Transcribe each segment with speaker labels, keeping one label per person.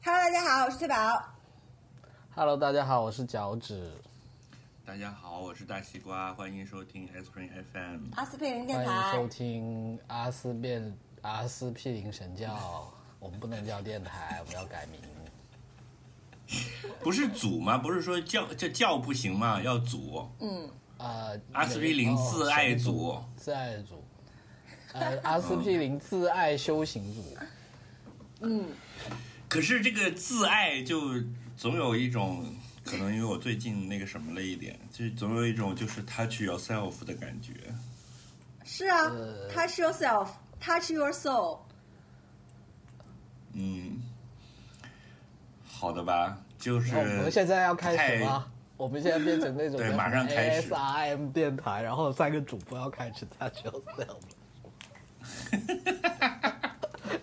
Speaker 1: 家好，我是翠宝。
Speaker 2: Hello，大家好，我是脚趾，
Speaker 3: 大家好，我是大西瓜，欢迎收听 Ice Cream FM。
Speaker 1: 阿斯佩林电
Speaker 2: 欢迎
Speaker 1: 台，
Speaker 2: 收听阿斯变阿斯匹林神教。我们不能叫电台，我们要改名。
Speaker 3: 不是组吗？不是说叫这叫不行吗？要组。
Speaker 2: 呃，
Speaker 3: 阿司匹林
Speaker 2: 有
Speaker 3: 自爱组
Speaker 2: 哦神自爱组，呃，阿司匹林自爱修行组，
Speaker 3: 可是这个自爱就总有一种，可能因为我最近那个什么了一点，就是总有一种就是 touch yourself 的感觉。
Speaker 1: 是啊
Speaker 2: 呃
Speaker 1: ，Touch yourself，Touch your soul。
Speaker 3: 嗯，好的吧，就是
Speaker 2: 哦我们现在要开始
Speaker 3: 太
Speaker 2: 吗？我们现在变成那种
Speaker 3: 对马上开始
Speaker 2: S R M 电台，然后三个主播要开始大笑死了，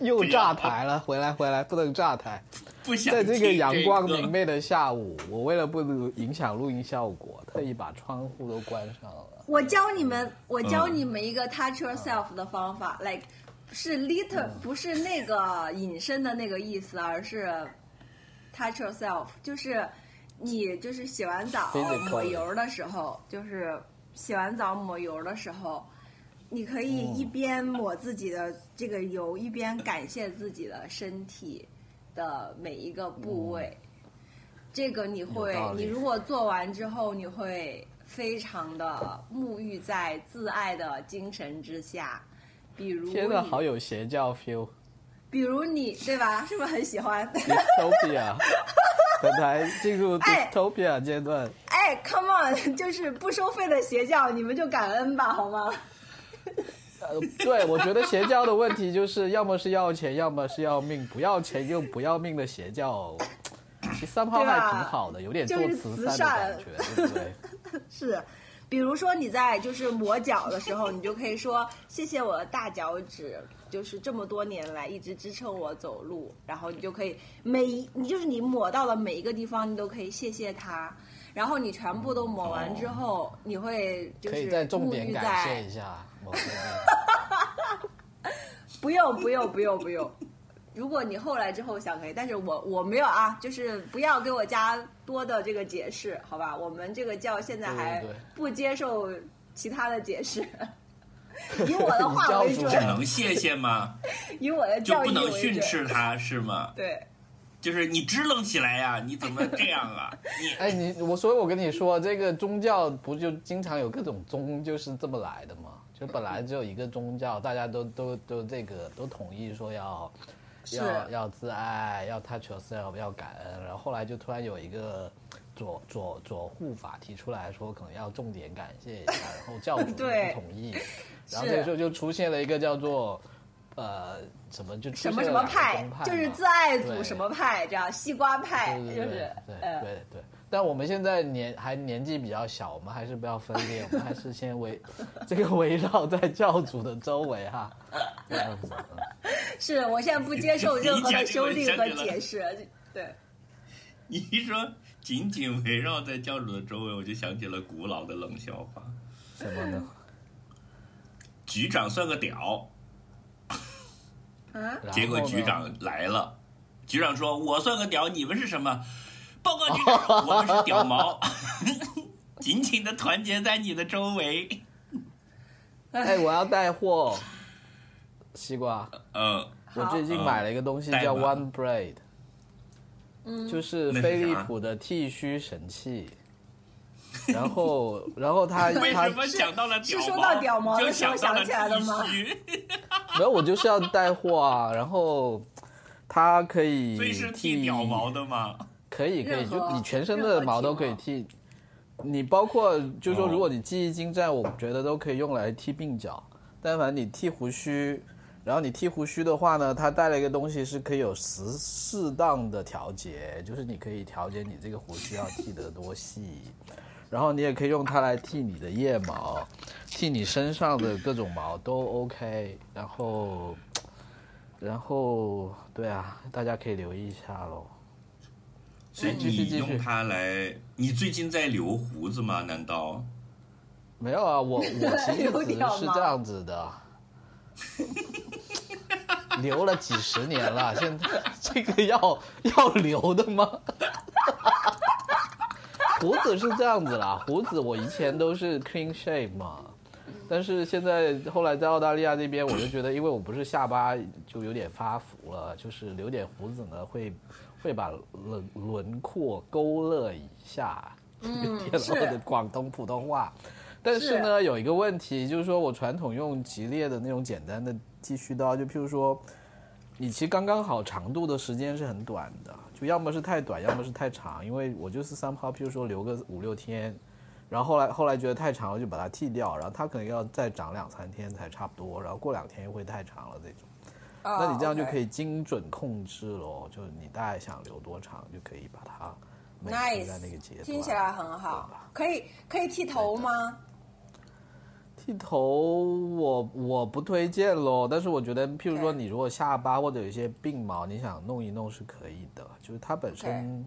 Speaker 2: 又炸台了！回来回来，不能炸台。
Speaker 3: 不想
Speaker 2: 在这个
Speaker 3: 听
Speaker 2: 阳光明
Speaker 3: 这个
Speaker 2: 媚的下午，我为了不影响录音效果，特意把窗户都关上了。
Speaker 1: 我教你们，我教你们
Speaker 2: 啊
Speaker 1: 一个 touch yourself 的方法、l i k e 是 liter，、不
Speaker 2: 嗯
Speaker 1: 是那个引申的那个意思，而是 touch yourself，就是你就是洗完澡
Speaker 2: Physically
Speaker 1: 抹油的时候，就是洗完澡抹油的时候，你可以
Speaker 2: 嗯
Speaker 1: 一边抹自己的这个油，一边感谢自己的身体的每一个部位。这个你会
Speaker 2: 嗯有道，理
Speaker 1: 你如果做完之后，你会非常的沐浴在自爱的精神之下。比如你，
Speaker 2: 天呐，好有邪教 feel。
Speaker 1: 比如你，对吧？ 是不是很喜欢？
Speaker 2: Dystopia，本台进入
Speaker 1: 哎
Speaker 2: Dystopia 阶段。
Speaker 1: 哎，come on，就是不收费的邪教，你们就感恩吧，好吗？
Speaker 2: 呃，对，我觉得邪教的问题就是，要么是要钱，要么是要命，不要钱又不要命的邪教，其实三炮
Speaker 1: 对吧
Speaker 2: 还挺好的，有点做
Speaker 1: 就是
Speaker 2: 慈
Speaker 1: 慈
Speaker 2: 善的
Speaker 1: 善
Speaker 2: 感觉，对不 对？
Speaker 1: 是，比如说你在就是磨脚的时候，你就可以说谢谢我的大脚趾，就是这么多年来一直支撑我走路，然后你就可以每一你就是你抹到的每一个地方，你都可以谢谢它。然后你全部都抹完之后，你会就是
Speaker 2: 哦可以再重
Speaker 1: 沐
Speaker 2: 点
Speaker 1: 浴
Speaker 2: 感
Speaker 1: 在
Speaker 2: 谢一下某个地方。
Speaker 1: 不用不用不用不用。如果你后来之后想可以，但是我我没有啊，就是不要给我加多的这个解释，好吧？我们这个教现在还
Speaker 2: 对对对
Speaker 1: 不接受其他的解释，以我的话为
Speaker 2: 以教主
Speaker 1: 准，
Speaker 3: 只能谢谢吗？
Speaker 1: 以我的
Speaker 3: 就
Speaker 1: 教
Speaker 3: 不
Speaker 1: 育
Speaker 3: 能
Speaker 1: 为
Speaker 3: 训
Speaker 1: 准。
Speaker 3: 斥他是吗？
Speaker 1: 对，
Speaker 3: 就是你支棱起来呀、你怎么这样啊？你
Speaker 2: 哎，你我所以，我跟你说，这个宗教不就经常有各种宗，就是这么来的嘛？就本来只有一个宗教，大家都都都这个都统一说要要要自爱，要 touch yourself，要感恩，然后后来就突然有一个左左左护法提出来说，可能要重点感谢一下，然后教主也
Speaker 1: 对
Speaker 2: 不同意，然后
Speaker 1: 是
Speaker 2: 那个时候就出现了一个叫做呃什么就出
Speaker 1: 什么
Speaker 2: 现
Speaker 1: 什么
Speaker 2: 了两个
Speaker 1: 派
Speaker 2: 宗派，
Speaker 1: 就是
Speaker 2: 嘛
Speaker 1: 自爱组
Speaker 2: 对
Speaker 1: 什么派，这样西瓜派
Speaker 2: 对对
Speaker 1: 就
Speaker 2: 对
Speaker 1: 是，
Speaker 2: 对
Speaker 1: 呃，
Speaker 2: 对对。但我们现在年还年纪比较小，我们还是不要分裂，我们还是先 围这个围绕在教主的周围哈， 这样子。嗯
Speaker 1: 是我现在不接受任何的
Speaker 3: 你讲这个
Speaker 1: 修
Speaker 3: 我
Speaker 1: 订
Speaker 3: 想
Speaker 1: 和
Speaker 3: 起来
Speaker 1: 解释，对。
Speaker 3: 你一说紧紧围绕在教主的周围，我就想起了古老的冷笑话：
Speaker 2: 什么呢？
Speaker 3: 局长算个屌。
Speaker 1: 嗯，
Speaker 2: 然
Speaker 3: 结果
Speaker 2: 后呢
Speaker 3: 局长来了，局长说：“我算个屌，你们是什么？”报告局长，我们是屌毛，紧紧的团结在你的周围。
Speaker 2: 哎，我要带货，西瓜。
Speaker 3: 嗯，
Speaker 2: 我最近
Speaker 3: 好
Speaker 2: 买了一个东西
Speaker 3: 嗯
Speaker 2: 叫
Speaker 3: 代码
Speaker 2: One Braid，嗯，就是
Speaker 3: 那是啥
Speaker 2: 飞利浦的剃须神器。然后，然后它
Speaker 3: 为
Speaker 2: 它
Speaker 3: 什么想到了屌
Speaker 1: 是
Speaker 3: 毛？
Speaker 1: 说到屌毛
Speaker 3: 就
Speaker 1: 的时候
Speaker 3: 想到
Speaker 1: 想
Speaker 3: 了
Speaker 1: 起来的吗
Speaker 3: 剃须？
Speaker 2: 没有，我就是要带货啊。然后它可以
Speaker 3: 所以是剃
Speaker 2: 剃
Speaker 3: 屌毛的吗？
Speaker 2: 可以可以，
Speaker 1: 任何
Speaker 2: 就你全身
Speaker 1: 任何
Speaker 2: 的
Speaker 1: 体
Speaker 2: 毛都可以
Speaker 1: 毛
Speaker 2: 剃，你包括就是说，
Speaker 3: 哦
Speaker 2: 如果你技艺精湛，我觉得都可以用来剃鬓角。但凡你剃胡须，然后你剃胡须的话呢，它带了一个东西是可以有适适当的调节，就是你可以调节你这个胡须要剃得多细，然后你也可以用它来剃你的腋毛，剃你身上的各种毛都 OK。然后，然后对啊，大家可以留意一下喽。
Speaker 3: 所以
Speaker 2: 继续
Speaker 3: 你
Speaker 2: 继续
Speaker 3: 用它来，你最近在留胡子吗？难道？
Speaker 2: 没有啊，我我其实
Speaker 1: 有
Speaker 2: 只
Speaker 1: 点
Speaker 2: 是
Speaker 1: 忙
Speaker 2: 这样子的。留了几十年了，现在 这个要要留的吗？ 胡子是这样子啦，胡子我以前都是 clean shave 嘛，但是现在后来在澳大利亚那边，我就觉得，因为我不是下巴就有点发福了，就是留点胡子呢，会会把轮轮廓勾勒一下。 嗯，
Speaker 1: 是
Speaker 2: 我的广东普通话。但是呢，有一个问题，就是说我传统用吉列的那种简单的剃须刀，就譬如说，你其实刚刚好长度的时间是很短的，就要么是太短，要么是太长。因为我就是 somehow，譬如说留个五六天，然后后来后来觉得太长了，就把它剃掉，然后它可能要再长两三天才差不多，然后过两天又会太长了这种。
Speaker 1: 啊
Speaker 2: 那你这样就可以精准控制咯，就是你大概想留多长就可以把它每
Speaker 1: nice，
Speaker 2: 在那个啊阶段。
Speaker 1: 听起来很
Speaker 2: 对吧
Speaker 1: 好。可以可以剃头吗？
Speaker 2: 剃头我我不推荐喽，但是我觉得，譬如说
Speaker 1: OK
Speaker 2: 你如果下巴或者有一些鬓毛，你想弄一弄是可以的，就是它本身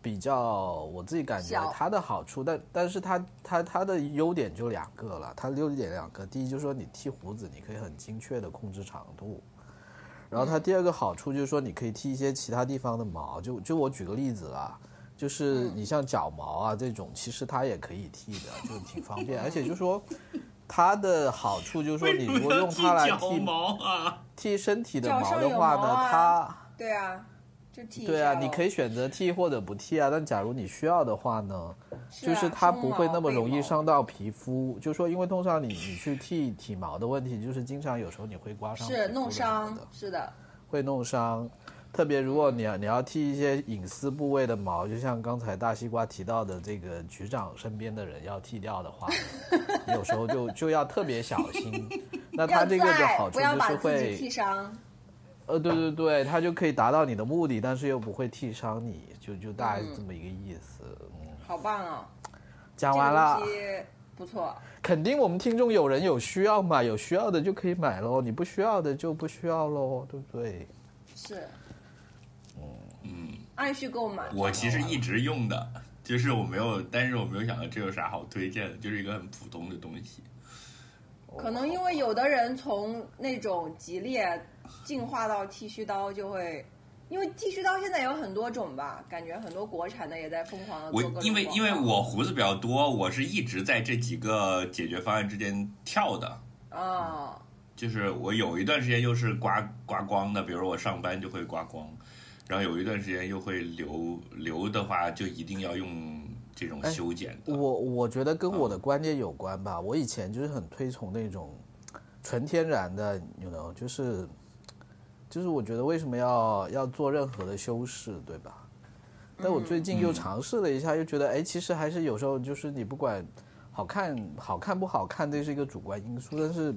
Speaker 2: 比较我自己感觉
Speaker 1: 小
Speaker 2: 它的好处，但但是它它它的优点就两个了，它优点两个，第一就是说你剃胡子，你可以很精确的控制长度。然后它第二个好处就是说，你可以剃一些其他地方的毛。就就我举个例子啊啦，
Speaker 3: 嗯
Speaker 2: 就是你像脚毛啊这种，其实它也可以剃的，就挺方便。而且就是 说，它的好处就是说，
Speaker 3: 为
Speaker 2: 你
Speaker 3: 什
Speaker 2: 如
Speaker 3: 么
Speaker 2: 果
Speaker 3: 要
Speaker 2: 用
Speaker 3: 剃
Speaker 2: 它来
Speaker 3: 脚
Speaker 2: 剃
Speaker 3: 毛啊？
Speaker 2: 剃身体的
Speaker 1: 脚
Speaker 2: 毛
Speaker 1: 上
Speaker 2: 的
Speaker 1: 有
Speaker 2: 话
Speaker 1: 毛
Speaker 2: 呢，
Speaker 1: 啊
Speaker 2: 它
Speaker 1: 对啊，就剃一
Speaker 2: 对啊，
Speaker 1: 下
Speaker 2: 你
Speaker 1: 咯
Speaker 2: 可以选择剃或者不剃啊。但假如你需要的话呢，
Speaker 1: 啊
Speaker 2: 就是它不会那么容易。伤到皮肤。就说因为通常你你去剃体毛的问题，就是经常有时候你会刮
Speaker 1: 啊
Speaker 2: 伤
Speaker 1: 胸
Speaker 2: 皮
Speaker 1: 毛
Speaker 2: 肤
Speaker 1: 背毛是
Speaker 2: 什
Speaker 1: 弄
Speaker 2: 么
Speaker 1: 伤
Speaker 2: 的，
Speaker 1: 是的，
Speaker 2: 会弄伤。特别如果你要你要剃一些隐私部位的毛，就像刚才大西瓜提到的这个局长身边的人要剃掉的 话，你有时候就就要特别小心。那它
Speaker 1: 要
Speaker 2: 这个的
Speaker 1: 在
Speaker 2: 好处
Speaker 1: 不要
Speaker 2: 就
Speaker 1: 把
Speaker 2: 是
Speaker 1: 自己剃
Speaker 2: 会，
Speaker 1: 伤。
Speaker 2: 呃，对对对，它就可以达到你的目的，但是又不会剃伤你，就就大概是这么一个意思。嗯，
Speaker 1: 好棒哦！
Speaker 2: 讲完
Speaker 1: 这
Speaker 2: 了
Speaker 1: 个，东西不错，
Speaker 2: 肯定我们听众有人有需要嘛，有需要的就可以买喽，你不需要的就不需要喽，对不对？
Speaker 1: 是，嗯，按需购买。
Speaker 3: 我其实一直用的，就是我没有，但是我没有想到这有啥好推荐的，就是一个很普通的东西。
Speaker 1: 可能因为有的人从那种吉列进化到剃须刀，就会因为剃须刀现在有很多种吧，感觉很多国产的也在疯狂的
Speaker 3: 我
Speaker 1: 哦做各种
Speaker 3: 因为
Speaker 1: 广告
Speaker 3: 因为我胡子比较多，我是一直在这几个解决方案之间跳的。
Speaker 1: 啊、
Speaker 3: 就是我有一段时间又是刮刮光的，比如我上班就会刮光，然后有一段时间又会留留的话，就一定要用这
Speaker 1: 哎
Speaker 3: 种修剪的。
Speaker 2: 我我觉得跟我的观念有关吧。我以前就是很推崇那种纯天然的，you know，就是就是我觉得为什么要要做任何的修饰，对吧？但我最近又尝试了一下，又觉得哎，其实还是有时候就是你不管好看好看不好看，这是一个主观因素，但是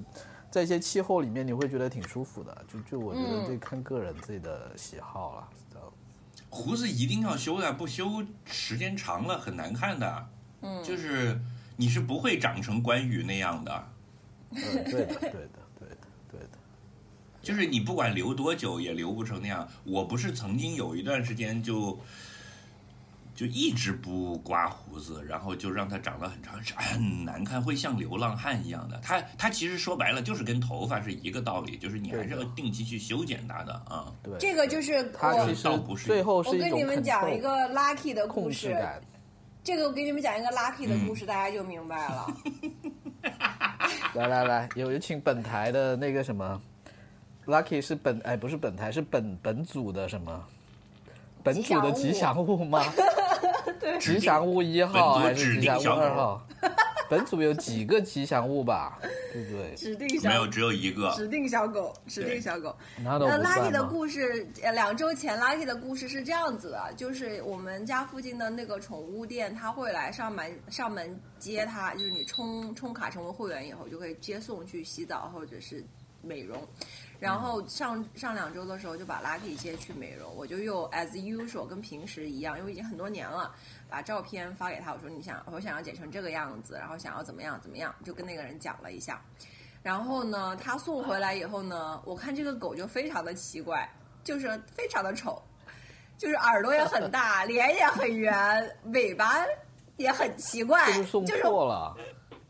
Speaker 2: 在一些气候里面，你会觉得挺舒服的。就就我觉得这看个人自己的喜好了，知道吗
Speaker 3: 胡子一定要修的，不修时间长了很难看的。嗯，就是你是不会长成关羽那样的。
Speaker 2: 嗯，对的，对的，对的，对的。
Speaker 3: 就是你不管留多久也留不成那样。我不是曾经有一段时间就就一直不刮胡子，然后就让它长得很长，是很难看，会像流浪汉一样的。它它其实说白了就是跟头发是一个道理，就是你还是要定期去修剪它的啊。
Speaker 2: 对，
Speaker 1: 这个就是
Speaker 2: 它其
Speaker 1: 我
Speaker 2: 实
Speaker 3: 倒不是
Speaker 2: 最后
Speaker 1: 我
Speaker 2: 是一
Speaker 1: 跟
Speaker 2: 种
Speaker 1: 你们讲
Speaker 2: control，
Speaker 1: 一个 lucky 的故
Speaker 2: 控制
Speaker 1: 事，
Speaker 2: 感。嗯
Speaker 1: 这个我给你们讲一个 lucky 的故事，大家就明白了。
Speaker 2: 来来来，有有请本台的那个什么，Lucky 是本哎不是本台是本本组的什么？本组的
Speaker 1: 吉
Speaker 2: 吉祥
Speaker 1: 祥
Speaker 2: 物吗？吉祥物一
Speaker 3: 本
Speaker 2: 号
Speaker 3: 组
Speaker 2: 还是
Speaker 3: 指
Speaker 2: 吉
Speaker 3: 定
Speaker 2: 祥
Speaker 3: 小
Speaker 2: 物二
Speaker 3: 狗
Speaker 2: 号？本组有几个吉祥物吧？对不 对？
Speaker 1: 指定
Speaker 3: 没有，
Speaker 1: 小
Speaker 3: 只有一个。
Speaker 1: 指定小狗，指
Speaker 3: 对
Speaker 1: 定小狗。
Speaker 2: 难道
Speaker 1: 那
Speaker 2: 不算
Speaker 1: Lucky 呃的
Speaker 2: 吗？
Speaker 1: 故事，呃，两周前 Lucky 的故事是这样子的，就是我们家附近的那个宠物店，它会来上门上门接它，就是你充充卡成为会员以后，就可以接送去洗澡或者是美容。然
Speaker 2: 嗯
Speaker 1: 后上上两周的时候就把 Lucky 接去美容，我就又 as usual 跟平时一样，因为已经很多年了，把照片发给他，我说你想我想要剪成这个样子，然后想要怎么样怎么样，就跟那个人讲了一下。然后呢，他送回来以后呢，我看这个狗就非常的奇怪，就是非常的丑，就是耳朵也很 大，脸也很圆，尾巴也很奇怪，
Speaker 2: 是不是送
Speaker 1: 就是
Speaker 2: 错了？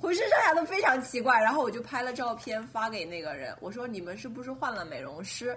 Speaker 1: 浑身上下都非常奇怪。然后我就拍了照片发给那个人，我说你们是不是换了美容师？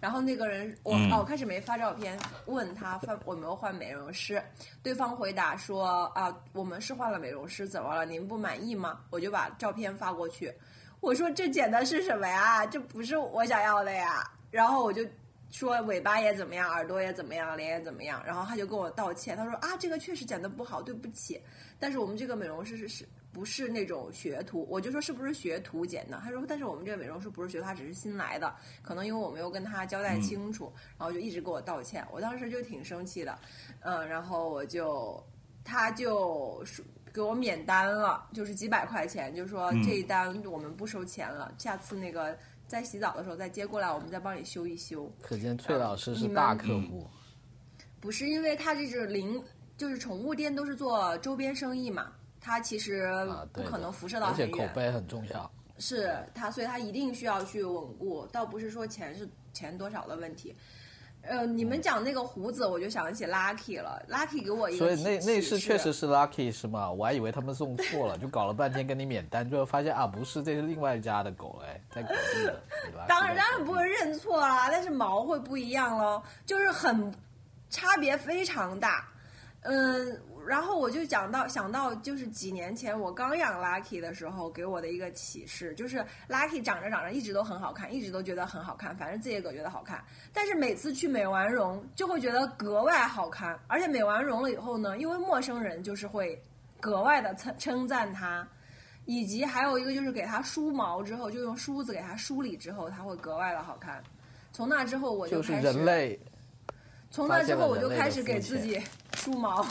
Speaker 1: 然后那个人，我、
Speaker 3: 嗯
Speaker 1: 哦，开始没发照片，问他换我没有换美容师，对方回答说啊，我们是换了美容师，怎么了？您不满意吗？我就把照片发过去，我说这剪的是什么呀？ 这不是我想要的呀。然后我就说尾巴也怎么样，耳朵也怎么样，脸也怎么样。然后他就跟我道歉，他说啊，这个确实剪的不好，对不起。但是我们这个美容师是是不是那种学徒？我就说是不是学徒剪的？他说，但是我们这个美容师不是学徒，他只是新来的，可能因为我没有跟他交代清楚，然后就一直跟我道歉。我当时就挺生气的，嗯，然后我就他就说给我免单了，就是几百块钱，就说
Speaker 3: 嗯
Speaker 1: 这一单我们不收钱了，下次那个在洗澡的时候再接过来，我们再帮你修一修。
Speaker 2: 可见崔老师是大客户，
Speaker 1: 嗯不是因为他这是零，就是宠物店都是做周边生意嘛，他其实
Speaker 2: 啊，
Speaker 1: 不
Speaker 2: 对的，
Speaker 1: 可能辐射到
Speaker 2: 而且
Speaker 1: 很
Speaker 2: 口
Speaker 1: 远，
Speaker 2: 碑很重要。
Speaker 1: 是他，所以他一定需要去稳固，倒不是说钱是钱多少的问题。呃，你
Speaker 2: 嗯
Speaker 1: 们讲那个胡子，我就想起 Lucky 了，Lucky 给我一个
Speaker 2: 所
Speaker 1: 启，
Speaker 2: 以那那
Speaker 1: 是
Speaker 2: 是确实是 lucky 是吗？我还以为他们送错了，就搞了半天跟你免单，最后发现啊不是，这是另外一家的狗哎，在隔壁的。你 lucky
Speaker 1: 当然
Speaker 2: 在
Speaker 1: 当然
Speaker 2: 隔壁
Speaker 1: 不会认错啦，但是毛会不一样喽，就是很差别非常大。嗯，然后我就讲到想到就是几年前我刚养 Lucky 的时候给我的一个启示，就是 Lucky 长着长着一直都很好看，一直都觉得很好看，反正自己也觉得好看。但是每次去美完容就会觉得格外好看，而且美完容了以后呢，因为陌生人就是会格外的称称赞它，以及还有一个就是给它梳毛之后，就用梳子给它梳理之后，它会格外的好看。从那之后我就
Speaker 2: 就是
Speaker 1: 开始
Speaker 2: 人类
Speaker 1: 从那之后我就开始给自己梳毛。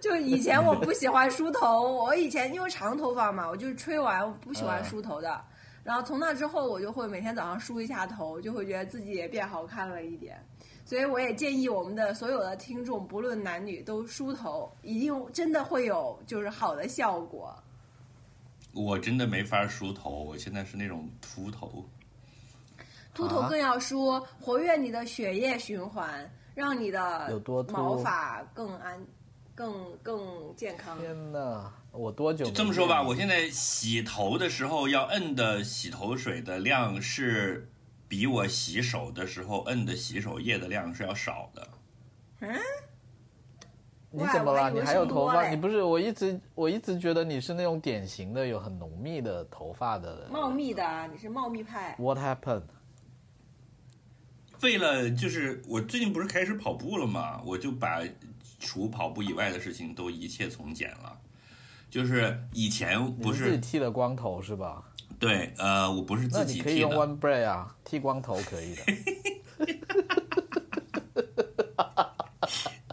Speaker 1: 就以前我不喜欢梳头，我以前因为长头发嘛，我就吹完我不喜
Speaker 2: 嗯
Speaker 1: 欢梳头的。然后从那之后，我就会每天早上梳一下头，就会觉得自己也变好看了一点。所以我也建议我们的所有的听众，不论男女，都梳头，一定真的会有就是好的效果。
Speaker 3: 我真的没法梳头，我现在是那种秃头。
Speaker 1: 秃头
Speaker 2: 啊
Speaker 1: 更要梳，活跃你的血液循环，让你的
Speaker 2: 有多秃
Speaker 1: 毛发更安、更更健康。
Speaker 2: 天呐，我多久没
Speaker 3: 这么说吧，
Speaker 2: 见
Speaker 3: 我现在洗头的时候要摁的洗头水的量是比我洗手的时候摁的洗手液的量是要少的。
Speaker 2: 你怎么
Speaker 1: 我还
Speaker 2: 了？
Speaker 1: 以为是
Speaker 2: 你还有头
Speaker 1: 摸
Speaker 2: 发？
Speaker 1: 嘞
Speaker 2: 你不是我一直我一直觉得你是那种典型的有很浓密的头发的人。
Speaker 1: 茂密的啊，你是茂密派，
Speaker 2: What happened？
Speaker 3: 为了就是我最近不是开始跑步了嘛，我就把除跑步以外的事情都一切从简了。就是以前
Speaker 2: 你
Speaker 3: 不
Speaker 2: 自己
Speaker 3: 是
Speaker 2: 剃了光头是吧？
Speaker 3: 对呃，我不是
Speaker 2: 那
Speaker 3: 自
Speaker 2: 你
Speaker 3: 己
Speaker 2: 可以
Speaker 3: 剃
Speaker 2: 用
Speaker 3: 的，
Speaker 2: One Braid 啊，剃光头可以 的。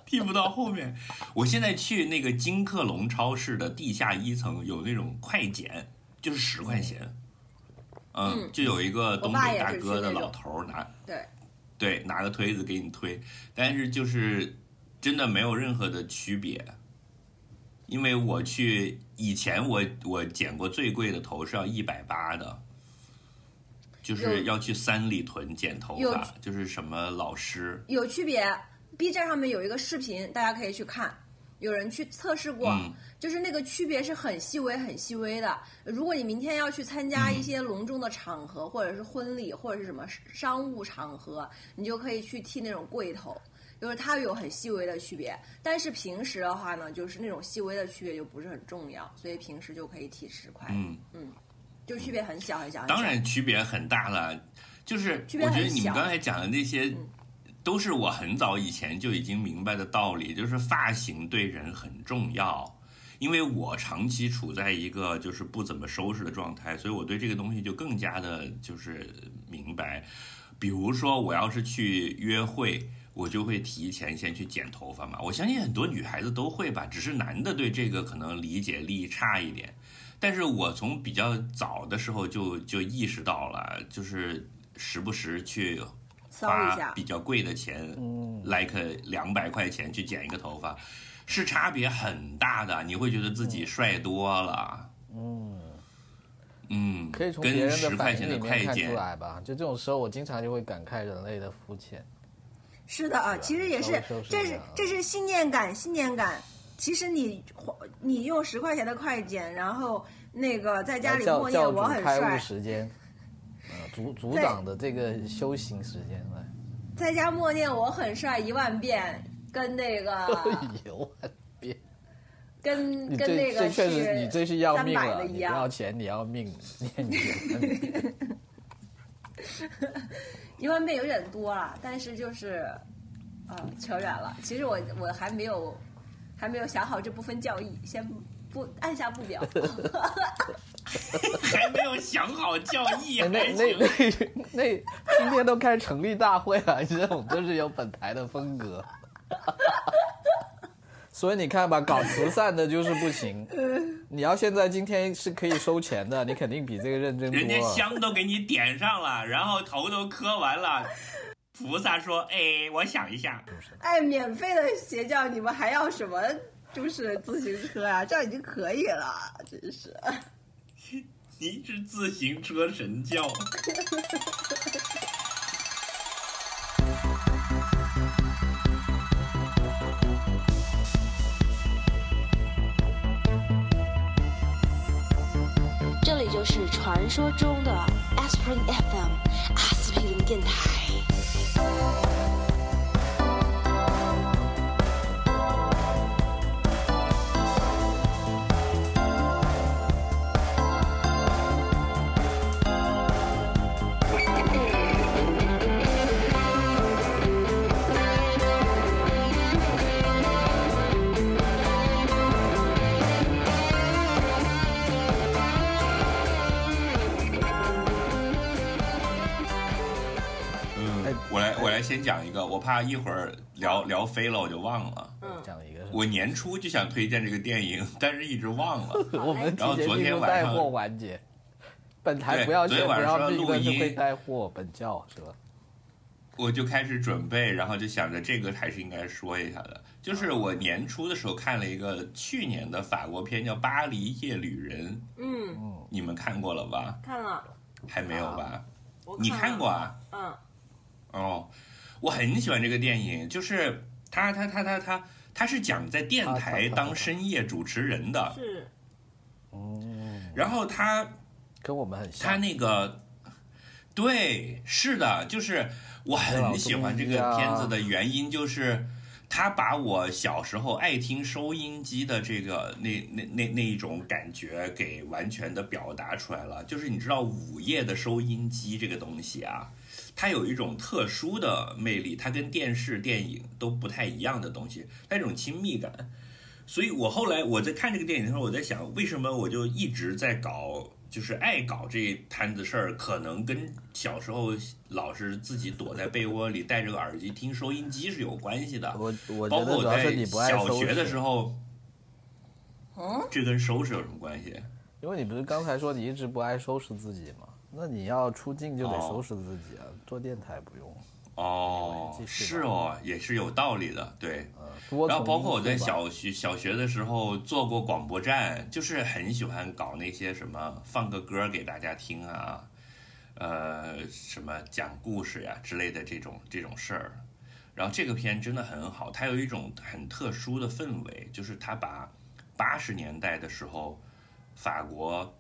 Speaker 3: 剃不到后面。我现在去那个金客隆超市的地下一层有那种快剪，就是十块钱。嗯，就有一个东
Speaker 1: 我爸
Speaker 3: 北
Speaker 1: 也
Speaker 3: 大
Speaker 1: 是
Speaker 3: 哥
Speaker 1: 去那
Speaker 3: 的
Speaker 1: 种
Speaker 3: 老头儿拿
Speaker 1: 对，
Speaker 3: 对，拿个推子给你推，但是就是真的没有任何的区别，因为我去以前我我剪过最贵的头是要一百八的，就是
Speaker 1: 有
Speaker 3: 要去三里屯剪头
Speaker 1: 有
Speaker 3: 发，就是什么老师，
Speaker 1: 有区别。B 站上面有一个视频，大家可以去看，有人去测试过，
Speaker 3: 嗯
Speaker 1: 就是那个区别是很细微、很细微的。如果你明天要去参加一些隆重的场合，或者是婚礼，或者是什么商务场合，你就可以去剃那种贵头，就是它有很细微的区别。但是平时的话呢，就是那种细微的区别就不是很重要，所以平时就可以剃十块，
Speaker 3: 嗯，
Speaker 1: 就区别很小很小很小。
Speaker 3: 当然区别很大了，就是
Speaker 1: 区别
Speaker 3: 我觉得
Speaker 1: 很
Speaker 3: 你们
Speaker 1: 小嗯
Speaker 3: 刚才讲的那些。都是我很早以前就已经明白的道理，就是发型对人很重要。因为我长期处在一个就是不怎么收拾的状态，所以我对这个东西就更加的就是明白。比如说，我要是去约会，我就会提前先去剪头发嘛。我相信很多女孩子都会吧，只是男的对这个可能理解力差一点。但是我从比较早的时候就就意识到了，就是时不时去
Speaker 1: 骚一
Speaker 3: 花
Speaker 1: 下
Speaker 3: 比，较贵的钱、l
Speaker 2: 嗯
Speaker 3: i k e 两百块钱去剪一个头发，是差别很大的。你会觉得自己帅多了。嗯嗯，
Speaker 2: 可以从别
Speaker 3: 跟
Speaker 2: 人的
Speaker 3: 十块
Speaker 2: 反
Speaker 3: 钱
Speaker 2: 应里
Speaker 3: 快
Speaker 2: 面看
Speaker 3: 剪
Speaker 2: 出来吧。就这种时候，我经常就会感慨人类的肤浅。
Speaker 1: 是的啊，其实也
Speaker 2: 稍
Speaker 1: 是
Speaker 2: 微收，拾
Speaker 1: 这
Speaker 2: 一
Speaker 1: 是
Speaker 2: 下啊
Speaker 1: 这是信念感，信念感。
Speaker 4: 其实你花你用十块钱的快剪，然后那个在家里
Speaker 2: 教
Speaker 4: 默
Speaker 2: 教
Speaker 4: 念
Speaker 2: 主
Speaker 4: 我很
Speaker 2: 开悟
Speaker 4: 帅，
Speaker 2: 时间，呃，组组
Speaker 4: 在
Speaker 2: 长的这个修行时间，哎
Speaker 4: 在家默念我很帅一万遍，跟那 个
Speaker 2: 来一 万遍。
Speaker 4: 跟
Speaker 2: 哎你
Speaker 4: 啊跟那
Speaker 2: 这这
Speaker 4: 个
Speaker 2: 确实，你这是要命
Speaker 4: 300
Speaker 2: 了，
Speaker 4: 的
Speaker 2: 你
Speaker 4: 一
Speaker 2: 不要
Speaker 4: 样，
Speaker 2: 钱，你要命，你 你
Speaker 4: 一万遍有点多了，但是就是啊、扯远了。其实我我还没有还没有想好这部分教义，先不按下不 表。
Speaker 3: 还没有想好教义，
Speaker 2: 哎那
Speaker 3: 还
Speaker 2: 那
Speaker 3: 行
Speaker 2: 那那，今天都开成立大会了，这种就是有本台的风格。 所以你看吧，搞慈善的就是不 行。你要现在今天是可以收钱的，你肯定比这个认真多
Speaker 3: 人家
Speaker 2: 了。
Speaker 3: 香都给你点上了，然后头都磕完了，菩萨说：“哎，我想一下，
Speaker 4: 哎，免费的邪教，你们还要什么？就是自行车啊，这样已经可以了，真是。
Speaker 3: 你是自行车神教。”
Speaker 5: 这里就是传说中的 Aspirin FM 阿司匹林电台。
Speaker 2: 哎
Speaker 3: 嗯，我来我来先讲一个，我怕一会儿聊聊飞了我就忘了。
Speaker 4: 嗯
Speaker 2: 讲一个是吧，
Speaker 3: 我年初就想推荐这个电影，但是一直忘了。
Speaker 2: 我们提
Speaker 3: 然后
Speaker 2: 前
Speaker 3: 昨
Speaker 2: 进
Speaker 3: 天
Speaker 2: 入
Speaker 3: 晚
Speaker 2: 带
Speaker 3: 上
Speaker 2: 货环节。本台
Speaker 3: 对
Speaker 2: 不要
Speaker 3: 昨
Speaker 2: 钱，
Speaker 3: 天晚
Speaker 2: 不要
Speaker 3: 上
Speaker 2: 命，
Speaker 3: 录
Speaker 2: 但是会
Speaker 3: 音
Speaker 2: 带货，本教是吧？
Speaker 3: 我就开始准备，然后就想着这个还是应该说一下的。就是我年初的时候看了一个去年的法国片，叫《巴黎夜旅人
Speaker 4: 嗯，》，
Speaker 3: 你们看过了吧？
Speaker 4: 看了，
Speaker 3: 还没有吧？
Speaker 4: 我
Speaker 3: 你看过？啊？
Speaker 4: 嗯，
Speaker 3: 哦，我很喜欢这个电影，就是他他他他他他是讲在电台当深夜主持人的，
Speaker 4: 是
Speaker 3: 然后他
Speaker 2: 跟我们很像。
Speaker 3: 他那个，对，是的，就是我很喜欢这个片子的原因，就是他把我小时候爱听收音机的这个那那那那一种感觉给完全的表达出来了。就是你知道午夜的收音机这个东西啊，它有一种特殊的魅力，它跟电视、电影都不太一样的东西，它有一种亲密感。所以我后来我在看这个电影的时候，我在想，为什么我就一直在搞，就是爱搞这摊子事儿，可能跟小时候老是自己躲在被窝里戴着个耳机听收音机是有关系的。
Speaker 2: 我我觉
Speaker 3: 包括
Speaker 2: 得
Speaker 3: 我
Speaker 2: 主要是
Speaker 3: 在
Speaker 2: 你不爱
Speaker 3: 小
Speaker 2: 收
Speaker 3: 学的
Speaker 2: 拾
Speaker 3: 时。候，
Speaker 4: 嗯，
Speaker 3: 这跟收拾有什么关系？
Speaker 2: 因为你不是刚才说你一直不爱收拾自己吗？那你要出镜就得
Speaker 3: 哦
Speaker 2: 收拾自己啊，做电台不用。
Speaker 3: 哦
Speaker 2: 继，续
Speaker 3: 是哦，也是有道理的，对。
Speaker 2: 呃，多
Speaker 3: 然后包括我
Speaker 2: 重
Speaker 3: 在
Speaker 2: 因素吧，
Speaker 3: 小学小学的时候做过广播站，就是很喜欢搞那些什么放个歌给大家听啊，呃，什么讲故事呀、之类的这种这种事儿。然后这个片真的很好，它有一种很特殊的氛围，就是它把八十年代的时候法国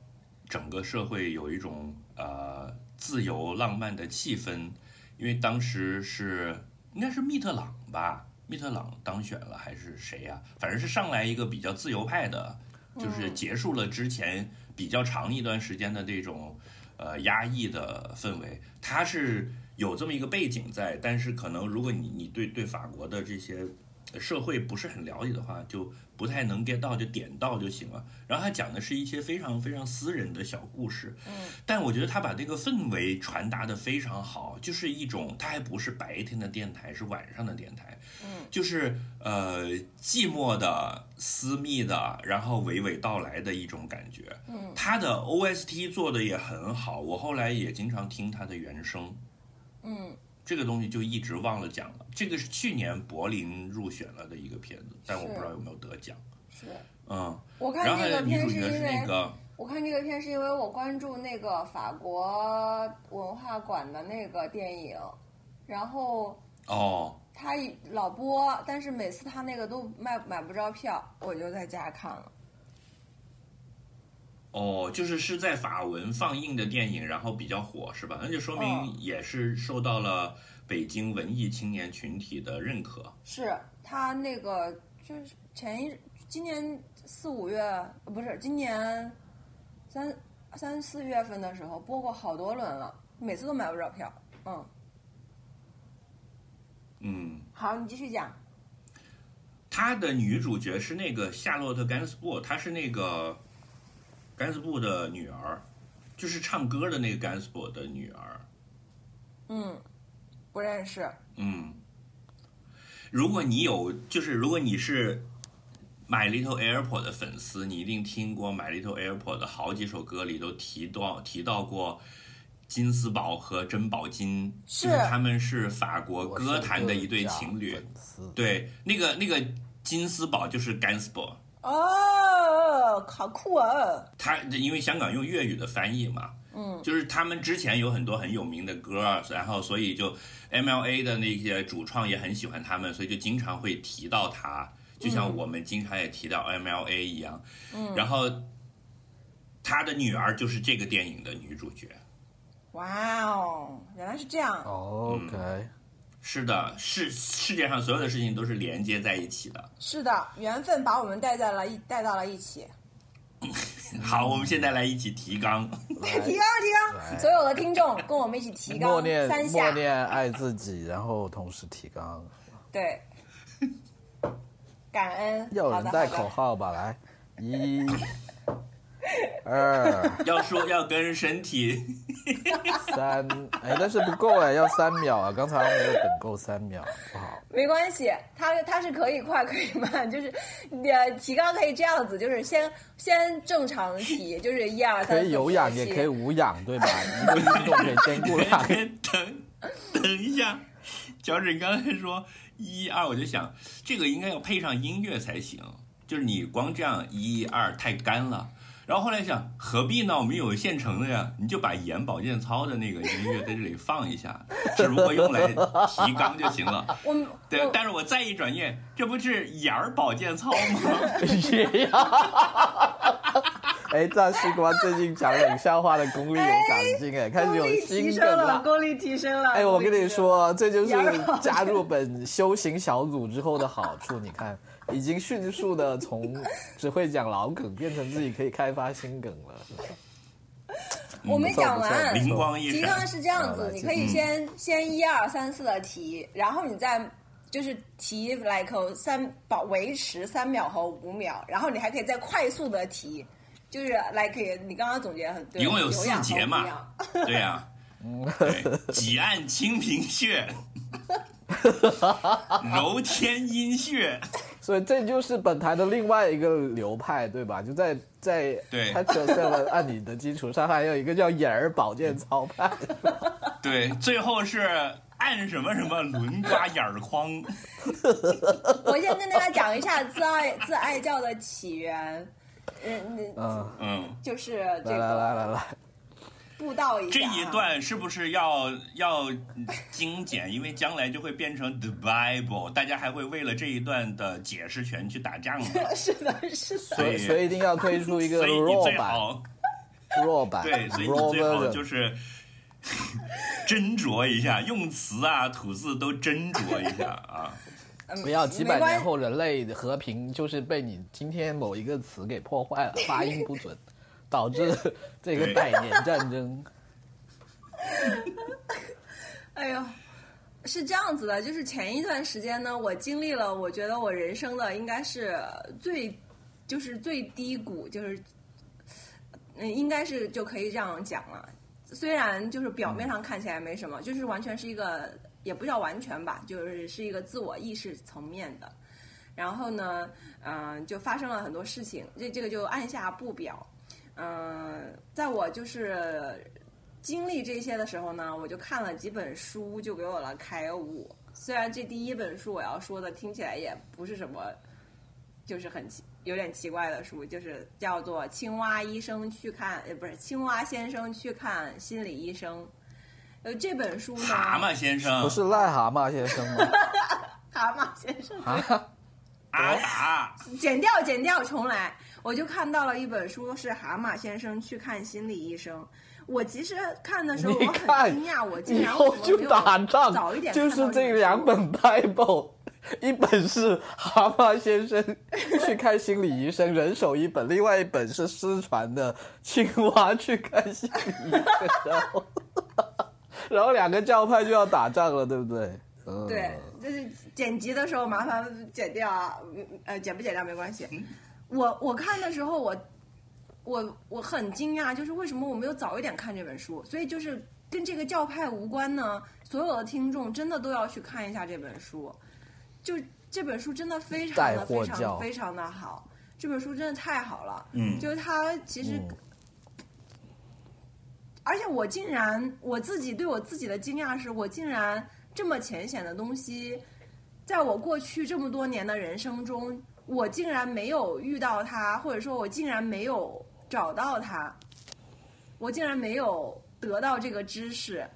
Speaker 3: 整个社会有一种呃自由浪漫的气氛，因为当时是应该是密特朗吧，密特朗当选了还是谁呀、反正是上来一个比较自由派的，就是结束了之前比较长一段时间的这种呃压抑的氛围，他是有这么一个背景在，但是可能如果你你对对法国的这些社会不是很了解的话，就不太能 get 到，就点到就行了。然后他讲的是一些非常非常私人的小故事，但我觉得他把这个氛围传达的非常好，就是一种他还不是白天的电台，是晚上的电台，嗯，就是呃寂寞的、私密的，然后娓娓道来的一种感觉。嗯，他的 OST 做的也很好，我后来也经常听他的原声。
Speaker 4: 嗯，
Speaker 3: 这个东西就一直忘了讲了。这个是去年柏林入选了的一个片子，但我不知道有没有得奖。
Speaker 4: 是。
Speaker 3: 嗯，
Speaker 4: 我看
Speaker 3: 然后
Speaker 4: 这
Speaker 3: 还
Speaker 4: 个
Speaker 3: 有女
Speaker 4: 片
Speaker 3: 主
Speaker 4: 是因
Speaker 3: 角是那
Speaker 4: 为
Speaker 3: 个。
Speaker 4: 我看这个片是因为我关注那个法国文化馆的那个电影，然后
Speaker 3: 哦，
Speaker 1: 他老播，但是每次他那个都卖买不着票，我就在家看了。
Speaker 3: 哦，就是是在法文放映的电影，然后比较火，是吧？那就说明也是受到了北京文艺青年群体的认可。
Speaker 1: 是他那个就是前一今年四五月呃不是今年三三四月份的时候播过好多轮了，每次都买不着票。嗯，
Speaker 3: 嗯，
Speaker 1: 好，你继续讲。
Speaker 3: 她的女主角是那个夏洛特·甘斯布，她是那个甘斯布的女儿，就是唱歌的那个甘斯布的女儿。
Speaker 1: 嗯，不认识。
Speaker 3: 嗯，如果你有，就是如果你是 My Little Airport 的粉丝，你一定听过 My Little Airport 的好几首歌里都提到提到过金斯堡和珍宝金，
Speaker 1: 是
Speaker 3: 就是他们是法国
Speaker 2: 我
Speaker 3: 歌
Speaker 2: 是
Speaker 3: 坛的一对
Speaker 2: 讲
Speaker 3: 情侣。
Speaker 2: 粉丝，
Speaker 3: 对，那个那个金斯堡就是甘斯堡，
Speaker 1: 哦，好酷啊！
Speaker 3: 他因为香港用粤语的翻译嘛，嗯，就是他们之前有很多很有名的歌儿，然后所以就 MLA 的那些主创也很喜欢他们，所以就经常会提到他，就像我们经常也提到 MLA 一样，嗯，然后他的女儿就是这个电影的女主角，
Speaker 1: 哇哦，原来是这样。
Speaker 3: 嗯
Speaker 2: 哦，OK，
Speaker 3: 是的，世世界上所有的事情都是连接在一起的。
Speaker 1: 是的，缘分把我们带在了一带到了一起。
Speaker 3: 好，我们现在来一起提纲，
Speaker 1: 提纲提
Speaker 2: 来
Speaker 1: 纲，啊所有的听众跟我们一起提纲，
Speaker 2: 默念
Speaker 1: 三
Speaker 2: 默
Speaker 1: 下，
Speaker 2: 念爱自己，然后同时提纲，
Speaker 1: 对， 感恩。
Speaker 2: 要有人带
Speaker 1: 好的
Speaker 2: 口
Speaker 1: 好的
Speaker 2: 号吧，来，一、二、
Speaker 3: 要说要跟身体。
Speaker 2: 三，哎，但是不够哎，要三秒啊，刚才没有等够三秒，不好。
Speaker 1: 没关系，它它是可以快可以慢，就是你的提纲可以这样子，就是先先正常 提，就是一二三，
Speaker 2: 可以有氧，
Speaker 1: 四
Speaker 2: 也
Speaker 1: 五六
Speaker 2: 可以
Speaker 1: 七
Speaker 2: 无氧，对吧？一个运动可以兼顾两个。
Speaker 3: 哎等等一下，乔治，你刚才说一二，我就想这个应该要配上音乐才行，就是你光这样一二太干了。然后后来想，何必呢？我们有现成的呀，你就把眼保健操的那个音乐在这里放一下，只不过用来提纲就行了。
Speaker 1: 我们
Speaker 3: 对
Speaker 1: 我，
Speaker 3: 但是我再一转念，这不是眼儿保健 操吗？
Speaker 2: 哎，大西瓜最近讲冷笑话的功力有长进哎，开始有
Speaker 4: 功力提
Speaker 2: 新
Speaker 4: 升
Speaker 2: 的
Speaker 4: 了，
Speaker 2: 了。
Speaker 4: 功力提升了。
Speaker 2: 哎，我跟
Speaker 4: 功力
Speaker 2: 你
Speaker 4: 提升
Speaker 2: 说，这就是
Speaker 4: 羊肉
Speaker 2: 加入本修行小组之后的好处。你看，已经迅速的从只会讲老梗变成自己可以开发新梗了。
Speaker 3: 嗯
Speaker 1: 我没讲
Speaker 2: 不错不错
Speaker 1: 完，
Speaker 3: 灵光一
Speaker 1: 提纲
Speaker 3: 闪，
Speaker 1: 是这样
Speaker 2: 好
Speaker 1: 子
Speaker 2: 来，
Speaker 1: 你
Speaker 2: 继
Speaker 1: 可以
Speaker 2: 续
Speaker 1: 先先一二三四的提，然后你再就是提 like 三保维持三秒和五秒，然后你还可以再快速的提，就是 like 你刚刚总结很对，
Speaker 3: 一共有
Speaker 1: 有
Speaker 3: 四
Speaker 1: 氧和
Speaker 3: 节
Speaker 1: 无
Speaker 3: 嘛
Speaker 1: 氧
Speaker 3: 对呀、对，几按清平穴， 揉天阴穴，
Speaker 2: 所以这就是本台的另外一个流派，对吧？就在在
Speaker 3: 对
Speaker 2: touch yourself 按你的基础上，还有一个叫眼儿保健操派。
Speaker 3: 对，最后是按什么什么轮刮眼儿眶，
Speaker 1: 我先跟大家讲一下自爱自爱教的起源，嗯，嗯
Speaker 2: 嗯，
Speaker 3: 嗯，
Speaker 1: 就是这
Speaker 2: 来来来来
Speaker 1: 个
Speaker 2: 来，
Speaker 1: 布道一下
Speaker 3: 这
Speaker 1: 啊
Speaker 3: 一段是不是要要精简？因为将来就会变成 the Bible，大家还会为了这一段的解释权去打仗的，
Speaker 1: 啊 是的，是的，
Speaker 2: 所以所以一定要推 出一个
Speaker 3: 所以你
Speaker 2: raw
Speaker 3: 最
Speaker 2: 版
Speaker 3: 好
Speaker 2: ，raw 版
Speaker 3: 对，所以
Speaker 2: ，raw
Speaker 3: 你最好
Speaker 2: version
Speaker 3: 就。是 斟酌一下，用词啊、吐字都斟酌一下啊。
Speaker 1: 嗯
Speaker 2: 不要几
Speaker 1: 没
Speaker 2: 百
Speaker 1: 关
Speaker 2: 年后人类的和平就是被你今天某一个词给破坏了，发音不准，导致这个百年战争。
Speaker 1: 哎呦，是这样子的，就是前一段时间呢，我经历了，我觉得我人生的应该是最，就是最低谷，就是，嗯，应该是就可以这样讲了。虽然就是表
Speaker 2: 嗯
Speaker 1: 面上看起来没什么，就是完全是一个，也不叫完全吧，就是是一个自我意识层面的。然后呢，嗯、就发生了很多事情，这这个就按下不表。嗯、在我就是经历这些的时候呢，我就看了几本书，就给我了开悟。虽然这第一本书我要说的听起来也不是什么，就是很奇有点奇怪的书，就是叫做《青蛙医生去看》，呃，不是《青蛙先生去看心理医生》。呃，这本书呢，
Speaker 3: 蛤蟆先生
Speaker 2: 不是癞蛤蟆先生吗？
Speaker 1: 蛤蟆先生。
Speaker 2: 啊，
Speaker 3: 阿达，
Speaker 1: 剪掉，剪掉，重来。我就看到了一本书，是蛤蟆先生去看心理医生。我其实看的时候，
Speaker 2: 你
Speaker 1: 我
Speaker 2: 看
Speaker 1: 很惊讶，我竟
Speaker 2: 以
Speaker 1: 然
Speaker 2: 后就打
Speaker 1: 早
Speaker 2: 仗
Speaker 1: 一，点看
Speaker 2: 就
Speaker 1: 到
Speaker 2: 是这
Speaker 1: 本
Speaker 2: 两
Speaker 1: 书
Speaker 2: 本 Bible，一本是《蛤蟆 先生去看心理医生》，人手一本；另外一本是失传的《青蛙去看心理医生》然后， 然后两个教派就要打仗了，对不对？嗯，
Speaker 1: 对，就是剪辑的时候麻烦剪掉啊，嗯呃，剪不剪掉没关系。我我看的时候我，我我很惊讶，就是为什么我没有早一点看这本书？所以就是跟这个教派无关呢，所有的听众真的都要去看一下这本书。就这本书真的非常
Speaker 2: 带
Speaker 1: 的
Speaker 2: 货
Speaker 1: 非
Speaker 2: 教
Speaker 1: 常非常的好，这本书真的太好了。
Speaker 3: 嗯
Speaker 1: 就是它其实
Speaker 2: 嗯
Speaker 1: 而且我竟然我自己对我自己的惊讶是，我竟然这么浅显的东西，在我过去这么多年的人生中，我竟然没有遇到它，或者说，我竟然没有找到它，我竟然没有得到这个知识，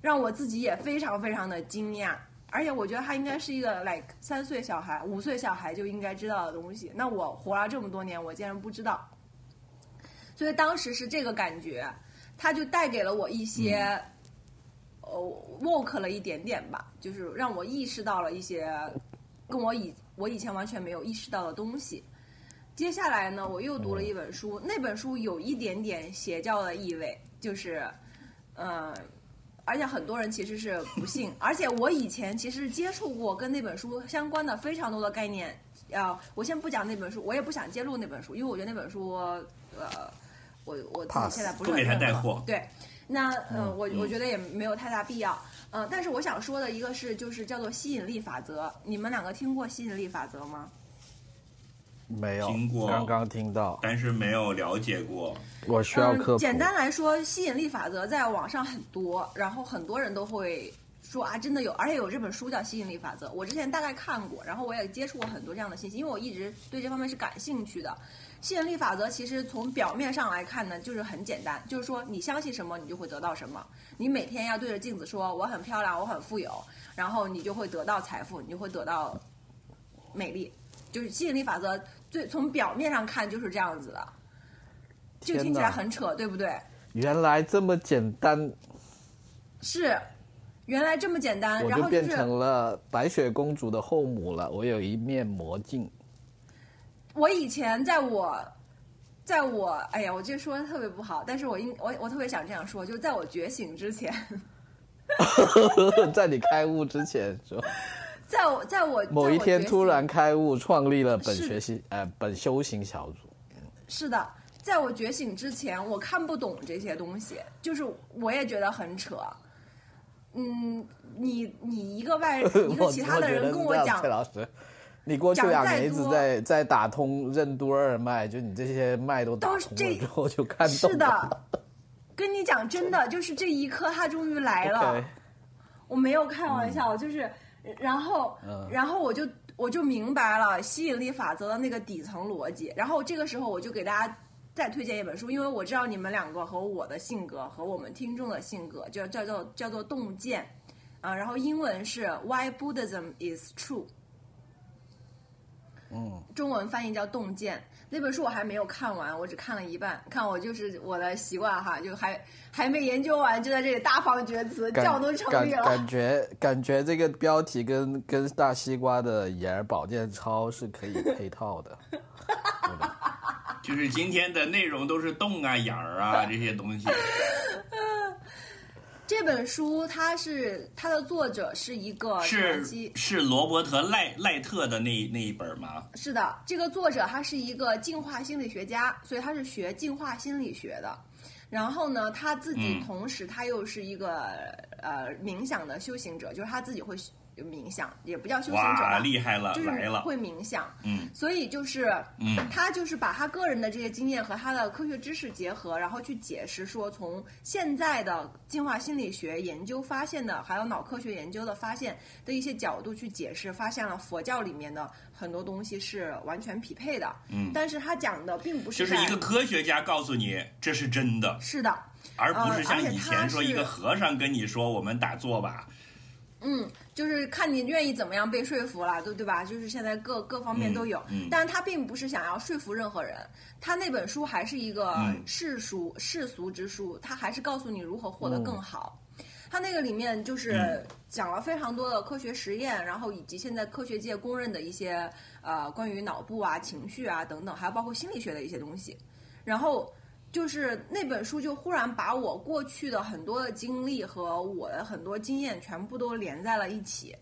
Speaker 1: 让我自己也非常非常的惊讶。而且我觉得它应该是一个 like 三岁小孩、五岁小孩就应该知道的东西。那我活了这么多年，我竟然不知道，所以当时是这个感觉。它就带给了我一些，呃，woke 了一点点吧，就是让我意识到了一些跟我以我以前完全没有意识到的东西。接下来呢，我又读了一本书，那本书有一点点邪教的意味，就是，呃，而且很多人其实是不信， 而且我以前其实接触过跟那本书相关的非常多的概念。啊，我先不讲那本书，我也不想揭露那本书，因为我觉得那本书，呃，我我自己
Speaker 2: Pass
Speaker 1: 现在不是
Speaker 3: 不
Speaker 1: 很
Speaker 3: 给他
Speaker 1: 认
Speaker 3: 带
Speaker 1: 可
Speaker 3: 货。
Speaker 1: 对，那呃，我
Speaker 3: 嗯
Speaker 1: 我觉得也没有太大必要。呃，但是我想说的一个是，就是叫做吸引力法则。你们两个听过吸引力法则吗？
Speaker 2: 没有
Speaker 3: 经，过
Speaker 2: 刚刚听到，
Speaker 3: 但是没有了解过，
Speaker 2: 我需要科
Speaker 1: 嗯。
Speaker 2: 普。
Speaker 1: 简单来说，吸引力法则在网上很多，然后很多人都会说啊，真的有，而且有这本书叫《吸引力法则》，我之前大概看过，然后我也接触过很多这样的信息，因为我一直对这方面是感兴趣的。吸引力法则其实从表面上来看呢，就是很简单，就是说你相信什么，你就会得到什么。你每天要对着镜子说我很漂亮，我很富有，然后你就会得到财富，你就会得到美丽。就是吸引力法则最从表面上看就是这样子的，就
Speaker 2: 天
Speaker 1: 听起
Speaker 2: 哪
Speaker 1: 来很扯，对不对？
Speaker 2: 原来这么简单，
Speaker 1: 是，原来这么简单，呃
Speaker 2: 我
Speaker 1: 然
Speaker 2: 就
Speaker 1: 后就
Speaker 2: 变
Speaker 1: 是
Speaker 2: 成了白雪公主的后母了。我有一面魔镜，
Speaker 1: 我以前在我，在我，哎呀，我这说的特别不好，但是我应我我特别想这样说，就是在我觉醒之前，
Speaker 2: 在你开悟之前是吧？
Speaker 1: 在我在我
Speaker 2: 某
Speaker 1: 在
Speaker 2: 一
Speaker 1: 我
Speaker 2: 天
Speaker 1: 觉
Speaker 2: 突
Speaker 1: 醒
Speaker 2: 然开悟，创立了本
Speaker 1: 是
Speaker 2: 学习呃本修行小组。
Speaker 1: 是的，在我觉醒之前，我看不懂这些东西，就是我也觉得很扯。嗯，你你一个外 一个
Speaker 2: 我
Speaker 1: 其他的人跟我
Speaker 2: 觉得是这样
Speaker 1: 讲
Speaker 2: 蔡，老师，你过去
Speaker 1: 讲
Speaker 2: 两
Speaker 1: 再
Speaker 2: 年一直
Speaker 1: 多
Speaker 2: 在在打通任督二脉，就你这些脉都打
Speaker 1: 都是
Speaker 2: 通
Speaker 1: 这
Speaker 2: 了之后就看懂
Speaker 1: 是的，跟你讲真的，就是这一刻他终于来了。
Speaker 2: OK，
Speaker 1: 我没有开玩笑，就是，然后，
Speaker 2: 嗯
Speaker 1: 然后我就我就明白了吸引力法则的那个底层逻辑。然后这个时候我就给大家再推荐一本书，因为我知道你们两个和我的性格和我们听众的性格，就叫做叫做洞见，啊，然后英文是 Why Buddhism is True。
Speaker 2: 嗯，
Speaker 1: 中文翻译叫《洞见》那本书我还没有看完，我只看了一半。看我就是我的习惯哈，就还还没研究完，就在这里大放厥词，
Speaker 2: 感
Speaker 1: 觉都成
Speaker 2: 感
Speaker 1: 立了。
Speaker 2: 感觉感觉这个标题跟跟大西瓜的眼儿保健操是可以配套的。
Speaker 3: 就是今天的内容都是洞啊、眼儿啊这些东西。
Speaker 1: 这本书它是它的作者是一个长
Speaker 3: 是
Speaker 1: 期
Speaker 3: 是罗伯特赖赖特的那那一本吗？
Speaker 1: 是的，这个作者他是一个进化心理学家，所以他是学进化心理学的。然后呢，他自己
Speaker 3: 嗯
Speaker 1: 同时他又是一个、呃冥想的修行者，就是他自己会冥想，也不叫修行者
Speaker 3: 哇，
Speaker 1: 吧，
Speaker 3: 厉害了，
Speaker 1: 就是
Speaker 3: 来了，
Speaker 1: 会冥想。
Speaker 3: 嗯
Speaker 1: 所以就是
Speaker 3: 嗯
Speaker 1: 他就是把他个人的这些经验和他的科学知识结合，然后去解释说，从现在的进化心理学研究发现的，还有脑科学研究的发现的一些角度去解释，发现了佛教里面的很多东西是完全匹配的。
Speaker 3: 嗯，
Speaker 1: 但是他讲的并不
Speaker 3: 就是是
Speaker 1: 在
Speaker 3: 一个科学家告诉你这是真的，
Speaker 1: 是的，
Speaker 3: 而不
Speaker 1: 呃
Speaker 3: 是像
Speaker 1: 而且
Speaker 3: 以
Speaker 1: 他
Speaker 3: 前说
Speaker 1: 是
Speaker 3: 一个和尚跟你说我们打坐吧，
Speaker 1: 嗯，就是看你愿意怎么样被说服了，对对吧？就是现在各各方面都有，
Speaker 3: 嗯嗯
Speaker 1: 但是他并不是想要说服任何人，他那本书还是一个
Speaker 3: 嗯
Speaker 1: 世俗、世俗之书，他还是告诉你如何
Speaker 3: 哦
Speaker 1: 活得更好。他那个里面就是
Speaker 3: 嗯
Speaker 1: 讲了非常多的科学实验，然后以及现在科学界公认的一些呃关于脑部啊、情绪啊等等，还有包括心理学的一些东西。然后就是那本书就忽然把我过去的很多的经历和我的很多经验全部都连在了一起，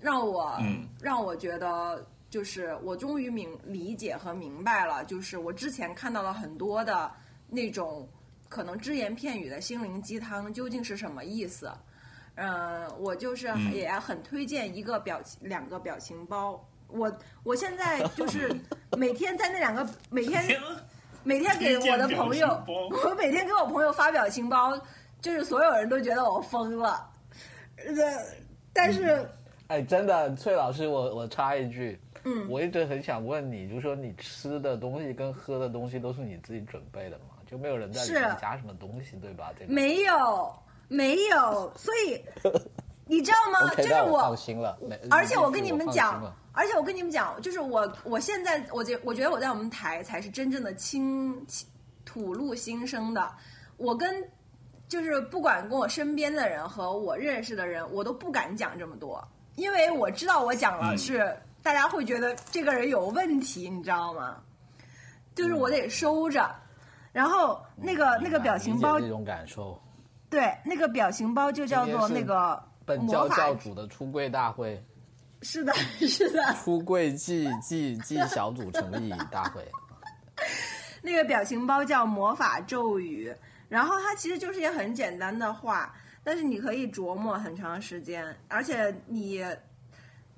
Speaker 1: 让我、
Speaker 3: 嗯
Speaker 1: 让我觉得就是我终于明理解和明白了，就是我之前看到了很多的那种可能只言片语的心灵鸡汤究竟是什么意思。嗯，我就是
Speaker 3: 嗯
Speaker 1: 也很推荐一个表情、两个表情包。我我现在就是 每天在那两个每天
Speaker 3: 嗯哎
Speaker 1: 每天给我的朋友，
Speaker 3: 推荐表情包
Speaker 1: 我每天给我朋友发表情包，就是所有人都觉得我疯了。呃，但是
Speaker 6: 哎，真的，翠老师，我我插一句，嗯，我一直很想问你，就是说你吃的东西跟喝的东西都是你自己准备的吗？就没有人在里
Speaker 1: 是
Speaker 6: 面加什么东西，对吧？这个
Speaker 1: 没有没有，所以你知道吗？
Speaker 6: OK，
Speaker 1: 就是
Speaker 6: 那我
Speaker 1: 呃我
Speaker 6: 放，心了。没
Speaker 1: 而且
Speaker 6: 你
Speaker 1: 我
Speaker 6: 这
Speaker 1: 跟
Speaker 6: 句
Speaker 1: 你们
Speaker 6: 放心
Speaker 1: 讲
Speaker 6: 了，
Speaker 1: 而且我跟你们讲，就是我我现在我觉我觉得我在我们台才是真正的亲亲吐露心声的，我跟。就是不管跟我身边的人和我认识的人，我都不敢讲这么多，因为我知道我讲了
Speaker 3: 嗯
Speaker 1: 是、大家会觉得这个人有问题，你知道吗？就是
Speaker 6: 嗯
Speaker 1: 我得收着。然后那个呃那个表情包
Speaker 6: 理解这种感受，
Speaker 1: 对，那个表情包就叫做
Speaker 6: 今天是
Speaker 1: 那个
Speaker 6: 本
Speaker 1: 魔
Speaker 6: 教
Speaker 1: 法，
Speaker 6: 教主的出柜大会，
Speaker 1: 是的， 是的，
Speaker 2: 出柜暨暨暨小组成立大会，
Speaker 1: 那个表情包叫魔法咒语，然后它其实就是一些很简单的话，但是你可以琢磨很长时间，而且你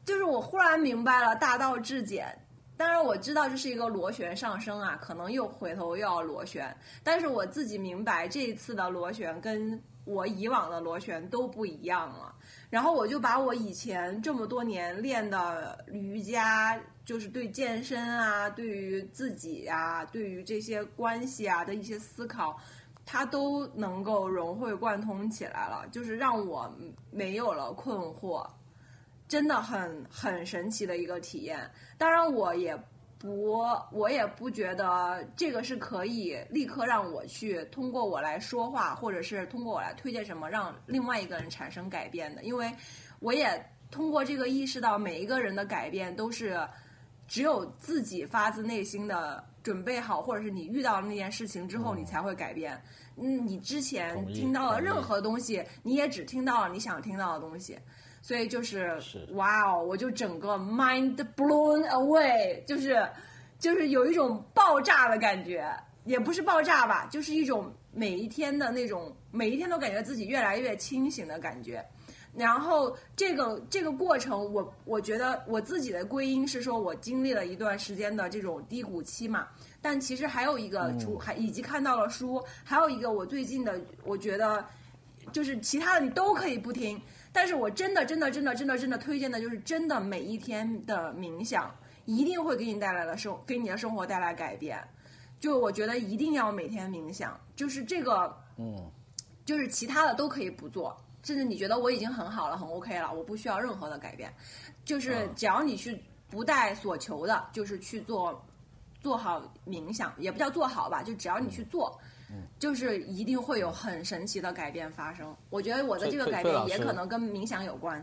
Speaker 1: 就是我忽然明白了大道至简。当然我知道这是一个螺旋上升啊，可能又回头又要螺旋，但是我自己明白这一次的螺旋跟我以往的螺旋都不一样了。然后我就把我以前这么多年练的瑜伽，就是对健身啊、对于自己啊、对于这些关系啊的一些思考，它都能够融会贯通起来了，就是让我没有了困惑，真的很很神奇的一个体验。当然，我也不，我也不觉得这个是可以立刻让我去通过我来说话，或者是通过我来推荐什么让另外一个人产生改变的，因为我也通过这个意识到每一个人的改变都是只有自己发自内心的准备好，或者是你遇到那件事情之后，你才会改变。嗯，你之前
Speaker 6: 同意
Speaker 1: 听到了
Speaker 6: 同意
Speaker 1: 任何东西，你也只听到了你想听到的东西。所以就是
Speaker 6: 是
Speaker 1: 哇哦，我就整个 mind blown away，就是就是有一种爆炸的感觉，也不是爆炸吧，就是一种每一天的那种，每一天都感觉自己越来越清醒的感觉。然后这个这个过程我，我觉得我自己的归因是说，我经历了一段时间的这种低谷期嘛。但其实还有一个除还以及看到了书，还有一个我最近的，我觉得就是其他的你都可以不听，但是我真的真的真的真的真的推荐的就是真的每一天的冥想，一定会给你带来了生给你的生活带来改变。就我觉得一定要每天冥想，就是这个，嗯，就是其他的都可以不做，甚至你觉得我已经很好了，很 OK 了，我不需要任何的改变，
Speaker 2: 啊
Speaker 1: 就是只要你去不带所求的，就是去做做好冥想，也不叫做好吧，就只要你去做。
Speaker 2: 嗯
Speaker 1: 就是一定会有很神奇的改变发生，我觉得我的
Speaker 2: 崔
Speaker 1: 这个
Speaker 2: 崔
Speaker 1: 改
Speaker 2: 崔
Speaker 1: 变
Speaker 2: 老
Speaker 1: 也
Speaker 2: 师
Speaker 1: 可能跟冥想有关。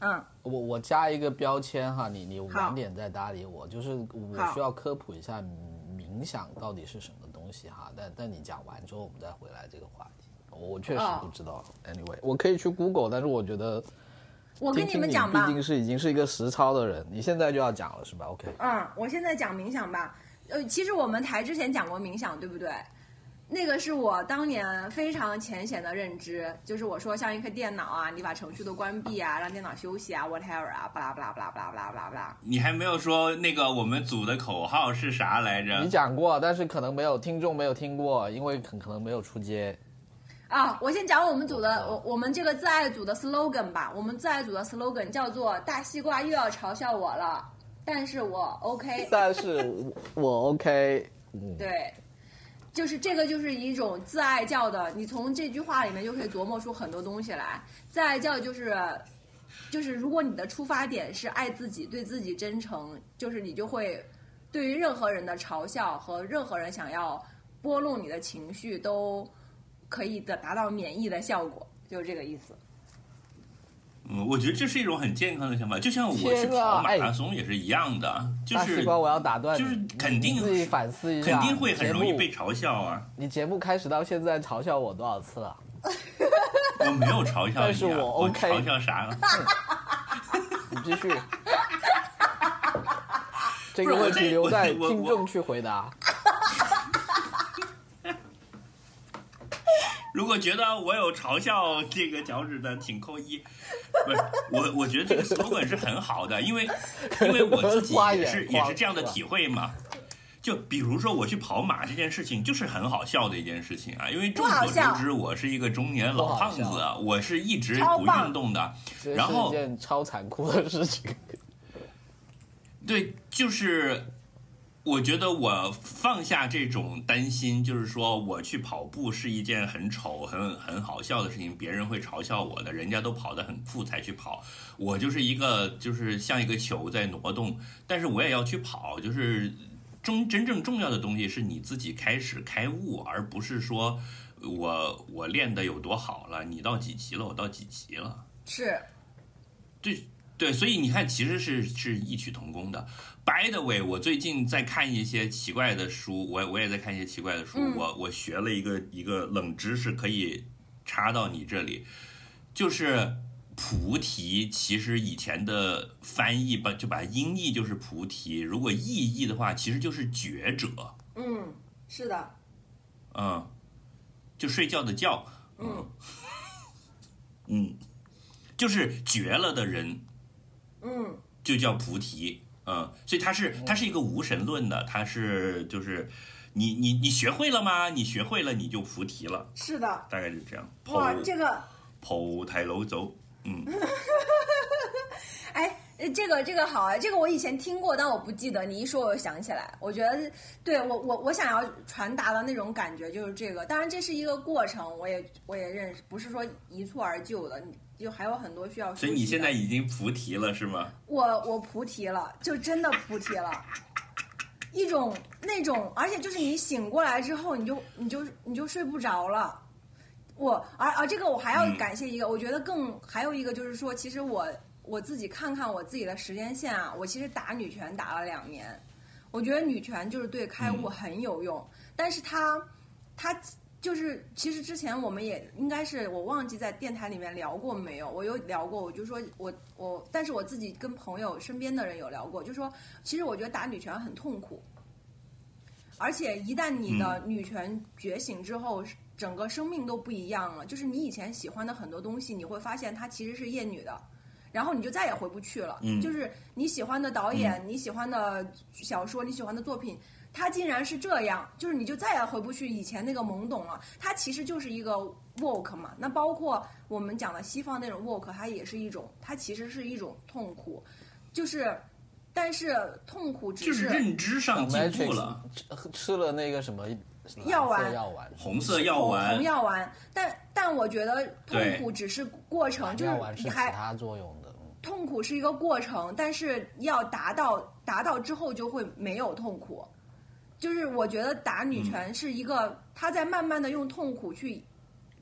Speaker 1: 嗯，
Speaker 2: 我我加一个标签哈，你你
Speaker 1: 好
Speaker 2: 晚点再搭理我，就是我
Speaker 1: 好
Speaker 2: 需要科普一下冥想到底是什么东西哈。但但你讲完之后，我们再回来这个话题。我我确实
Speaker 1: 哦
Speaker 2: 不知道、a n y w a y 我可以去 Google，但是我觉得
Speaker 1: 我
Speaker 2: 听
Speaker 1: 跟你
Speaker 2: 听
Speaker 1: 们
Speaker 2: 你
Speaker 1: 讲吧。
Speaker 2: 毕竟是已经是一个实操的人，你现在就要讲了是吧？OK，
Speaker 1: 嗯，我现在讲冥想吧。呃，其实我们台之前讲过冥想，对不对？那个是我当年非常浅显的认知，就是我说像一个电脑啊，你把程序都关闭啊，让电脑休息啊，whatever 啊，巴拉巴拉巴拉巴拉巴拉巴拉巴拉。
Speaker 3: 你还没有说那个我们组的口号是啥来
Speaker 2: 你
Speaker 3: 着？
Speaker 2: 讲过，但是可能没有听众没有听过，因为很可能没有出街。
Speaker 1: 啊，我先讲我们组的，我我们这个自爱组的 slogan 吧。我们自爱组的 slogan 叫做“大西瓜又要嘲笑我了， 但是我嗯 OK”。
Speaker 2: 但是我我 OK，
Speaker 1: 对，就是这个就是一种自爱教的，你从这句话里面就可以琢磨出很多东西来。自爱教就是。就是如果你的出发点是爱自己、对自己真诚，就是你就会对于任何人的嘲笑和任何人想要拨弄你的情绪，都可以的达到免疫的效果，就是这个意思。
Speaker 3: 嗯，我觉得这是一种很健康的想法，就像我去
Speaker 6: 天啊
Speaker 3: 跑马拉
Speaker 6: 哎
Speaker 3: 松也是一样的，就
Speaker 6: 大
Speaker 3: 是
Speaker 6: 西瓜，我要打断你，
Speaker 3: 就是肯定
Speaker 6: 你自己反思一下，
Speaker 3: 肯定会很容易被
Speaker 6: 节目。
Speaker 3: 嘲笑 啊。
Speaker 6: 你节目开始到现在嘲笑我多少次了？
Speaker 3: 我没有嘲笑你、啊，
Speaker 6: 但是我 OK
Speaker 3: 嘲笑啥了？
Speaker 6: 你继 续。这
Speaker 3: 不
Speaker 6: 个
Speaker 3: 是我
Speaker 6: 问题
Speaker 3: 这
Speaker 6: 留
Speaker 3: 我
Speaker 6: 在
Speaker 3: 我
Speaker 6: 听
Speaker 3: 我
Speaker 6: 众去回答。
Speaker 3: 如果觉得我有嘲笑这个脚趾的，请扣一。不是我，我觉得这个 slogan 是很好的， 因为因为我自己
Speaker 6: 花
Speaker 3: 也
Speaker 6: 眼
Speaker 3: 是
Speaker 6: 花
Speaker 3: 也是这样的体会嘛。就比如说我去跑马这件事情，就是很好笑的一件事情啊，因为众所
Speaker 4: 不好
Speaker 3: 周
Speaker 4: 笑
Speaker 3: 知我是一个中年老胖
Speaker 6: 不好
Speaker 3: 子啊，我是一直不运动的。
Speaker 6: 这
Speaker 3: 然
Speaker 6: 是一
Speaker 3: 后
Speaker 6: 件超残酷的事情。
Speaker 3: 对，就是我觉得我放下这种担心，就是说我去跑步是一件很丑、很很好笑的事情，别人会嘲笑我的，人家都跑得很酷才去跑，我就是一个就是像一个球在挪动，但是我也要去跑，就是中真正重要的东西是你自己开始开悟，而不是说。我我练的有多好了？你到几级了？我到几级了？
Speaker 1: 是，
Speaker 3: 对对，所以你看，其实是是异曲同工的。By the way，我最近在看一些奇怪的书，我我也在看一些奇怪的书。我我学了一个一个冷知识，可以插到你这里，就是菩提，其实以前的翻译吧，就把音译就是菩提，如果意译的话，其实就是觉者。
Speaker 1: 嗯，是的，
Speaker 3: 嗯，就睡觉的觉，嗯，嗯，就是绝了的人，
Speaker 1: 嗯，
Speaker 3: 就叫菩提，嗯，所以它是它是一个无神论的，它是就是你你你学会了吗？你学会了你就菩提了，
Speaker 1: 是的。
Speaker 3: 大概就这样。
Speaker 1: 哇，
Speaker 3: 剖
Speaker 1: 这个，
Speaker 3: 剖太楼走，嗯，
Speaker 1: 哎，呃这个这个好啊，这个我以前听过，但我不记得。你一说，我就想起来。我觉得，对我我我想要传达的那种感觉就是这个。当然，这是一个过程，我也我也认识，不是说一蹴而就的，你就还有很多需要。
Speaker 3: 所以你现在，已经菩提啊了是吗？
Speaker 1: 我我菩提了，就真的菩提了。一种那种，而且就是你醒过来之后，你就你就你就睡不着了。我而而这个我还要
Speaker 3: 嗯
Speaker 1: 感谢一个，我觉得更还有一个就是说，其实我我自己看看我自己的时间线啊，我其实打女拳打了两年，我觉得女拳就是对开悟
Speaker 3: 嗯
Speaker 1: 很有用，但是它它就是其实之前我们也应该是我忘记在电台里面聊过没有，我有聊过，我就说我我，但是我自己跟朋友身边的人有聊过，就说其实我觉得打女拳很痛苦，而且一旦你的
Speaker 3: 嗯
Speaker 1: 女权觉醒之后，整个生命都不一样了。就是你以前喜欢的很多东西，你会发现它其实是厌女的，然后你就再也回不去了。
Speaker 3: 嗯
Speaker 1: 就是你喜欢的导演、你喜欢的小说、你喜欢的作品，它竟然是这样，就是你就再也回不去以前那个懵懂了。它其实就是一个 woke 嘛。那包括我们讲的西方那种 woke，它也是一种，它其实是一种痛苦，就是。但是痛苦只
Speaker 3: 就是认知上进步
Speaker 6: Matrix
Speaker 3: 了，
Speaker 6: 吃吃了那个什么
Speaker 1: 药丸
Speaker 6: 蓝色药丸，
Speaker 3: 红色药
Speaker 1: 红
Speaker 3: 丸，
Speaker 1: 药丸，但但我觉得痛
Speaker 3: 对
Speaker 1: 苦只是过程，就
Speaker 6: 药丸
Speaker 1: 是
Speaker 6: 是
Speaker 1: 你
Speaker 6: 起
Speaker 1: 还
Speaker 6: 他作用的。嗯
Speaker 1: 痛苦是一个过程，但是要达到达到之后就会没有痛苦。就是我觉得打
Speaker 3: 嗯
Speaker 1: 女拳是一个，她在慢慢的用痛苦去，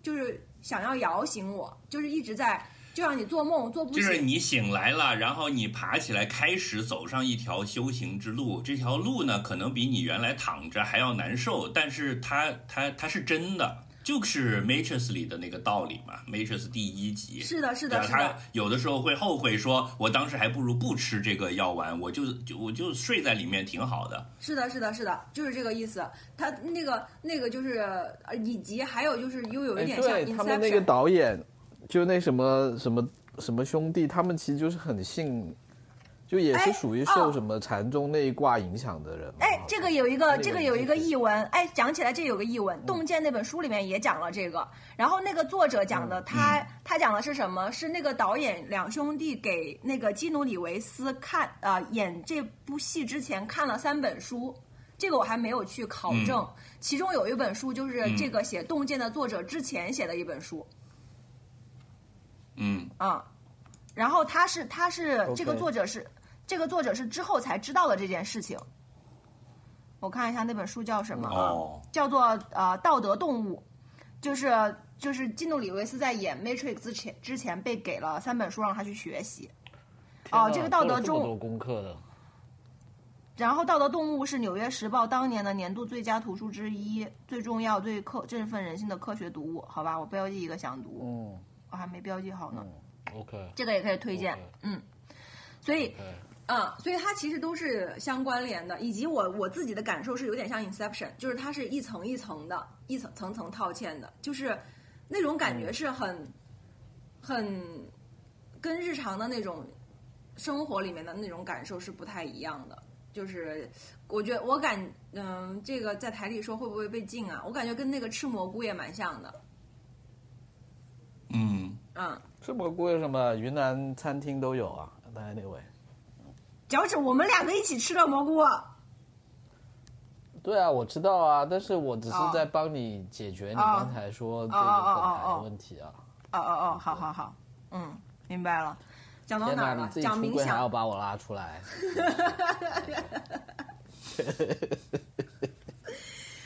Speaker 1: 就是想要摇醒我，就是一直在就让你做梦做不
Speaker 3: 就是
Speaker 1: 醒。
Speaker 3: 你醒来了，然后你爬起来，开始走上一条修行之路。这条路呢，可能比你原来躺着还要难受，但是它它它是真的，就是《Matrix》里的那个道理嘛，《Matrix》第一集。
Speaker 1: 是的，是
Speaker 3: 对
Speaker 1: 的，
Speaker 3: 吧？
Speaker 1: 是
Speaker 3: 他
Speaker 1: 的，
Speaker 3: 有的时候会后悔说，我当时还不如不吃这个药丸，我就就我就睡在里面挺好的。
Speaker 1: 是的，是的，是的，就是这个意思。他那个那个就是，呃以及还有就是又有一
Speaker 2: 哎，
Speaker 1: 点像
Speaker 2: 对
Speaker 1: Inception，
Speaker 2: 他们那个导演，就那什么什么什么兄弟，他们其实就是很信，就也
Speaker 1: 哎
Speaker 2: 是属于
Speaker 1: 哦
Speaker 2: 受什么禅宗那一挂影响的人嘛。
Speaker 1: 哎，这个有一个，这
Speaker 2: 这个
Speaker 1: 个有嗯一个
Speaker 2: 就是
Speaker 1: 译文。哎，讲起来这有个译文，《洞见》那本书里面也讲了这个。然后那个作者讲的，他他讲的是什么？是那个导演两兄弟给那个基努里维斯看呃演这部戏之前看了三本书，这个我还没有去考证。其中有一本书就是这个写《洞见》的作者之前写的一本书
Speaker 3: 嗯
Speaker 1: 啊、然后他是他是
Speaker 2: OK
Speaker 1: 这个作者是这个作者是之后才知道的这件事情。我看一下那本书叫什么啊？
Speaker 3: 哦
Speaker 1: 叫做呃《道德动物》，就是就是基努里维斯在演《Matrix》之前之前被给了三本书让他去学习。哦
Speaker 2: 嗯
Speaker 1: 这个道
Speaker 6: 做
Speaker 1: 德
Speaker 6: 了这么
Speaker 1: 中
Speaker 6: 多功课的，
Speaker 1: 然后，《道德动物》是《纽约时报》当年的年度最佳图书之一，最重要、最刻振奋人心的科学读物。好吧，我标记一个想读，
Speaker 2: 嗯，
Speaker 1: 我还没标记好呢。
Speaker 6: OK，
Speaker 1: 这个也可以推荐
Speaker 6: OK
Speaker 1: 嗯。所以，
Speaker 6: 对，
Speaker 1: 嗯，所以它其实都是相关联的，以及我我自己的感受是有点像 Inception，就是它是一层一层的，一层层层套嵌的，就是那种感觉是很、很跟日常的那种生活里面的那种感受是不太一样的。就是我觉得我感嗯、这个在台里说会不会被禁啊？我感觉跟那个吃蘑菇也蛮像的，
Speaker 3: 嗯，
Speaker 1: 嗯。
Speaker 2: 吃蘑菇有什么？云南餐厅都有啊。但 anyway，
Speaker 1: 脚趾，我们两个一起吃了蘑菇，
Speaker 6: 对啊，我知道啊，但是我只是
Speaker 1: 哦
Speaker 6: 在帮你解决你刚才说这个本台的问题啊。
Speaker 1: 哦哦哦，好好好，嗯，明白了。讲到
Speaker 6: 天
Speaker 1: 哪
Speaker 6: 哪，
Speaker 1: 儿
Speaker 6: 你
Speaker 1: 哦了？
Speaker 6: 自己
Speaker 1: 讲
Speaker 6: 出
Speaker 1: 冥
Speaker 6: 柜还要
Speaker 1: 想。
Speaker 6: 把我拉出来？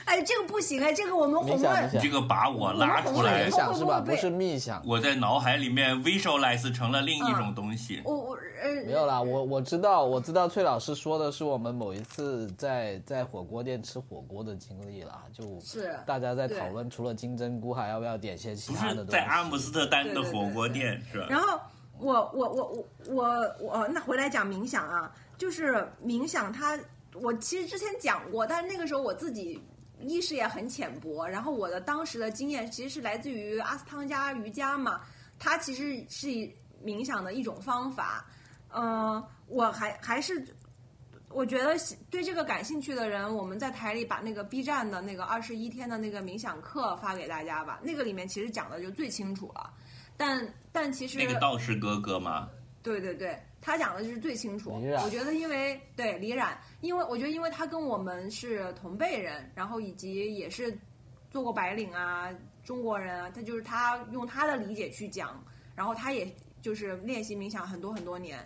Speaker 1: 哎，这个不行哎，这个我们
Speaker 6: 冥
Speaker 1: 红
Speaker 6: 想冥
Speaker 1: 润
Speaker 6: 想
Speaker 3: 这个把我拉出来
Speaker 6: 冥，想是吧？
Speaker 1: 会不会
Speaker 6: 不
Speaker 1: 被
Speaker 6: 是密想，
Speaker 3: 我在脑海里面 visualize 成了另一种东西。
Speaker 1: 我我呃
Speaker 6: 没有啦，我我知道，我知道，崔老师说的是我们某一次在在火锅店吃火锅的经历啦，就是大家在
Speaker 1: 对
Speaker 6: 讨论除了金针菇还要不要点些其
Speaker 3: 不
Speaker 6: 他
Speaker 3: 是
Speaker 6: 的东
Speaker 1: 嗯
Speaker 6: 西。
Speaker 3: 在阿姆斯特丹的火锅店是吧？
Speaker 1: 然后我我我我我我那回来讲冥想啊，就是冥想它，我其实之前讲过，但是那个时候我自己意识也很浅薄，然后我的当时的经验其实是来自于阿斯汤加瑜伽嘛，它其实是冥想的一种方法。嗯，我还还是我觉得喜对这个感兴趣的人，我们在台里把那个 B 站的那个二十一天的那个冥想课发给大家吧，那个里面其实讲的就最清楚了。但但其实
Speaker 3: 那个道士哥哥嘛，
Speaker 1: 对对对，他讲的就是最清楚
Speaker 6: 李冉。
Speaker 1: 我觉得，因为对李冉，因为我觉得，因为他跟我们是同辈人，然后以及也是做过白领啊，中国人啊，他就是他用他的理解去讲，然后他也就是练习冥想很多很多年，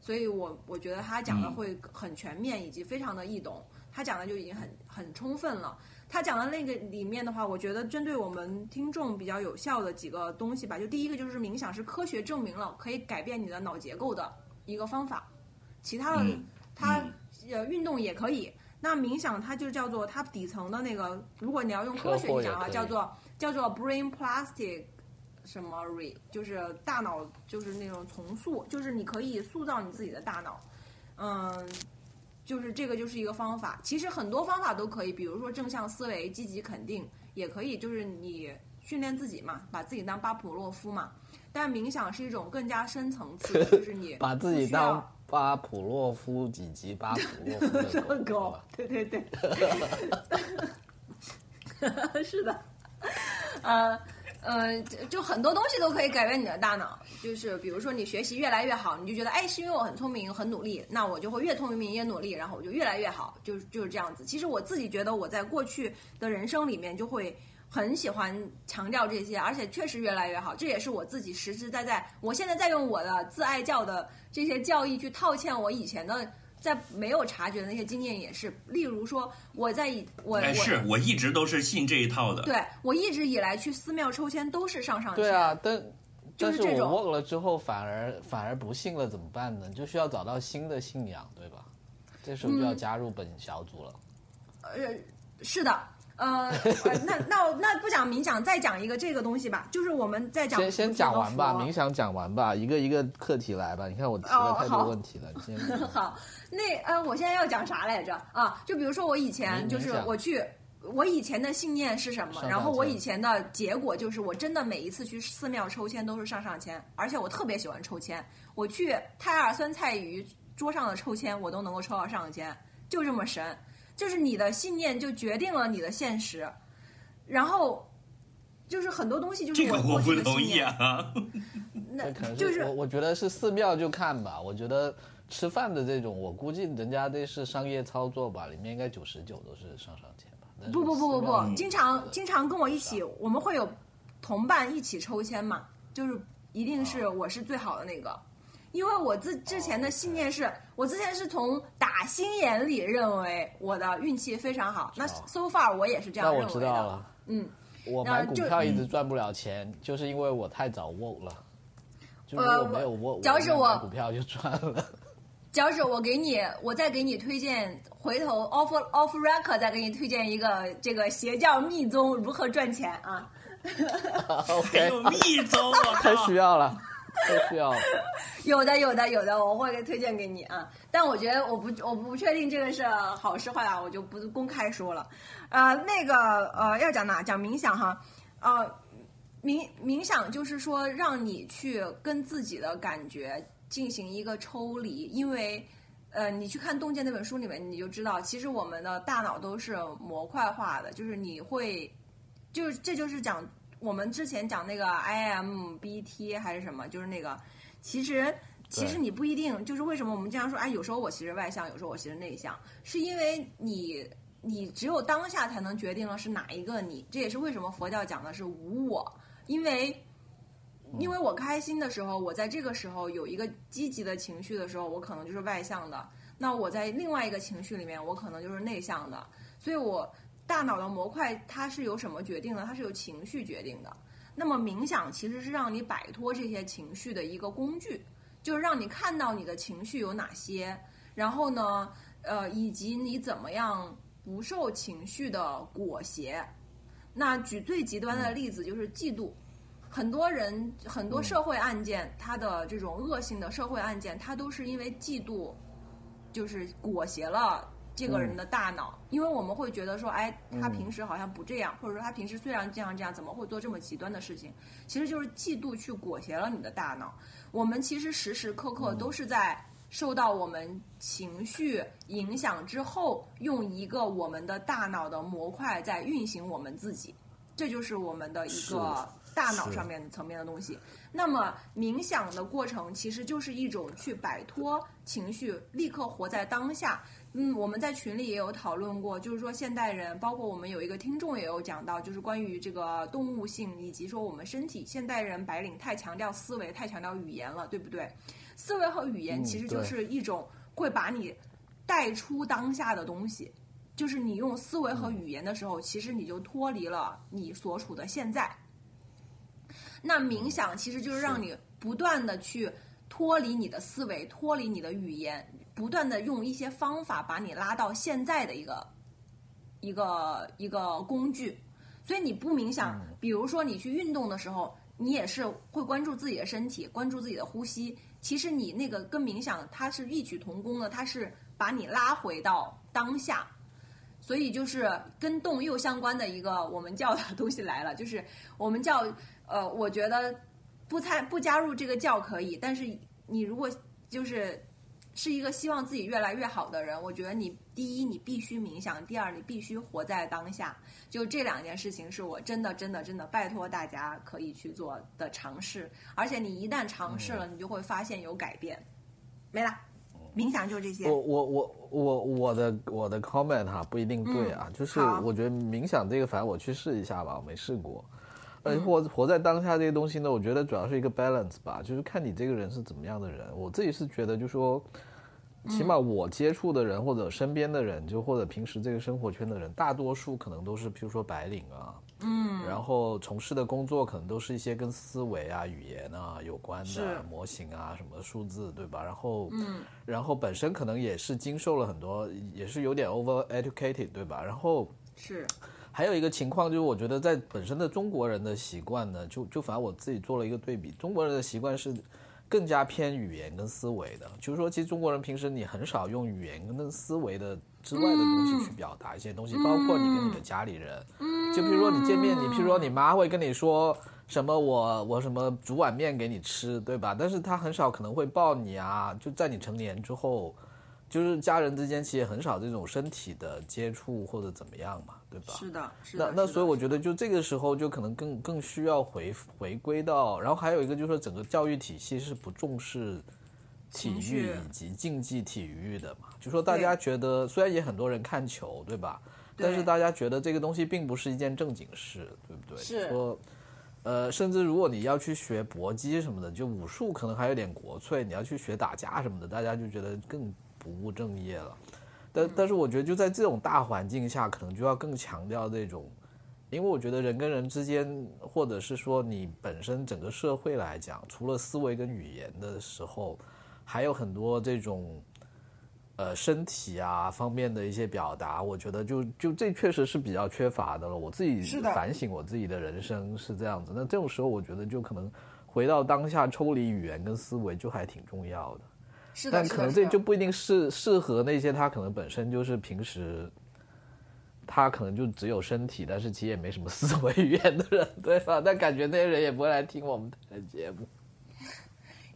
Speaker 1: 所以我我觉得他讲的
Speaker 3: 嗯
Speaker 1: 会很全面，以及非常的易懂。他讲的就已经很很充分了。他讲的那个里面的话，我觉得针对我们听众比较有效的几个东西吧。就第一个就是冥想是科学证明了可以改变你的脑结构的一个方法，其他的
Speaker 3: 嗯
Speaker 1: 它
Speaker 3: 嗯
Speaker 1: 呃运动也可以。那冥想它就叫做它底层的那个，如果你要用科学去讲
Speaker 6: 车
Speaker 1: 的话，
Speaker 6: 祸也可以
Speaker 1: 叫做叫做 brain plastic 什么 re，就是大脑就是那种重塑，就是你可以塑造你自己的大脑。嗯，就是这个就是一个方法。其实很多方法都可以，比如说正向思维、积极肯定，也可以就是你训练自己嘛，把自己当巴甫洛夫嘛。但冥想是一种更加深层次的，就是你
Speaker 6: 把自己
Speaker 1: 不需要
Speaker 6: 当巴甫洛夫以及巴甫洛 夫的狗
Speaker 1: 狗，对对对， 是的，呃呃，就就很多东西都可以改变你的大脑，就是比如说你学习越来越好，你就觉得哎，是因为我很聪明、很努力，那我就会越聪明越努力，然后我就越来越好，就是就是这样子。其实我自己觉得我在过去的人生里面就会。很喜欢强调这些，而且确实越来越好。这也是我自己实实在在，我现在在用我的自爱教的这些教义去套嵌我以前的在没有察觉的那些经验，也是。例如说，我在以我
Speaker 3: 哎，
Speaker 1: 我
Speaker 3: 是我一直都是信这一套的。
Speaker 1: 对我一直以来去寺庙抽签都是上上签，
Speaker 6: 对啊，但
Speaker 1: 就
Speaker 6: 但
Speaker 1: 是
Speaker 6: 是
Speaker 1: 这
Speaker 6: 我
Speaker 1: 种
Speaker 6: 忘了之后反而反而不信了怎么办呢？就需要找到新的信仰，对吧？这时候
Speaker 1: 嗯
Speaker 6: 就要加入本小组了。
Speaker 1: 呃，是的， 呃，呃那那那不讲冥想，再讲一个这个东西吧，就是我们再讲
Speaker 6: 先先讲完吧，
Speaker 1: 冥
Speaker 6: 冥想讲完吧，一个一个课题来吧。你看我提了
Speaker 1: 哦
Speaker 6: 太多
Speaker 1: 好
Speaker 6: 问题了，你先
Speaker 1: 好，那呃，我现在要讲啥来着啊？就比如说我以前
Speaker 6: 冥
Speaker 1: 就是
Speaker 6: 冥想
Speaker 1: 我去。我以前的信念是什么？
Speaker 6: 上
Speaker 1: 然后
Speaker 6: 上
Speaker 1: 我
Speaker 6: 签
Speaker 1: 以前的结果就是，我真的每一次去寺庙抽签都是上上签，而且我特别喜欢抽签。我去泰二酸菜鱼桌上的抽签，我都能够抽到上上签，就这么神。就是你的信念就决定了你的现实，然后就是很多东西就是
Speaker 3: 这个
Speaker 1: 我
Speaker 3: 我
Speaker 1: 过
Speaker 3: 不
Speaker 1: 去的
Speaker 3: 同
Speaker 1: 信
Speaker 3: 意
Speaker 1: 念，
Speaker 3: 啊！
Speaker 1: 那
Speaker 6: 可能
Speaker 1: 就是
Speaker 6: 我我觉得是寺庙就看吧，我觉得
Speaker 2: 吃饭的这种，我估计人家这是商业操作吧，里面应该九十九都是上上签吧。但是
Speaker 1: 不不不不
Speaker 2: 嗯私
Speaker 1: 不，
Speaker 2: 庙
Speaker 1: 经常经常跟我一起，我们会有同伴一起抽签嘛，就是一定
Speaker 2: 哦
Speaker 1: 是我是最好的那个，因为我自之前的信念
Speaker 2: 哦
Speaker 1: 是我之前是从打心眼里认为我的运气非常好，那 so far 我也是这样
Speaker 2: 哦
Speaker 1: 认
Speaker 2: 那
Speaker 1: 为的。
Speaker 2: 我知道了，
Speaker 1: 嗯，
Speaker 2: 我
Speaker 1: 那
Speaker 2: 买股
Speaker 1: 就
Speaker 2: 票一直赚不了钱，就是因为我太早 w 了。就是
Speaker 1: 呃
Speaker 2: 我没有 w
Speaker 1: 主要是我
Speaker 2: 买股票就赚 了。
Speaker 1: 脚趾，我给你，我再给你推荐，回头 off off record 再给你推荐一个这个邪教密宗如何赚钱啊。
Speaker 3: 还
Speaker 1: 哎
Speaker 2: OK，
Speaker 3: 有哎密宗，啊 我
Speaker 2: 太
Speaker 3: 靠
Speaker 2: 需！要了，太需要了。
Speaker 1: 有的，有的，有的，我会给推荐给你啊。但我觉得我不，我不确定这个是好是坏啊，我就不公开说了。呃，那个呃，要讲哪？讲冥想哈。呃，冥冥想就是说让你去跟自己的感觉进行一个抽离，因为呃，你去看《洞见》那本书里面，你就知道，其实我们的大脑都是模块化的，就是你会，就是这就是讲我们之前讲那个 IMBT 还是什么，就是那个，其实其实你不一定，就是为什么我们经常说，哎，有时候我其实外向，有时候我其实内向，是因为你你只有当下才能决定了是哪一个你，这也是为什么佛教讲的是无我，因为因为我开心的时候，我在这个时候有一个积极的情绪的时候，我可能就是外向的；那我在另外一个情绪里面，我可能就是内向的。所以我大脑的模块它是由什么决定的？它是由情绪决定的。那么冥想其实是让你摆脱这些情绪的一个工具，就是让你看到你的情绪有哪些，然后呢，呃，以及你怎么样不受情绪的裹挟。那举最极端的例子就是嫉妒，很多人很多社会案件，它的这种恶性的社会案件，它都是因为嫉妒，就是裹挟了这个人的大脑，因为我们会觉得说，哎，他平时好像不这样，或者说他平时虽然这样这样，怎么会做这么极端的事情？其实就是嫉妒去裹挟了你的大脑。我们其实时时刻刻都是在受到我们情绪影响之后，用一个我们的大脑的模块在运行我们自己，这就是我们的一个大脑上面层面的东西。那么冥想的过程其实就是一种去摆脱情绪，立刻活在当下。嗯，我们在群里也有讨论过，就是说现代人，包括我们有一个听众也有讲到，就是关于这个动物性以及说我们身体，现代人白领太强调思维，太强调语言了，对不对？思维和语言
Speaker 2: 嗯
Speaker 1: 其实就
Speaker 2: 对
Speaker 1: 是一种会把你带出当下的东西，就是你用思维
Speaker 2: 嗯
Speaker 1: 和语言的时候，其实你就脱离了你所处的现在。那
Speaker 2: 嗯
Speaker 1: 冥想其实就是让你不断的去脱离你的思维，脱离你的语言，不断的用一些方法把你拉到现在的一个一个一个工具。所以你不冥想，比如说你去运动的时候，你也是会关注自己的身体，关注自己的呼吸。其实你那个跟冥想它是异曲同工的，它是把你拉回到当下。所以就是跟动又相关的一个我们教的 东西来了，就是我们教呃，我觉得不参不加入这个教可以，但是你如果就是是一个希望自己越来越好的人，我觉得你第一你必须冥想，第二你必须活在当下，就这两件事情是我真的真的真的拜托大家可以去做的尝试，而且你一旦尝试了，
Speaker 2: 嗯
Speaker 1: 你就会发现有改变。没了，冥想就这些
Speaker 2: 我。我我我我的我的 comment 哈、不一定对啊，就
Speaker 1: 嗯
Speaker 2: 是
Speaker 1: 好
Speaker 2: 我觉得冥想这个，反正我去试一下吧，我没试过。而
Speaker 1: 嗯
Speaker 2: 活活在当下这些东西呢，我觉得主要是一个 balance 吧，就是看你这个人是怎么样的人。我自己是觉得，就说，起码我接触的人或者身边的人，就或者平时这个生活圈的人，大多数可能都是，譬如说白领啊，嗯，然后从事的工作可能都是一些跟思维啊、语言啊有关
Speaker 1: 是
Speaker 2: 的模型啊、什么数字，对吧？然后，嗯，然后本身可能也是经受了很多，也是有点 over educated，对吧？然后。
Speaker 1: 是
Speaker 2: 还有一个情况就是，我觉得在本身的中国人的习惯呢，就就反正我自己做了一个对比，中国人的习惯是更加偏语言跟思维的，就是说，其实中国人平时你很少用语言跟思维的之外的东西去表达一些东西，包括你跟你的家里人，就比如说你见面，你譬如说你妈会跟你说。什么我我什么煮碗面给你吃，对吧？但是她很少可能会抱你啊，就在你成年之后，就是家人之间其实很少这种身体的接触或者怎么样嘛，对吧？
Speaker 1: 是的，是
Speaker 2: 那
Speaker 1: 的。
Speaker 2: 那
Speaker 1: 是
Speaker 2: 所以
Speaker 1: 的
Speaker 2: 我觉得就这个时候就可能更更需要回回归到，然后还有一个就是说整个教育体系是不重视体
Speaker 1: 情
Speaker 2: 育
Speaker 1: 绪
Speaker 2: 以及竞技体育的嘛，就说大家觉得虽然也很多人看球，对吧？但是
Speaker 1: 对
Speaker 2: 大家觉得这个东西并不是一件正经事，对不对？
Speaker 1: 是
Speaker 2: 说，呃，甚至如果你要去学搏击什么的，就武术可能还有点国粹，你要去学打架什么的，大家就觉得更不务正业了。但但是我觉得就在这种大环境下，可能就要更强调这种，因为我觉得人跟人之间，或者是说你本身整个社会来讲，除了思维跟语言的时候，还有很多这种。呃，身体啊方面的一些表达，我觉得就就这确实是比较缺乏的了。我自己
Speaker 7: 是的
Speaker 2: 反省我自己的人生是这样子，那这种时候我觉得就可能回到当下，抽离语言跟思维就还挺重要的。
Speaker 7: 是的，
Speaker 2: 但
Speaker 7: 是的
Speaker 2: 可能
Speaker 7: 是
Speaker 2: 这
Speaker 7: 的
Speaker 2: 就不一定适适合那些他可能本身就是平时，他可能就只有身体，但是其实也没什么思维语言的人，对吧？但感觉那些人也不会来听我们的节目。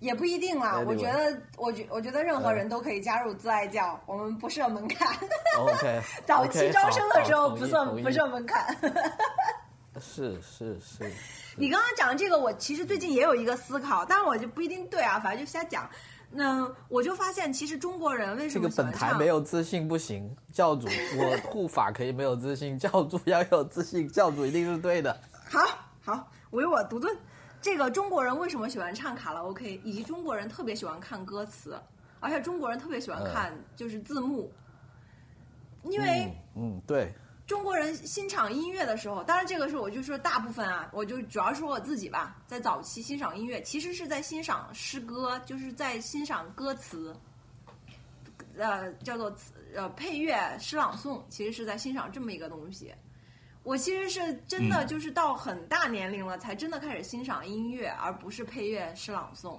Speaker 7: 也不一定
Speaker 1: 啊
Speaker 7: 啦。
Speaker 2: Anyway
Speaker 7: 我觉得，我觉我觉得任何人都可以加入自爱教，我们不设门 槛。
Speaker 2: OK，
Speaker 7: 早期招生的时候不设不设
Speaker 2: 是
Speaker 7: 门槛。
Speaker 2: 是是是，
Speaker 1: 你刚刚讲这个，我其实最近也有一个思考，但是我就不一定对啊，反正就瞎讲。那我就发现，其实中国人为什
Speaker 2: 这
Speaker 1: 么
Speaker 2: 个
Speaker 1: 喜欢
Speaker 2: 本台
Speaker 1: 唱
Speaker 2: 没有自信不行，教主我护法可以没有自信，教主要有自信，教主一定是对的。
Speaker 1: 好好，唯我独尊。这个中国人为什么喜欢唱卡拉 OK，以及中国人特别喜欢看歌词，而且中国人特别喜欢看就是字幕，因为
Speaker 2: 嗯嗯，对，
Speaker 1: 中国人欣赏音乐的时候，当然这个是我就说大部分啊，我就主要说我自己吧，在早期欣赏音乐，其实是在欣赏诗歌，就是在欣赏歌词，呃，叫做词呃配乐诗朗诵，其实是在欣赏这么一个东西。我其实是真的
Speaker 3: 嗯
Speaker 1: 就是到很大年龄了，才真的开始欣赏音乐，而不是配乐诗朗诵。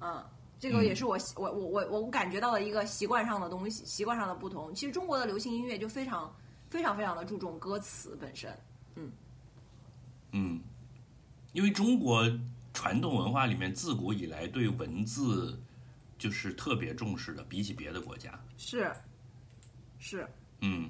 Speaker 1: 嗯，这个也是我习我我我我感觉到的一个习惯上的东西，习惯上的不同。其实中国的流行音乐就非常非常非常的注重歌词本身。
Speaker 3: 嗯，因为中国传统文化里面自古以来对文字就是特别重视的，比起别的国家，
Speaker 1: 是，是，
Speaker 3: 嗯，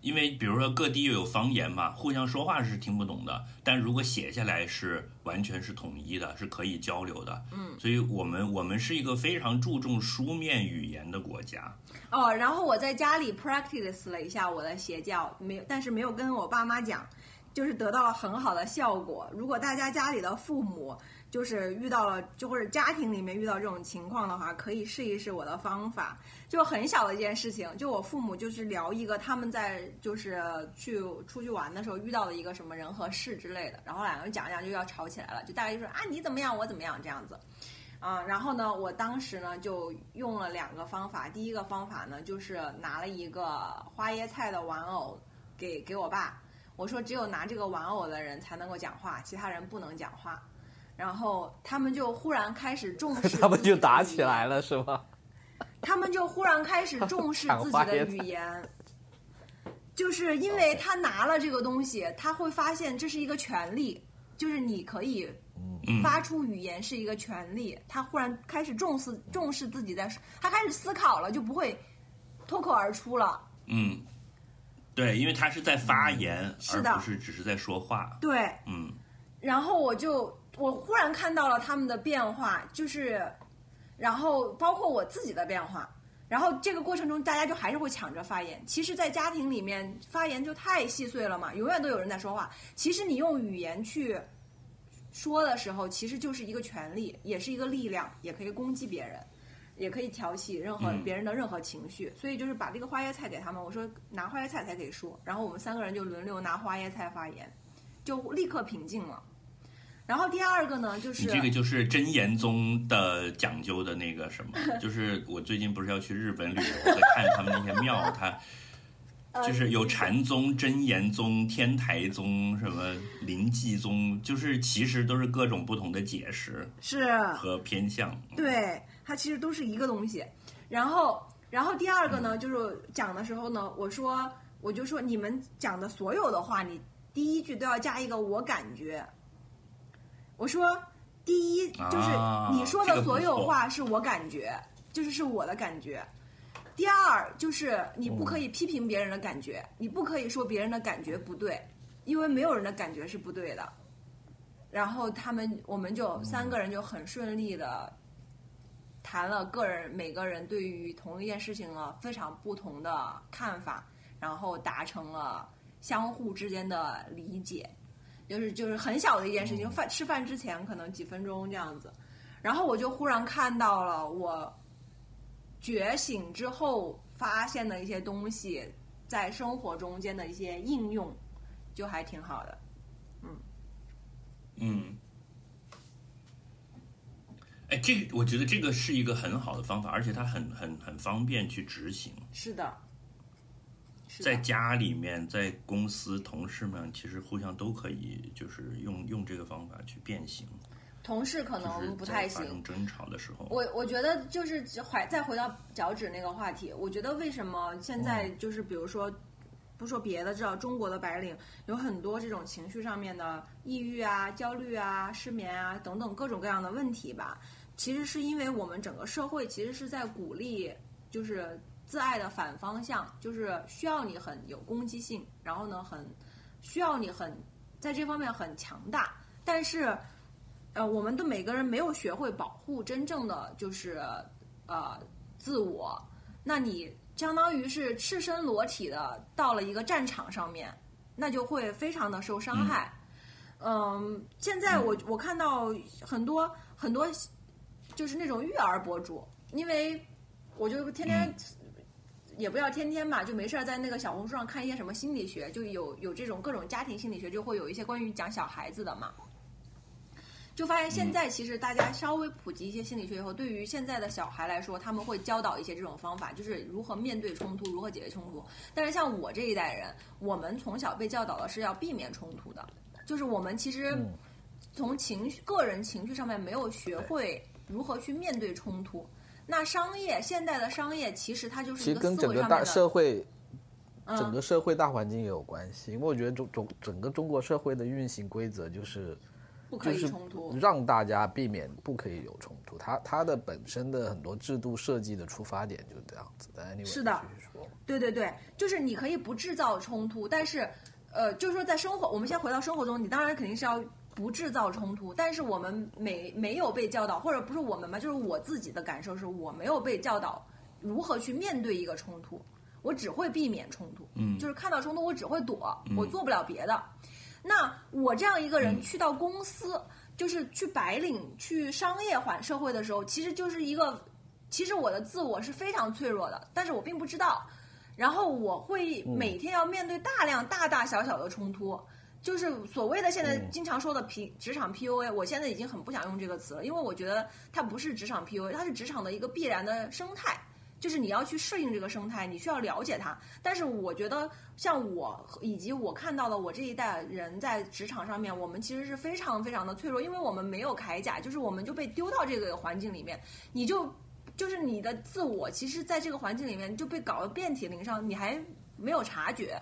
Speaker 3: 因为比如说各地又有方言嘛，互相说话是听不懂的，但如果写下来是完全是统一的，是可以交流的。嗯，所以我们我们是一个非常注重书面语言的国家。
Speaker 1: 哦，然后我在家里 practice 了一下我的邪教，没有，但是没有跟我爸妈讲，就是得到了很好的效果。如果大家家里的父母就是遇到了，就或者家庭里面遇到这种情况的话，可以试一试我的方法。就很小的一件事情，就我父母就是聊一个他们在就是去出去玩的时候遇到的一个什么人和事之类的，然后两个人讲一讲就要吵起来了，就大概就说啊你怎么样我怎么样这样子。啊，然后呢，我当时呢就用了两个方法。第一个方法呢，就是拿了一个花椰菜的玩偶给给我爸，我说只有拿这个玩偶的人才能够讲话，其他人不能讲话。然后他们就忽然开始重视，
Speaker 2: 他们就打起来了，是吗？
Speaker 1: 他们就忽然开始重视自己的语言，就是因为他拿了这个东西，他会发现这是一个权利，就是你可以
Speaker 3: 嗯，
Speaker 1: 发出语言是一个权利。他忽然开始重视重视自己在，他开始思考了，就不会脱口而出了。
Speaker 3: 嗯，对，因为他是在发言，
Speaker 1: 嗯是
Speaker 3: 而
Speaker 1: 的
Speaker 3: 不是只是在说话。
Speaker 1: 对，
Speaker 3: 嗯
Speaker 1: 然后我就我忽然看到了他们的变化，就是，然后包括我自己的变化。然后这个过程中，大家就还是会抢着发言。其实，在家庭里面，发言就太细碎了嘛，永远都有人在说话。其实你用语言去说的时候，其实就是一个权利，也是一个力量，也可以攻击别人，也可以挑起任何
Speaker 3: 嗯
Speaker 1: 别人的任何情绪。所以就是把这个花椰菜给他们，我说拿花椰菜才可以说，然后我们三个人就轮流拿花椰菜发言，就立刻平静了。然后第二个呢，就是
Speaker 3: 你这个就是真言宗的讲究的那个什 么，就是我最近不是要去日本旅游，在看他们那些庙，它
Speaker 1: 呃
Speaker 3: 就是有禅宗、真言宗、天台宗、什么临济宗，就是其实都是各种不同的解释
Speaker 1: 是
Speaker 3: 和偏向。
Speaker 1: 对，它其实都是一个东西。然后，然后第二个呢，就是讲的时候呢，我说，我就说你们讲的所有的话，你第一句都要加一个我感觉。我说，第一就是
Speaker 3: 啊
Speaker 1: 你说
Speaker 3: 这个
Speaker 1: 的
Speaker 3: 不
Speaker 1: 所有
Speaker 3: 错
Speaker 1: 话是我感觉，就是是我的感觉。第二就是你不可以批评别人的感觉，你不可以说别人的感觉不对，因为没有人的感觉是不对的。然后他们我们就三个人就很顺利的谈了个人每个人对于同一件事情了非常不同的看法，然后达成了相互之间的理解，就是就是很小的一件事
Speaker 3: 嗯
Speaker 1: 情，饭吃饭之前可能几分钟这样子，然后我就忽然看到了我觉醒之后发现的一些东西，在生活中间的一些应用，就还挺好的。
Speaker 3: 嗯，哎，这个我觉得这个是一个很好的方法，而且它很很很方便去执行，
Speaker 1: 是的，是
Speaker 3: 在
Speaker 1: 的，
Speaker 3: 家里面，在公司，同事们其实互相都可以，就是用用这个方法去变形，
Speaker 1: 同事可
Speaker 3: 就
Speaker 1: 能
Speaker 3: 是
Speaker 1: 不
Speaker 3: 在
Speaker 1: 太
Speaker 3: 发
Speaker 1: 行
Speaker 3: 生。争吵的时候，
Speaker 1: 我我觉得就是回再回到脚趾那个话题，我觉得为什么现在就是比如说，不说别的，至少中国的白领有很多这种情绪上面的抑郁啊、焦虑啊、失眠啊等等各种各样的问题吧，其实是因为我们整个社会其实是在鼓励就是自爱的反方向，就是需要你很有攻击性，然后呢很需要你很在这方面很强大，但是。呃，我们的每个人没有学会保护真正的就是呃自我，那你相当于是赤身裸体的到了一个战场上面，那就会非常的受伤害。嗯，现在我我看到很多很多就是那种育儿博主，因为我就天天、也不要天天吧，就没事儿在那个小红书上看一些什么心理学，就有有这种各种家庭心理学，就会有一些关于讲小孩子的嘛。就发现现在其实大家稍微普及一些心理学以后，对于现在的小孩来说，他们会教导一些这种方法，就是如何面对冲突，如何解决冲突。但是像我这一代人，我们从小被教导的是要避免冲突的，就是我们其实
Speaker 2: 嗯
Speaker 1: 从情绪、个人情绪上面没有学会如何去面对冲突。那商业现代的商业其实它就是
Speaker 2: 其
Speaker 1: 一
Speaker 2: 实跟
Speaker 1: 思
Speaker 2: 整
Speaker 1: 维
Speaker 2: 个
Speaker 1: 上面
Speaker 2: 大
Speaker 1: 的
Speaker 2: 社会、整
Speaker 1: 嗯
Speaker 2: 个社会大环境也有关系，因为我觉得中中整个中国社会的运行规则就是
Speaker 1: 不可以
Speaker 2: 就是
Speaker 1: 冲突，
Speaker 2: 让大家避免不可以有冲突，它它的本身的很多制度设计的出发点就是这样子。但 anyway，
Speaker 1: 是的
Speaker 2: 继续说
Speaker 1: 对对对，就是你可以不制造冲突，但是，呃，就是说在生活，我们先回到生活中，你当然肯定是要不制造冲突，但是我们没没有被教导，或者不是我们吧，就是我自己的感受是我没有被教导如何去面对一个冲突，我只会避免冲突，
Speaker 3: 嗯
Speaker 1: 就是看到冲突我只会躲，我做不了别的。那我这样一个人去到公司，就是去白领、去商业环社会的时候，其实就是一个，其实我的自我是非常脆弱的，但是我并不知道。然后我会每天要面对大量大大小小的冲突，就是所谓的现在经常说的 P 职场 PUA，我现在已经很不想用这个词了，因为我觉得它不是职场 PUA，它是职场的一个必然的生态。就是你要去适应这个生态，你需要了解它。但是我觉得，像我以及我看到的我这一代人在职场上面，我们其实是非常非常的脆弱，因为我们没有铠甲，就是我们就被丢到这个环境里面，你就就是你的自我，其实在这个环境里面就被搞得遍体鳞伤，你还没有察觉。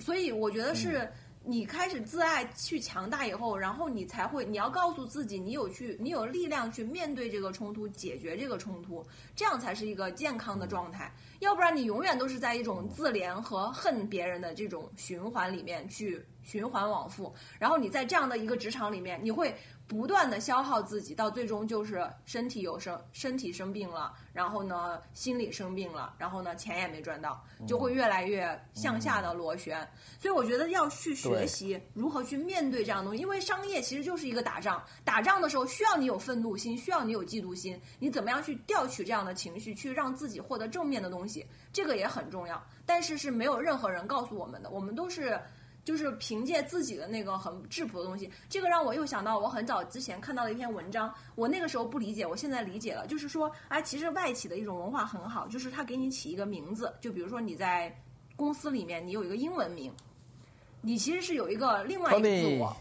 Speaker 1: 所以我觉得是你开始自爱去强大以后，然后你才会，你要告诉自己，你有去，你有力量去面对这个冲突，解决这个冲突，这样才是一个健康的状态。要不然你永远都是在一种自怜和恨别人的这种循环里面去循环往复，然后你在这样的一个职场里面，你会不断的消耗自己，到最终就是身体有生身体生病了，然后呢心理生病了，然后呢钱也没赚到，就会越来越向下的螺旋。所以我觉得要去学
Speaker 2: 对
Speaker 1: 习如何去面对这样的东西，因为商业其实就是一个打仗，打仗的时候需要你有愤怒心，需要你有嫉妒心，你怎么样去调取这样的情绪，去让自己获得正面的东西，这个也很重要。但是是没有任何人告诉我们的，我们都是。就是凭借自己的那个很质朴的东西，这个让我又想到我很早之前看到的一篇文章，我那个时候不理解，我现在理解了，就是说，哎，其实外企的一种文化很好，就是他给你起一个名字，就比如说你在公司里面你有一个英文名，你其实是有一个另外一个自
Speaker 2: ，Tony，
Speaker 1: 我，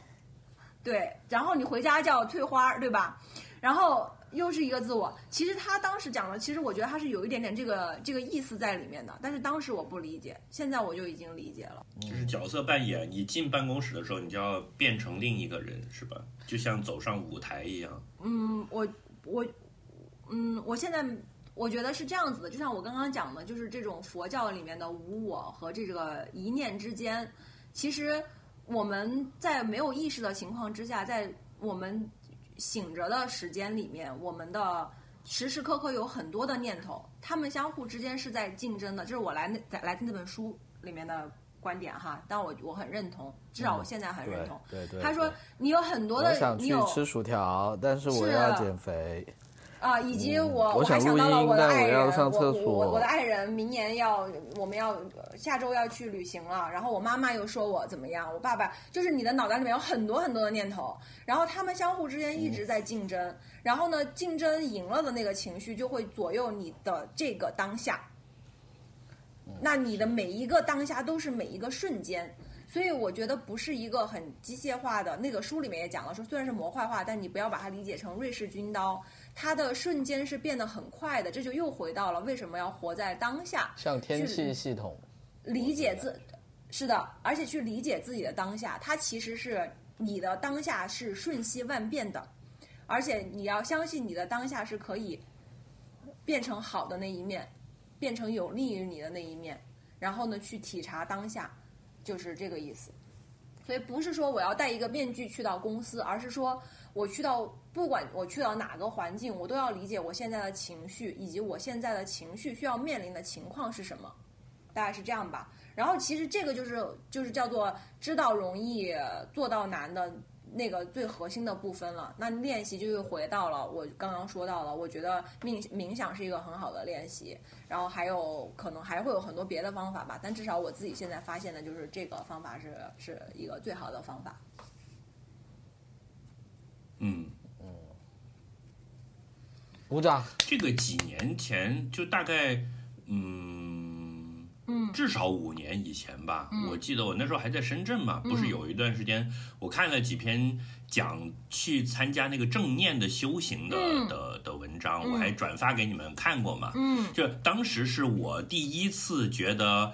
Speaker 1: 对，然后你回家叫翠花儿，对吧？然后又是一个自我。其实他当时讲的，其实我觉得他是有一点点这个这个意思在里面的，但是当时我不理解，现在我就已经理解了。
Speaker 3: 就是角色扮演。你进办公室的时候，你就要变成另一个人，是吧？就像走上舞台一样。
Speaker 1: 嗯，我我嗯，我现在我觉得是这样子的，就像我刚刚讲的，就是这种佛教里面的无我和这个一念之间，其实我们在没有意识的情况之下，在我们醒着的时间里面，我们的时时刻刻有很多的念头，他们相互之间是在竞争的。这是我来那来自那本书里面的观点哈，但我我很认同，至少我现在很认同。
Speaker 2: 嗯对对对
Speaker 1: 他说
Speaker 2: 对
Speaker 1: 你有很多
Speaker 2: 我
Speaker 1: 的，
Speaker 2: 想
Speaker 1: 你
Speaker 2: 去
Speaker 1: 有
Speaker 2: 吃薯条，但是我
Speaker 1: 是
Speaker 2: 要减肥。
Speaker 1: 啊，以及我、
Speaker 2: 嗯我
Speaker 1: 还
Speaker 2: 想
Speaker 1: 想
Speaker 2: 录
Speaker 1: 到了
Speaker 2: 音
Speaker 1: 我的
Speaker 2: 但
Speaker 1: 爱
Speaker 2: 我
Speaker 1: 人，
Speaker 2: 要
Speaker 1: 我
Speaker 2: 上
Speaker 1: 我
Speaker 2: 厕所
Speaker 1: 我的爱人明年要我们要下周要去旅行了，然后我妈妈又说我怎么样，我爸爸就是你的脑袋里面有很多很多的念头，然后他们相互之间一
Speaker 2: 嗯
Speaker 1: 直在竞争，然后呢，竞争赢了的那个情绪就会左右你的这个当下，那你的每一个当下都是每一个瞬间。所以我觉得不是一个很机械化的，那个书里面也讲了，说虽然是模块化，但你不要把它理解成瑞士军刀，它的瞬间是变得很快的，这就又回到了为什么要活在当下，
Speaker 2: 像天
Speaker 1: 去
Speaker 2: 气系统，
Speaker 1: 理解自，是的，而且去理解自己的当下，它其实是你的当下是瞬息万变的，而且你要相信你的当下是可以变成好的那一面，变成有利于你的那一面，然后呢去体察当下，就是这个意思。所以不是说我要戴一个面具去到公司，而是说我去到不管我去到哪个环境，我都要理解我现在的情绪，以及我现在的情绪需要面临的情况是什么。大概是这样吧。然后其实这个就是就是叫做知道容易做到难的那个最核心的部分了。那练习就又回到了我刚刚说到了，我觉得冥冥想是一个很好的练习，然后还有可能还会有很多别的方法吧，但至少我自己现在发现的就是这个方法是是一个最好的方法。
Speaker 3: 嗯，
Speaker 2: 鼓掌。
Speaker 3: 这个几年前就大概，嗯嗯，至少五年以前吧。我记得我那时候还在深圳嘛，不是有一段时间我看了几篇讲去参加那个正念的修行的、的的文章，我还转发给你们看过嘛。嗯，就当时是我第一次觉得，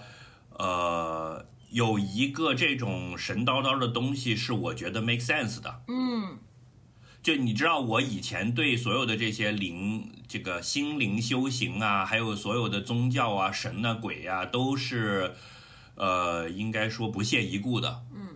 Speaker 3: 呃。有一个这种神叨叨的东西是我觉得 make sense 的，
Speaker 1: 嗯
Speaker 3: 就你知道，我以前对所有的这些灵、这个心灵修行啊，还有所有的宗教啊、神啊、鬼啊，都是呃，应该说不屑一顾的。嗯，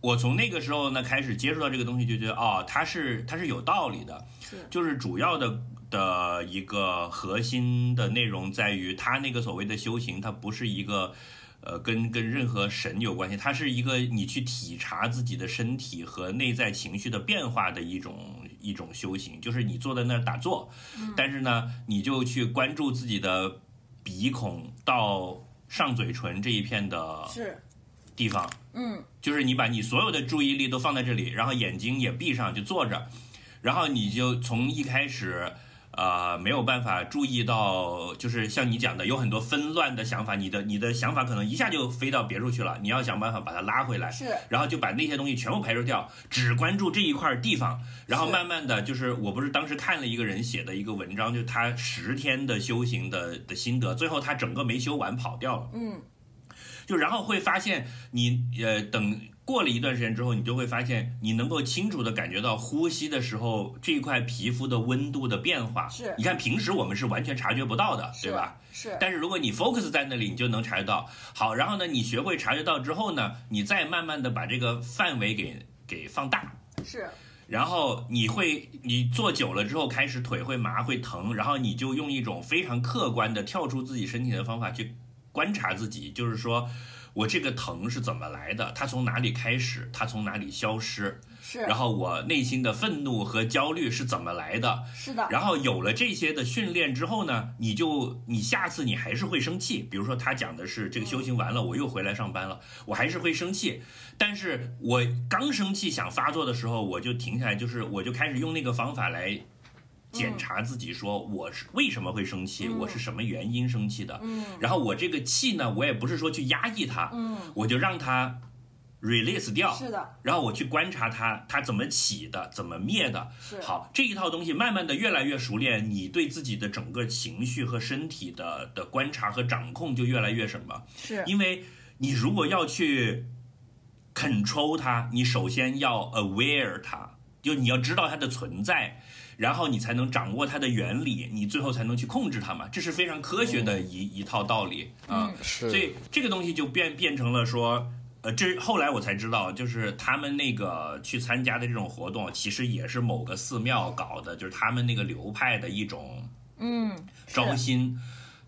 Speaker 3: 我从那个时候呢开始接触到这个东西，就觉得哦，它是它是有道理的，就是主要的。的一个核心的内容在于，它那个所谓的修行，它不是一个呃，跟跟任何神有关系，它是一个你去体察自己的身体和内在情绪的变化的一种一种修行，就是你坐在那儿打坐，但是呢，你就去关注自己的鼻孔到上嘴唇这一片的
Speaker 1: 是，
Speaker 3: 地方，嗯，就是你把你所有的注意力都放在这里，然后眼睛也闭上，就坐着，然后你就从一开始。呃，没有办法注意到，就是像你讲的，有很多纷乱的想法，你的你的想法可能一下就飞到别处去了，你要想办法把它拉回来，
Speaker 1: 是
Speaker 3: 然后就把那些东西全部排除掉，只关注这一块地方，然后慢慢的就是，我不是当时看了一个人写的一个文章，就是他十天的修行的的心得，最后他整个没修完跑掉了，
Speaker 1: 嗯，
Speaker 3: 就然后会发现你呃等。过了一段时间之后，你就会发现，你能够清楚的感觉到呼吸的时候这一块皮肤的温度的变化。
Speaker 1: 是
Speaker 3: 你看平时我们是完全察觉不到的，对吧？
Speaker 1: 是
Speaker 3: 但是如果你 focus 在那里，你就能察觉到。好，然后呢，你学会察觉到之后呢，你再慢慢的把这个范围给给放大，
Speaker 1: 是
Speaker 3: 然后你会你坐久了之后开始腿会麻会疼，然后你就用一种非常客观的跳出自己身体的方法去观察自己，就是说。我这个疼是怎么来的？它从哪里开始？它从哪里消失？
Speaker 1: 是
Speaker 3: 然后我内心的愤怒和焦虑是怎么来的？
Speaker 1: 是的，
Speaker 3: 然后有了这些的训练之后呢，你就你下次你还是会生气。比如说他讲的是这个修行完了，我又回来上班了，我还是会生气。但是我刚生气想发作的时候，我就停下来，就是我就开始用那个方法来。检查自己，说我是为什么会生气，我是什么原因生气的。然后我这个气呢，我也不是说去压抑它，我就让它 release 掉。
Speaker 1: 是的，
Speaker 3: 然后我去观察它，它怎么起的，怎么灭的。好，这一套东西慢慢的越来越熟练，你对自己的整个情绪和身体的的观察和掌控就越来越什么？
Speaker 1: 是
Speaker 3: 因为你如果要去 control 它，你首先要 aware 它，就你要知道它的存在。然后你才能掌握它的原理，你最后才能去控制它嘛，这是非常科学的一、一套道理啊。
Speaker 2: 是
Speaker 3: 所以这个东西就变变成了说，呃，这后来我才知道，就是他们那个去参加的这种活动，其实也是某个寺庙搞的，就是他们那个流派的一种
Speaker 1: 嗯，
Speaker 3: 招新。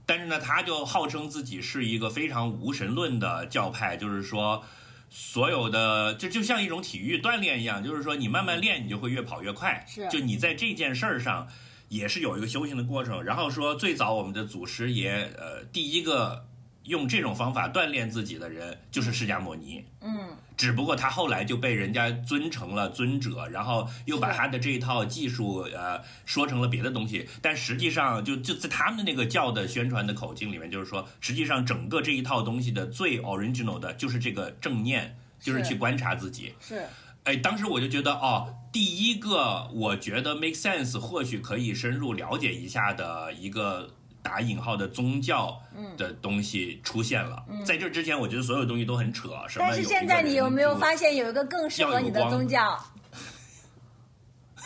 Speaker 3: 但是呢，他就号称自己是一个非常无神论的教派，就是说，所有的就就像一种体育锻炼一样，就是说你慢慢练，你就会越跑越快。
Speaker 4: 是
Speaker 3: 就你在这件事儿上也是有一个修行的过程。然后说，最早我们的祖师爷，呃，第一个用这种方法锻炼自己的人就是释迦牟尼。
Speaker 1: 嗯，
Speaker 3: 只不过他后来就被人家尊成了尊者，然后又把
Speaker 4: 是
Speaker 3: 他的这一套技术呃说成了别的东西，但实际上就就在他们的那个教的宣传的口径里面，就是说，实际上整个这一套东西的最 original 的就是这个正念，就是
Speaker 4: 是
Speaker 3: 去观察自己。
Speaker 4: 是
Speaker 3: 哎，当时我就觉得哦，第一个我觉得 make sense，或许可以深入了解一下的一个打引号的宗教
Speaker 1: 嗯
Speaker 3: 的东西出现了。在这之前，我觉得所有东西都很扯。什么
Speaker 1: 但是
Speaker 3: 有一
Speaker 1: 现
Speaker 3: 个
Speaker 1: 在你
Speaker 3: 人
Speaker 1: 有没有
Speaker 3: 住
Speaker 1: 发现有一个更适合你的
Speaker 3: 要有光
Speaker 1: 宗教？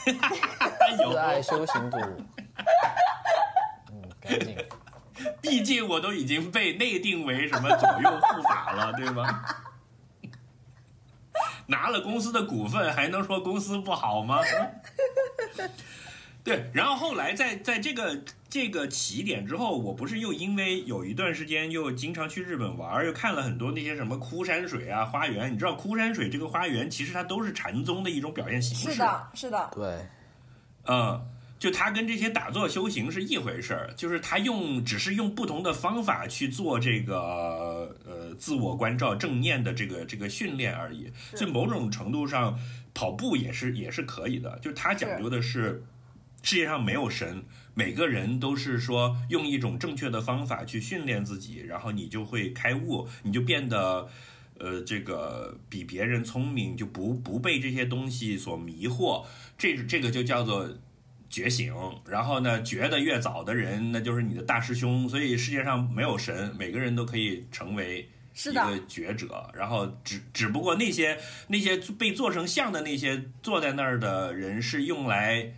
Speaker 3: 有哎
Speaker 2: 自爱修行主。嗯，赶紧。
Speaker 3: 毕竟我都已经被内定为什么左右护法了，对吧？ 拿了公司的股份，还能说公司不好吗？ 对，然后后来在在这个这个起点之后，我不是又因为有一段时间又经常去日本玩，又看了很多那些什么枯山水啊花园。你知道枯山水这个花园，其实它都是禅宗的一种表现形式。
Speaker 8: 是的，是的，
Speaker 2: 对，
Speaker 3: 嗯，就他跟这些打坐修行是一回事儿，就是他用只是用不同的方法去做这个呃自我关照正念的这个这个训练而已。所以某种程度上，跑步也是也是可以的，就是他讲究的是世界上没有神，每个人都是说用一种正确的方法去训练自己，然后你就会开悟，你就变得。呃，这个比别人聪明，就不不被这些东西所迷惑，这这个就叫做觉醒。然后呢，觉得越早的人，那就是你的大师兄。所以世界上没有神，每个人都可以成为
Speaker 1: 是
Speaker 3: 一
Speaker 1: 的
Speaker 3: 个觉者。然后只只不过那些那些被做成像的那些坐在那儿的人，是用来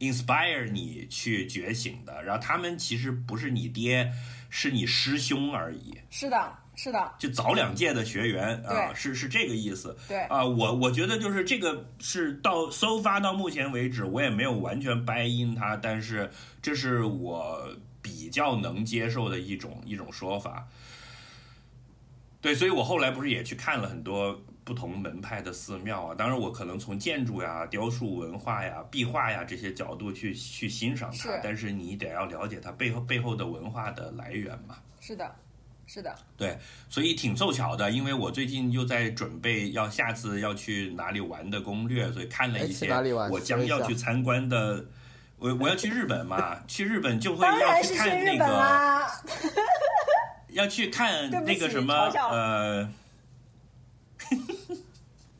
Speaker 3: inspire 你去觉醒的。然后他们其实不是你爹，是你师兄而已。
Speaker 8: 是的，是的，
Speaker 3: 就早两届的学员啊，
Speaker 8: 对
Speaker 3: 是是这个意思。
Speaker 8: 对
Speaker 3: 啊，我我觉得就是这个是到搜发到目前为止，我也没有完全掰音它，但是这是我比较能接受的一种一种说法。对，所以我后来不是也去看了很多不同门派的寺庙啊，当然我可能从建筑呀、雕塑文化呀、壁画呀这些角度去去欣赏它，
Speaker 8: 是
Speaker 3: 但是你得要了解它背后背后的文化的来源嘛。
Speaker 8: 是的，是的，
Speaker 3: 对，所以挺凑巧的，因为我最近又在准备要下次要去哪里玩的攻略，所以看了
Speaker 2: 哎
Speaker 3: 一
Speaker 2: 去
Speaker 3: 些
Speaker 2: 哪里玩
Speaker 3: 我将要去参观的。我我要去日本嘛，去日本就会
Speaker 8: 当
Speaker 3: 要
Speaker 8: 然
Speaker 3: 去
Speaker 8: 是
Speaker 3: 看
Speaker 8: 去
Speaker 3: 那
Speaker 8: 日本
Speaker 3: 个，
Speaker 8: 啦。
Speaker 1: 啊
Speaker 3: 要去看
Speaker 8: 对不
Speaker 3: 那
Speaker 8: 起
Speaker 3: 个什么
Speaker 8: 嘲笑
Speaker 3: 呃，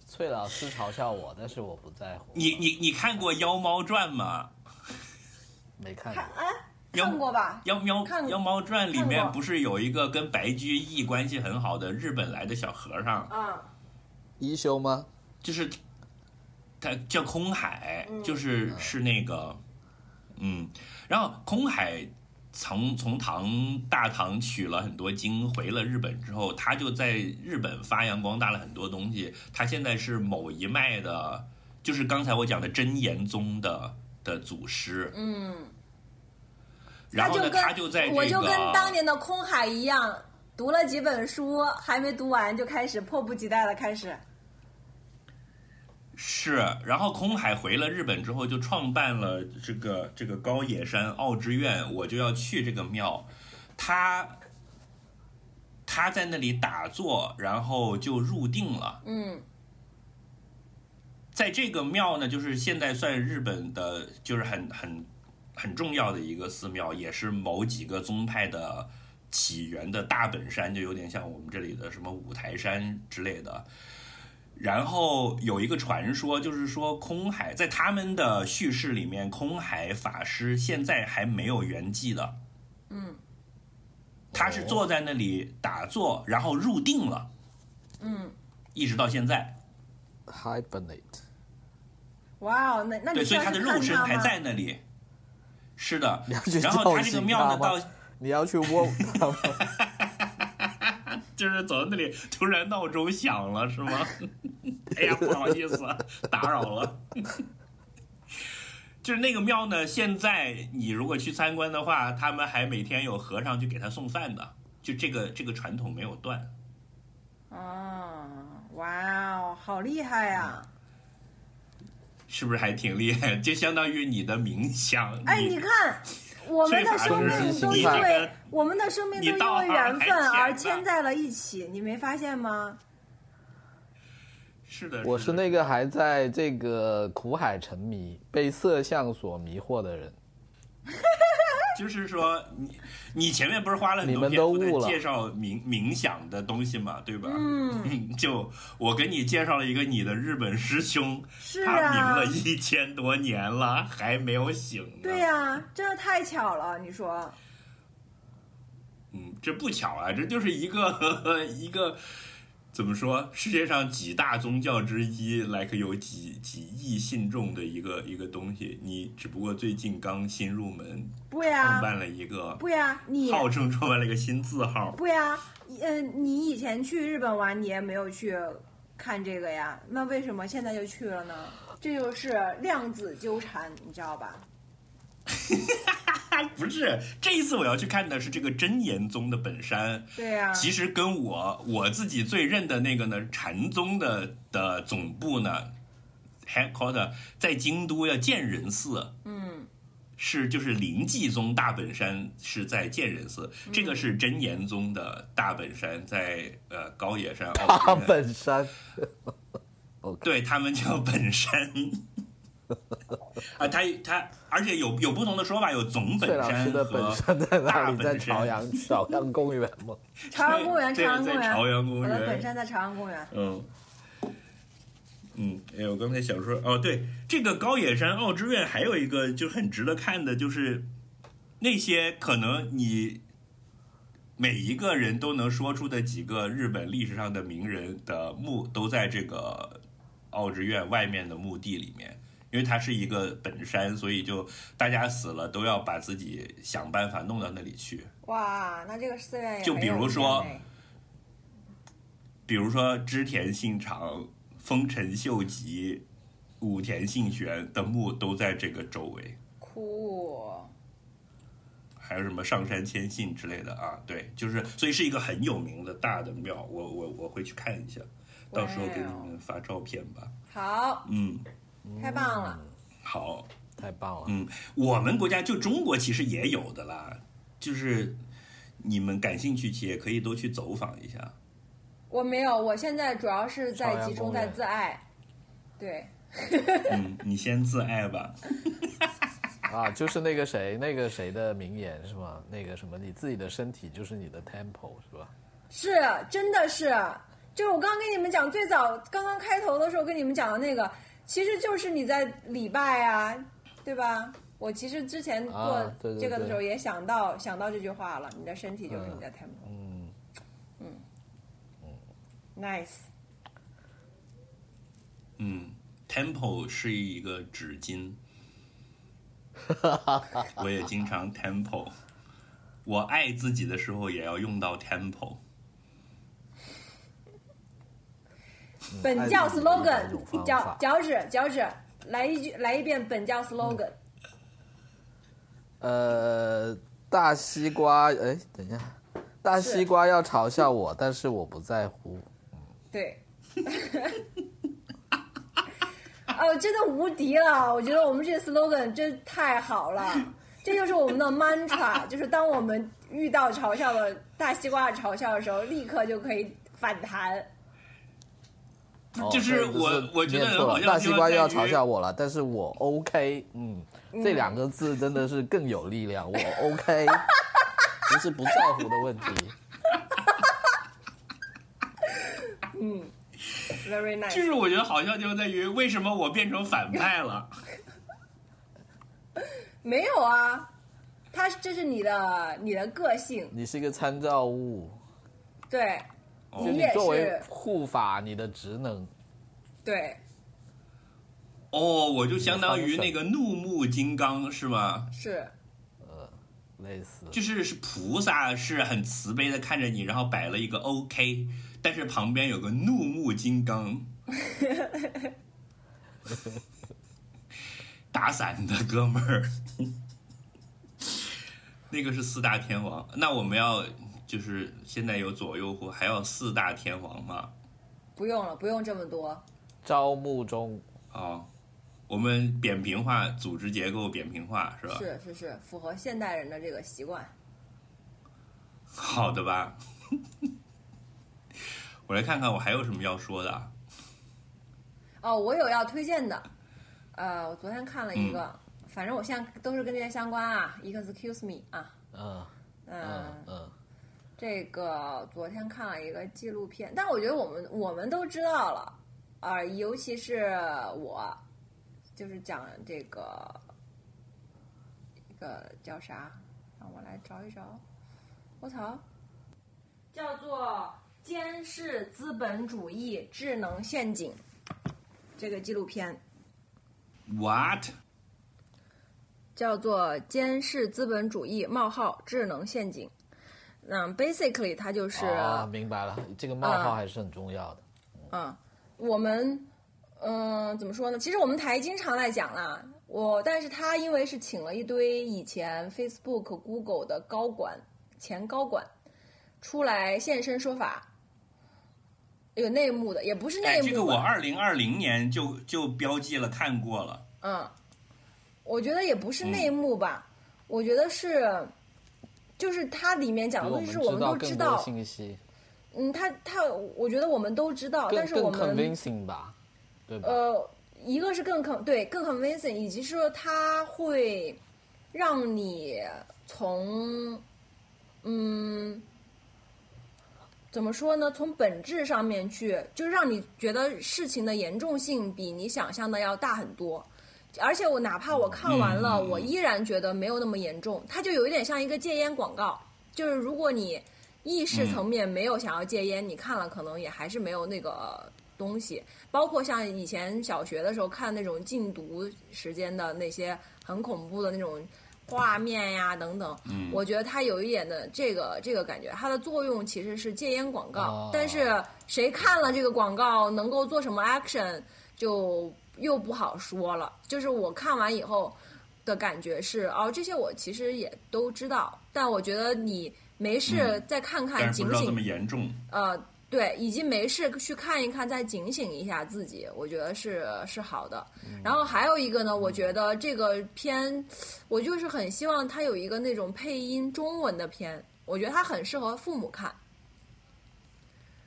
Speaker 2: 翠老师嘲笑我，但是我不在乎。
Speaker 3: 你你你看过《妖猫传》吗？
Speaker 2: 没看过？
Speaker 1: 啊
Speaker 3: 妖
Speaker 8: 看过吧？
Speaker 3: 妖喵
Speaker 8: 看过
Speaker 3: 妖猫传里
Speaker 8: 看
Speaker 3: 面
Speaker 8: 过
Speaker 3: 不是有一个跟白居易关系很好的日本来的小和尚，
Speaker 8: 嗯，
Speaker 2: 一休吗？
Speaker 3: 就是他叫空海，
Speaker 1: 嗯
Speaker 3: 就是是那个，嗯，然后空海从从唐大唐取了很多经，回了日本之后，他就在日本发扬光大了很多东西。他现在是某一脉的，就是刚才我讲的真言宗的的祖师，嗯。然后呢，
Speaker 1: 跟
Speaker 3: 他就在这个，
Speaker 1: 我就跟当年的空海一样，读了几本书，还没读完就开始迫不及待的开始。
Speaker 3: 是，然后空海回了日本之后，就创办了这个这个高野山奥之院，我就要去这个庙。他他在那里打坐，然后就入定了。
Speaker 1: 嗯，
Speaker 3: 在这个庙呢，就是现在算日本的，就是很很很重要的一个寺庙，也是某几个宗派的起源的大本山，就有点像我们这里的什么五台山之类的。然后有一个传说，就是说空海在他们的叙事里面，空海法师现在还没有圆寂的。嗯，他是坐在那里打坐，然后入定了。嗯，一直到现在。
Speaker 2: hibernate。
Speaker 1: 哇哦，那那你
Speaker 3: 对，所以
Speaker 1: 上
Speaker 3: 他
Speaker 1: 去
Speaker 3: 的
Speaker 1: 看
Speaker 3: 肉身
Speaker 1: 他
Speaker 3: 还
Speaker 1: 吗
Speaker 3: 在那里。是的
Speaker 2: 你要去，
Speaker 3: 然后
Speaker 2: 叫
Speaker 3: 他这个
Speaker 2: 醒
Speaker 3: 庙呢，
Speaker 2: 他吗
Speaker 3: 到
Speaker 2: 你要去 walk 他吗？
Speaker 3: 就是走到那里，突然闹钟响了，是吗？ 哎呀，不好意思，打扰了。 就是那个庙呢，现在你如果去参观的话，他们还每天有和尚去给他送饭的，就这个这个传统没有断。
Speaker 1: 哦，哇哦，好厉害呀、
Speaker 3: 是不是还挺厉害？就相当于你的冥想。
Speaker 1: 哎，你看，我们的生命都
Speaker 2: 你
Speaker 1: 因
Speaker 2: 这
Speaker 1: 为
Speaker 3: 个
Speaker 1: 我们的生命都
Speaker 3: 你道
Speaker 1: 因为
Speaker 3: 行
Speaker 1: 缘分
Speaker 3: 还浅
Speaker 1: 而
Speaker 3: 呢
Speaker 1: 牵在了一起，你没发现吗？
Speaker 3: 是的，
Speaker 2: 我是
Speaker 3: 的
Speaker 2: 那个还在这个苦海沉迷、被色相所迷惑的人。
Speaker 3: 就是说，你你前面不是花了很多篇
Speaker 2: 你
Speaker 3: 幅
Speaker 2: 们
Speaker 3: 在
Speaker 2: 都悟了
Speaker 3: 介绍冥冥想的东西嘛，对吧？嗯， 就我给你介绍了一个你的日本师兄，
Speaker 1: 是
Speaker 3: 他冥
Speaker 1: 啊
Speaker 3: 了，一千多年了，还没有醒呢。
Speaker 1: 对、呀、真是太巧了，你说
Speaker 3: 嗯，这不巧啊，这就是一个 呵呵一个怎么说，世界上几大宗教之一，like 有几几亿信众的一个一个东西，你只不过最近刚新入门，
Speaker 1: 不呀
Speaker 3: 创办了一个，
Speaker 1: 啊不呀，你
Speaker 3: 号称创办了一个新字号。
Speaker 1: 不呀，呃，你以前去日本玩，你也没有去看这个呀，那为什么现在就去了呢？这就是量子纠缠，你知道吧？
Speaker 3: 不是，这一次我要去看的是这个真言宗的本山，
Speaker 1: 对呀、
Speaker 3: 其实跟我我自己最认的那个呢，禅宗的的总部呢，headquarter 在京都呀建仁寺，嗯，是就是临济宗大本山是在建仁寺，这个是真言宗的大本山在呃高野山，
Speaker 2: 大
Speaker 3: 奥地利
Speaker 2: 本山，
Speaker 3: 对他们叫本山。 啊，他他，而且有有不同的说法，有总本
Speaker 2: 费老
Speaker 3: 山
Speaker 2: 师
Speaker 3: 和
Speaker 2: 的本山在哪
Speaker 3: 大
Speaker 2: 里？
Speaker 3: 本
Speaker 2: 在
Speaker 3: 山
Speaker 2: 朝阳朝阳公园吗？
Speaker 1: 朝阳公园，朝
Speaker 3: 对
Speaker 1: 阳公
Speaker 3: 在
Speaker 1: 园，
Speaker 3: 朝阳公
Speaker 1: 我
Speaker 3: 园
Speaker 1: 的本山在朝阳公园。
Speaker 3: 嗯，嗯，哎，我刚才想说，哦，对，这个高野山奥之院还有一个就很值得看的，就是那些可能你每一个人都能说出的几个日本历史上的名人的墓，都在这个奥之院外面的墓地里面。因为它是一个本山，所以就大家死了都要把自己想办法弄到那里去。
Speaker 1: 哇，那这个寺院也
Speaker 3: 就
Speaker 1: 很
Speaker 3: 比
Speaker 1: 有
Speaker 3: 如
Speaker 1: 钱
Speaker 3: 说
Speaker 1: 哎
Speaker 3: 比如说织田信长、丰臣秀吉、武田信玄的墓都在这个周围，
Speaker 1: 酷，
Speaker 3: 还有什么上杉谦信之类的啊。对，就是所以是一个很有名的大的庙，我我我会去看一下，到时候给你们发照片吧。
Speaker 1: 哦好，
Speaker 3: 嗯，
Speaker 1: 太棒了。
Speaker 2: 嗯
Speaker 3: 好，
Speaker 2: 太棒了！
Speaker 3: 嗯，我们国家就中国其实也有的啦，就是你们感兴趣也可以都去走访一下。
Speaker 1: 我没有，我现在主要是
Speaker 2: 朝
Speaker 1: 在
Speaker 2: 阳
Speaker 1: 集中
Speaker 2: 公
Speaker 1: 在
Speaker 2: 园
Speaker 1: 自爱。对，
Speaker 3: 嗯，你先自爱吧。
Speaker 2: 啊，就是那个谁，那个谁的名言是吗？那个什么，你自己的身体就是你的 temple 是吧？
Speaker 1: 是，真的是，就是我刚刚跟你们讲，最早刚刚开头的时候跟你们讲的那个，其实就是你在礼拜啊，对吧？我其实之前做
Speaker 2: 啊对对
Speaker 1: 这个的时候
Speaker 2: 对
Speaker 1: 也想到、想到这句话了，你的身体就是你的 temple，嗯嗯 n i c e
Speaker 3: 嗯，temple 是一个纸 巾，我也经常 temple。我爱自己的时候也要用到 temple。
Speaker 1: 本教
Speaker 2: 嗯按照你的那
Speaker 1: slogan
Speaker 2: 种方
Speaker 1: 脚
Speaker 2: 法嗯
Speaker 1: 脚趾脚趾，来一句来一遍本教 slogan，、
Speaker 2: 呃，大西瓜，哎，等一下，大西瓜要嘲笑我，但是我不在乎。
Speaker 3: 嗯
Speaker 1: 对。 哦，真的无敌了！我觉得我们这 slogan 真太好了，这就是我们的 mantra，就是当我们遇到嘲笑的大西瓜的嘲笑的时候，立刻就可以反弹。
Speaker 2: 哦
Speaker 3: 就是
Speaker 2: 对
Speaker 3: 我
Speaker 2: 就是
Speaker 3: 我觉得
Speaker 2: 念错
Speaker 3: 好
Speaker 2: 了，
Speaker 3: 像
Speaker 2: 大西瓜又要
Speaker 3: 就在
Speaker 2: 嘲
Speaker 3: 于
Speaker 2: 笑我了，但是我 OK，嗯，这两个字真的是更有力量， 我 OK，不是不在乎的问题。
Speaker 1: Very
Speaker 3: 就
Speaker 1: nice，
Speaker 3: 是我觉得好笑就在于为什么我变成反派 了？
Speaker 1: 没有啊，他这是你的你的个性，
Speaker 2: 你是一个参照物，
Speaker 1: 对
Speaker 3: 哦
Speaker 2: 就
Speaker 1: 你
Speaker 2: 哦你
Speaker 1: 也
Speaker 2: 作为
Speaker 1: 是
Speaker 2: 护法，你的职能
Speaker 1: 对
Speaker 3: 哦，我就相当于那个怒目金刚是吗？
Speaker 1: 是，
Speaker 6: 类似
Speaker 3: 就是是菩萨是很慈悲的看着你，然后摆了一个 OK，但是旁边有个怒目金刚， 打伞的哥们儿， 那个是四大天王。那我们要就是现在有左右护，还要四大天王吗？
Speaker 1: 不用了，不用这么多。
Speaker 6: 招募中，
Speaker 3: 哦，我们扁平化组织结构扁平化是吧？
Speaker 1: 是是是，符合现代人的这个习惯。
Speaker 3: 好的吧， 我来看看我还有什么要说的啊。
Speaker 1: 哦，我有要推荐的，呃，我昨天看了一个，
Speaker 3: 嗯
Speaker 1: 反正我现在都是跟这些相关啊。Excuse me 啊，
Speaker 6: 嗯
Speaker 1: 嗯
Speaker 6: 嗯嗯，
Speaker 1: 这个昨天看了一个纪录片，但我觉得我们我们都知道了，啊，尤其是我，就是讲这个一个叫啥，让我来找一找，我操，叫做《监视资本主义智能陷阱》这个纪录片，
Speaker 3: What？
Speaker 1: 叫做《监视资本主义：冒号智能陷阱》。那 basically 它就是、
Speaker 2: 哦
Speaker 6: 啊，明白了，这个冒号
Speaker 1: 啊
Speaker 6: 还是很重要的。
Speaker 1: 啊，我们嗯、怎么说呢？其实我们台经常来讲啦，我但是他因为是请了一堆以前 Facebook、Google 的高管、前高管出来现身说法，有内幕的，也不是内
Speaker 3: 哎，
Speaker 1: 幕吧、
Speaker 3: 这个我二零二零年就就标记了看过了。
Speaker 1: 嗯，我觉得也不是内幕吧，我觉得是，就是它里面讲
Speaker 6: 如果
Speaker 1: 的东西是
Speaker 6: 我
Speaker 1: 们
Speaker 6: 们
Speaker 1: 都
Speaker 6: 知
Speaker 1: 知
Speaker 6: 道更多
Speaker 1: 道，
Speaker 6: 信息，
Speaker 1: 嗯，他他，我觉得我们都知道，
Speaker 6: 更
Speaker 1: 但是我
Speaker 6: 更
Speaker 1: 们
Speaker 6: convincing 吧，对吧？
Speaker 1: 呃，一个是更 con 对更 convincing，以及说它会让你从嗯怎么说呢？从本质上面去，就让你觉得事情的严重性比你想象的要大很多。而且我哪怕我看完了，
Speaker 3: 嗯
Speaker 1: 我依然觉得没有那么严重。它就有一点像一个戒烟广告，就是如果你意识层面没有想要戒烟，你看了可能也还是没有那个东西。包括像以前小学的时候看那种禁毒时间的那些很恐怖的那种画面呀等等，
Speaker 3: 嗯，
Speaker 1: 我觉得它有一点的这个这个感觉，它的作用其实是戒烟广告，
Speaker 6: 哦
Speaker 1: 但是谁看了这个广告能够做什么 action 就又不好说了。就是我看完以后的感觉是，哦，这些我其实也都知道，但我觉得你没事
Speaker 3: 嗯
Speaker 1: 再看看，
Speaker 3: 但是
Speaker 1: 警
Speaker 3: 不知道这
Speaker 1: 醒
Speaker 3: 么严重。
Speaker 1: 呃，对，以及没事去看一看，再警醒一下自己，我觉得是是好的。
Speaker 3: 嗯
Speaker 1: 然后还有一个呢，我觉得这个片，我就是很希望它有一个那种配音中文的片，我觉得它很适合父母看。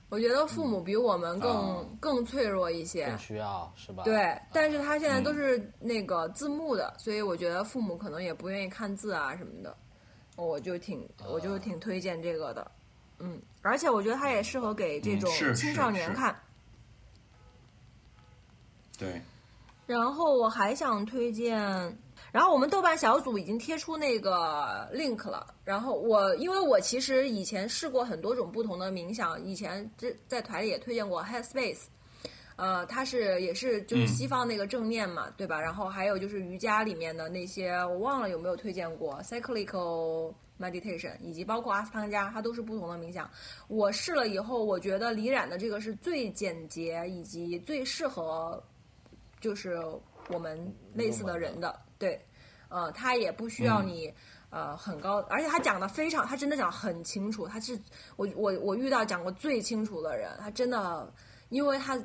Speaker 1: 我觉得父母比我们更、
Speaker 3: 嗯啊
Speaker 1: 更脆弱一些，
Speaker 6: 更需要是吧？啊
Speaker 1: 对，但是他现
Speaker 3: 嗯
Speaker 1: 在都是那个字幕的，所以我觉得父母可能也不愿意看字啊什么的，我就挺
Speaker 3: 啊
Speaker 1: 我就挺推荐这个的，嗯，而且我觉得它也适合给这
Speaker 3: 嗯
Speaker 1: 种
Speaker 3: 是
Speaker 1: 青
Speaker 3: 是
Speaker 1: 少年
Speaker 3: 是
Speaker 1: 看。
Speaker 3: 对，
Speaker 1: 然后我还想推荐，然后我们豆瓣小组已经贴出那个 link 了。然后我因为我其实以前试过很多种不同的冥想，以前这在团里也推荐过 Headspace，呃，它是也是就是
Speaker 3: 嗯
Speaker 1: 西方那个正念嘛，对吧？然后还有就是瑜伽里面的那些，我忘了有没有推荐过 Cyclical。meditation 以及包括阿斯汤加，它都是不同的冥想。我试了以后，我觉得李冉的这个是最简洁以及最适合就是我们类似的人的，对，呃，他也不需要你、呃很高，而且他讲的非常，他真的讲得很清楚，他是我我我遇到讲过最清楚的人，他真的，因为他，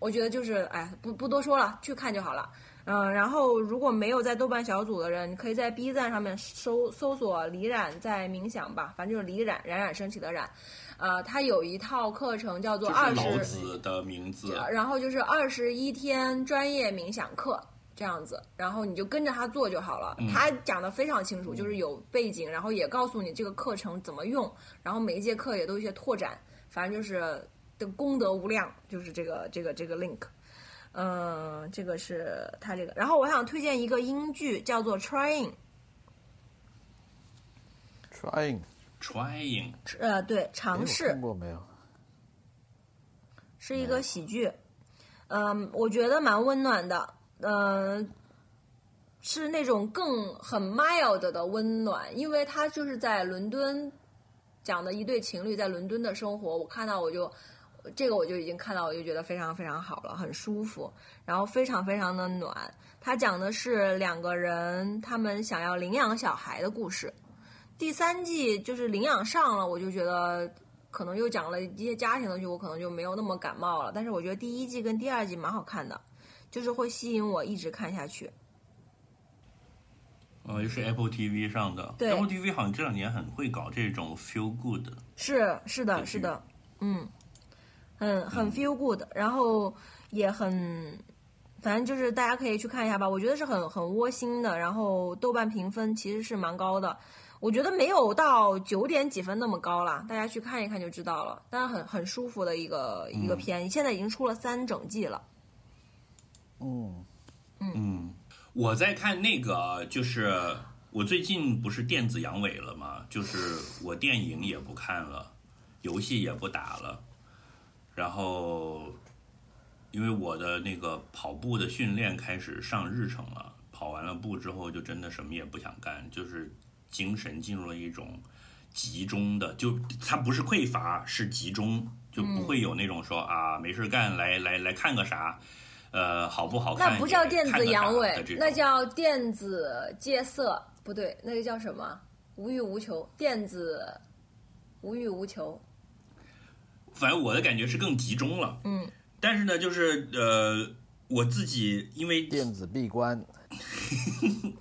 Speaker 1: 我觉得就是哎，不不多说了，去看就好了。嗯、然后如果没有在豆瓣小组的人，你可以在 B 站上面搜搜索李冉在冥想吧，反正就是李冉冉冉升起的冉，呃，他有一套课程叫做
Speaker 3: 就
Speaker 1: 二
Speaker 3: 是
Speaker 1: 十
Speaker 3: 老子的名字。
Speaker 1: 然后就是二十一天专业冥想课这样子，然后你就跟着他做就好了。他讲的非常清楚，就是有背景，然后也告诉你这个课程怎么用，然后每一节课也都有一些拓展，反正就是的功德无量，就是这个这个这个 link。嗯，这个是他这个，然后我想推荐一个英剧，叫做《Trying》，
Speaker 6: ，trying，
Speaker 3: Trying，
Speaker 1: 呃，对，
Speaker 2: 哎
Speaker 1: 尝
Speaker 6: 没
Speaker 1: 试
Speaker 6: 看。过没有？
Speaker 1: 是一个喜剧，嗯，我觉得蛮温暖的，嗯、是那种更很 mild 的温暖，因为他就是在伦敦讲的一对情侣在伦敦的生活，我看到我就这个我就已经看到我就觉得非常非常好了，很舒服，然后非常非常的暖。他讲的是两个人他们想要领养小孩的故事。第三季就是领养上了，我就觉得可能又讲了一些家庭的剧，我可能就没有那么感冒了。但是我觉得第一季跟第二季蛮好看的，就是会吸引我一直看下去。
Speaker 3: 呃，又是 Apple TV 上的
Speaker 1: 对
Speaker 3: ，Apple TV 好像这两年很会搞这种 feel good，
Speaker 1: 是是
Speaker 3: 对
Speaker 1: 的，是的，嗯，很很 feel good，、然后也很，反正就是大家可以去看一下吧，我觉得是很很窝心的。然后豆瓣评分其实是蛮高的，我觉得没有到九点几分那么高啦，大家去看一看就知道了。但是很很舒服的一个一个
Speaker 3: 嗯
Speaker 1: 片，现在已经出了三整季了。
Speaker 2: 嗯，
Speaker 3: 嗯，我在看那个，就是我最近不是电子阳痿了吗？就是我电影也不看了，游戏也不打了，然后因为我的那个跑步的训练开始上日程了，跑完了步之后就真的什么也不想干，就是精神进入了一种集中的，就它不是匮乏，是集中。就不会有那种说啊没事干来来来看个啥，呃好不好看？
Speaker 1: 那不叫电子阳
Speaker 3: 的这
Speaker 1: 痿，
Speaker 3: 种
Speaker 1: 那叫电子戒色，不对，那个叫什么？无欲无求，电子无欲无求。
Speaker 3: 反正我的感觉是更集中了。
Speaker 1: 嗯，
Speaker 3: 但是呢，就是呃，我自己因为
Speaker 2: 电子闭关，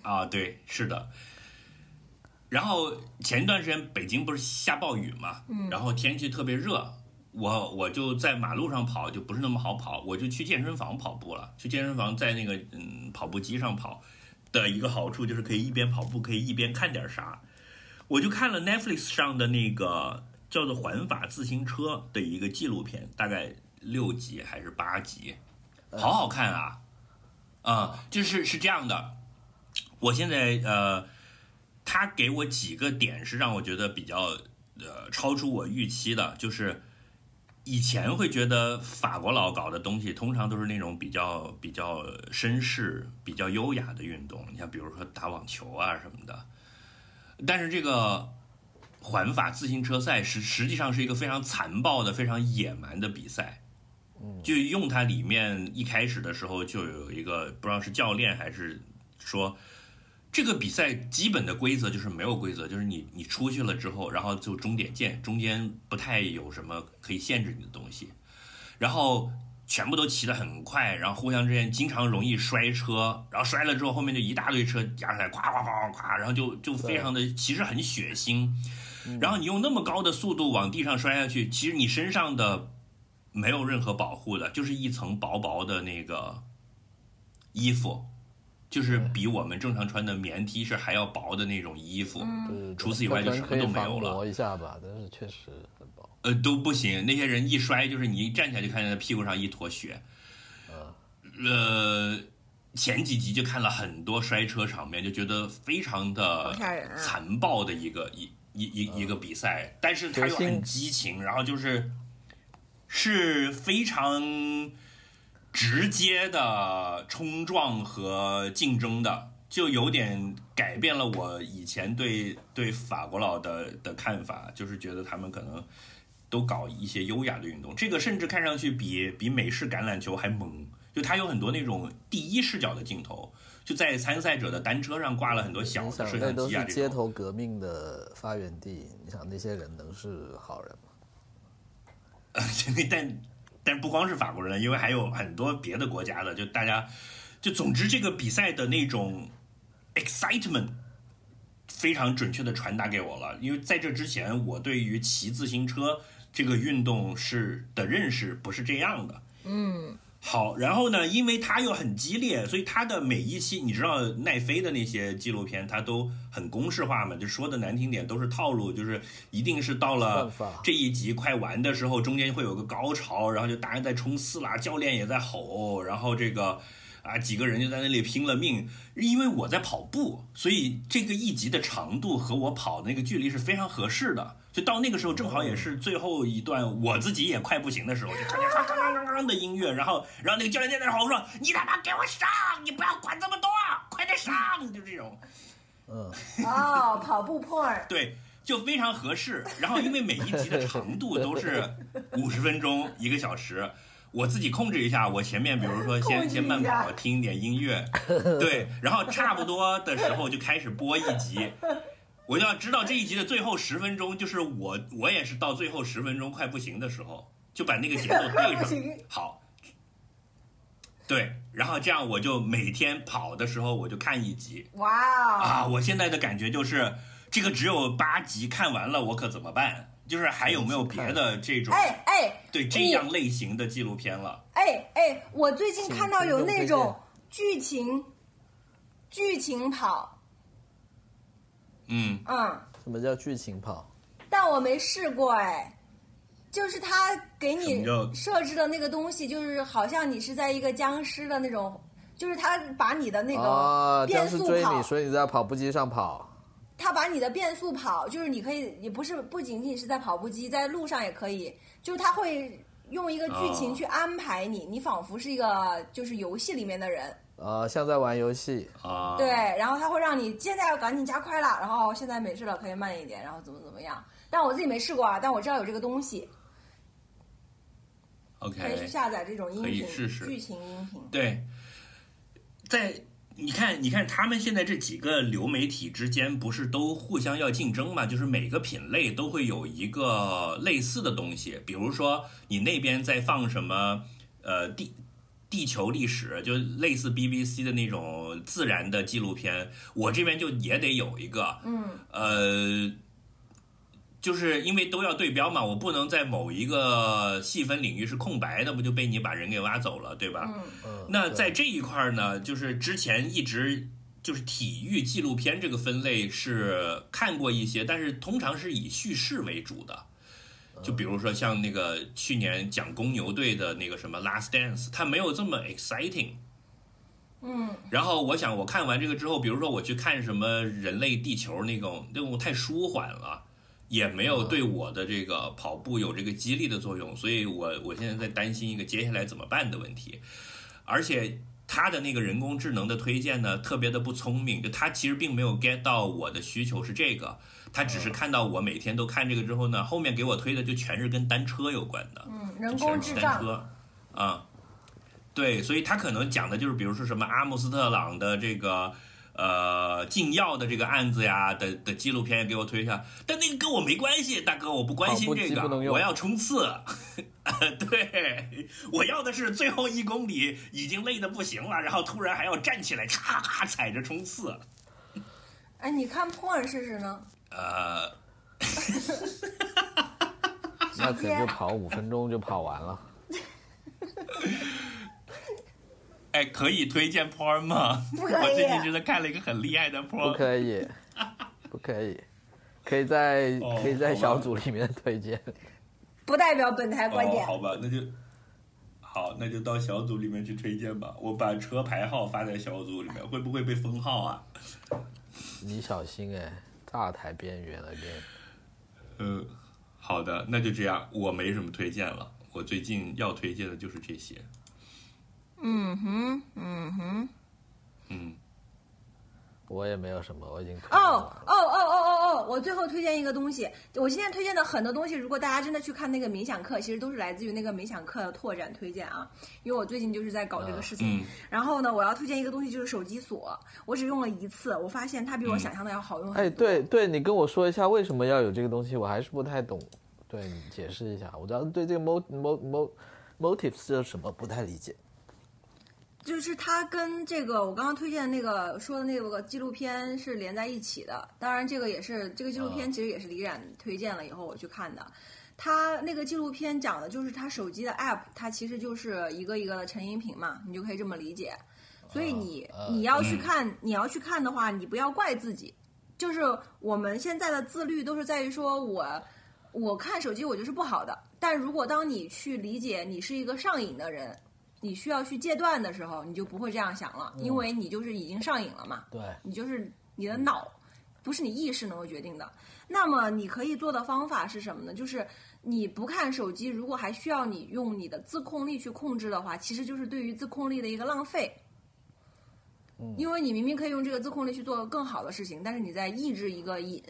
Speaker 3: 啊，对，是的。然后前一段时间北京不是下暴雨嘛，嗯，然后天气特别热，我我就在马路上跑，就不是那么好跑，我就去健身房跑步了。去健身房在那个嗯跑步机上跑的一个好处就是可以一边跑步可以一边看点啥。我就看了 Netflix 上的那个叫做《环法自行车》的一个纪录片，大概六集还是八集，好好看啊！啊、就是是这样的，我现在呃，他给我几个点是让我觉得比较呃超出我预期的，就是以前会觉得法国佬搞的东西通常都是那种比较比较绅士、比较优雅的运动，你像比如说打网球啊什么的，但是这个。环法自行车赛实实际上是一个非常残暴的、非常野蛮的比赛，就用它里面一开始的时候就有一个不知道是教练还是说这个比赛基本的规则就是没有规则，就是你你出去了之后，然后就终点见，中间不太有什么可以限制你的东西，然后全部都骑得很快，然后互相之间经常容易摔车，然后摔了之后后面就一大堆车压上来，咵咵咵咵咵，然后就就非常的其实很血腥，然后你用那么高的速度往地上摔下去，其实你身上的没有任何保护的，就是一层薄薄的那个衣服。就是比我们正常穿的棉 T 恤还要薄的那种衣服，
Speaker 2: 对
Speaker 1: 嗯
Speaker 2: 对对
Speaker 3: 除此以外就
Speaker 2: 可
Speaker 3: 什
Speaker 2: 能呃可
Speaker 3: 么
Speaker 2: 以
Speaker 3: 都没
Speaker 2: 防
Speaker 3: 有了
Speaker 2: 磨一下吧，但是确实很薄。
Speaker 3: 呃，都不行。那些人一摔，就是你一站起来就看见他屁股上一坨血。呃，前几集就看了很多摔车场面，就觉得非常的
Speaker 1: 吓人啊
Speaker 3: 残暴的一个一一一一个比赛，但是他
Speaker 2: 决
Speaker 3: 又很
Speaker 2: 心
Speaker 3: 激情，然后就是是非常直接的冲撞和竞争的。就有点改变了我以前对对法国佬的的看法，就是觉得他们可能都搞一些优雅的运动，这个甚至看上去比比美式橄榄球还猛，就它有很多那种第一视角的镜头，就在参赛者的单车上挂了很多小
Speaker 2: 你
Speaker 3: 的
Speaker 2: 想，
Speaker 3: 摄
Speaker 2: 那
Speaker 3: 像
Speaker 2: 都
Speaker 3: 机啊
Speaker 2: 是
Speaker 3: 这
Speaker 2: 街
Speaker 3: 种。
Speaker 2: 头革命的发源地，你想那些人能是好人吗？
Speaker 3: 但但不光是法国人，因为还有很多别的国家的，就大家就总之这个比赛的那种 excitement 非常准确的传达给我了，因为在这之前我对于骑自行车这个运动是的认识不是这样的。好，然后呢，因为它又很激烈，所以它的每一期，你知道奈飞的那些纪录片，它都很公式化嘛，就说的难听点，都是套路，就是一定是到了
Speaker 2: 算法
Speaker 3: 这一集快完的时候，中间会有个高潮，然后就大家在冲刺啦，教练也在吼，然后这个啊几个人就在那里拼了命。因为我在跑步，所以这个一集的长度和我跑的那个距离是非常合适的，就到那个时候，正好也是最后一段，我自己也快不行的时候，就咔咔咔咔咔咔的音乐，然后，然后那个教练在那吼说：“你他妈给我上！你不要管这么多，快点上！”就这种，
Speaker 1: 哦，跑步 porn，
Speaker 3: 对，就非常合适。然后因为每一集的长度 都是五十分钟、一个小时，我自己控制一下，我前面比如 说
Speaker 1: 控制
Speaker 3: 先
Speaker 1: 一
Speaker 3: 先慢跑
Speaker 1: 下，
Speaker 3: 听一点音乐， 对，然后差不多的时候就开始播一集。我就要知道这一集的最后十分钟，就是我我也是到最后十分钟快不行的时候，就把那个节奏 对
Speaker 1: 不
Speaker 3: 上
Speaker 1: 行，
Speaker 3: 好，对，然后这样我就每天跑的时候我就看一集，
Speaker 1: 哇哦，
Speaker 3: 啊，我现在的感觉就是，这个只有八集看完了，我可怎么办？就是还有没有别的这种
Speaker 1: 哎哎
Speaker 3: 对这样类型的纪录片了？
Speaker 1: 哎哎，我最近看到有那
Speaker 2: 请听众推
Speaker 1: 种剧情剧情跑，
Speaker 3: 嗯，
Speaker 1: 嗯，
Speaker 2: 什么叫剧情跑？
Speaker 1: 但我没试过哎。就是他给
Speaker 3: 什
Speaker 1: 你
Speaker 3: 么叫
Speaker 1: 设置的那个东西，就是好像你是在一个僵尸的那种，就是他把你的那
Speaker 2: 啊，
Speaker 1: 个
Speaker 2: 僵
Speaker 1: 变
Speaker 2: 尸
Speaker 1: 速
Speaker 2: 追
Speaker 1: 跑
Speaker 2: 你，，所以你在跑步机上跑。
Speaker 1: 他把你的变速跑，就是你可以，也不是不仅仅是在跑步机，在路上也可以，就是他会用一个剧情
Speaker 3: 啊
Speaker 1: 去安排你，你仿佛是一个就是游戏里面的人，
Speaker 2: 啊，像在玩 游戏，
Speaker 3: 啊，
Speaker 1: 对，，然后他会让你现在要赶紧加快了，然后现在没事了，可以慢一点，然后怎么怎么样。但我自己没试过啊，但我知道有这个东西，可以去
Speaker 3: OK，
Speaker 1: 下载这种音
Speaker 3: 哎可以
Speaker 1: 频
Speaker 3: 试试
Speaker 1: 剧情音频。
Speaker 3: 对，在你看，你看他们现在这几个流媒体之间不是都互相要竞争嘛？就是每个品类都会有一个类似的东西，比如说你那边在放什么，呃，地。地球历史就类似 BBC 的那种自然的纪录片，我这边就也得有一个，嗯，呃，就是因为都要对标嘛，我不能在某一个细分领域是空白的，不就被你把人给挖走了，对吧？
Speaker 2: 嗯，
Speaker 3: 那在这一块儿呢，就是之前一直就是体育纪录片这个分类是看过一些，但是通常是以叙事为主的。就比如说像那个去年讲公牛队的那个什么《Last Dance》，它没有这么 exciting。嗯。然后我想，我看完这个之后，比如说我去看什么《人类地球》那种，那种太舒缓了。也没有对我的这个跑步有这个激励的作用，所以我我现在在担心一个接下来怎么办的问题。而且它的那个人工智能的推荐呢，特别的不聪明，就它其实并没有 get 到我的需求是这个，它只是看到我每天都看这个之后呢，后面给我推的就全是跟单车有关的，
Speaker 1: 嗯，人
Speaker 3: 全
Speaker 1: 工
Speaker 3: 是
Speaker 1: 智
Speaker 3: 单
Speaker 1: 障，
Speaker 3: 车，啊、对，所以他可能讲的就是，比如说什么阿姆斯特朗的这个呃禁药的这个案子呀的的纪录片给我推一下，但那个跟我没关系，大哥，我不关心
Speaker 2: 跑步
Speaker 3: 这
Speaker 2: 机
Speaker 3: 个
Speaker 2: 啊不能，用
Speaker 3: 我要冲刺。 对，我要的是最后一公里已经累得不行了，然后突然还要站起来，咔咔踩着冲刺。
Speaker 1: 哎，你看 porn 试试呢？
Speaker 3: 呃，
Speaker 2: 那可就跑五分钟就跑完了。
Speaker 3: 哎，可以推荐 porn 吗？
Speaker 1: 可以
Speaker 3: 我最近真的看了一个很厉害的 porn，
Speaker 2: 不可以，不可以，可以在
Speaker 3: 哦
Speaker 2: 可以在
Speaker 3: 好吧
Speaker 2: 小组里面推荐。
Speaker 1: 不代表本台观
Speaker 3: 哦。
Speaker 1: 点。
Speaker 3: 好吧，那就好，那就到小组里面去推荐吧。我把车牌号发在小组里面，会不会被封号啊？
Speaker 2: 你小心哎，大台边缘了点。
Speaker 3: 嗯，好的，那就这样。我没什么推荐了，我最近要推荐的就是这些。
Speaker 9: 嗯哼，嗯哼，
Speaker 3: 嗯，
Speaker 2: 我也没有什么，我已经推荐
Speaker 1: 哦
Speaker 2: 完了。
Speaker 1: 哦哦哦哦哦！我最后推荐一个东西，我今天推荐的很多东西，如果大家真的去看那个冥想课，其实都是来自于那个冥想课的拓展推荐啊。因为我最近就是在搞这个事情。
Speaker 3: 嗯
Speaker 1: 然后呢，我要推荐一个东西，就是手机锁。我只用了一次，我发现它比我想象的要好用
Speaker 2: 哎，
Speaker 1: 很多。
Speaker 2: 对对，你跟我说一下为什么要有这个东西，我还是不太懂。对你解释一下，我知道对这个 mo mo mo motives 是什么不太理解。
Speaker 1: 就是它跟这个我刚刚推荐的那个说的那个纪录片是连在一起的。当然，这个也是这个纪录片其实也是李冉推荐了以后我去看的。他那个纪录片讲的就是他手机的 app，它其实就是一个一个的成音频嘛，你就可以这么理解。所以你
Speaker 2: 啊
Speaker 1: 你要去
Speaker 3: 嗯
Speaker 1: 看，你要去看的话，你不要怪自己。就是我们现在的自律都是在于说我我看手机我就是不好的，但如果当你去理解你是一个上瘾的人，你需要去戒断的时候，你就不会这样想了，因为你就是已经上瘾了嘛。
Speaker 2: 对，
Speaker 1: 你就是你的脑，不是你意识能够决定的。那么你可以做的方法是什么呢？就是你不看手机，如果还需要你用你的自控力去控制的话，其实就是对于自控力的一个浪费。
Speaker 2: 嗯
Speaker 1: 因为你明明可以用这个自控力去做更好的事情，但是你在抑制一个瘾。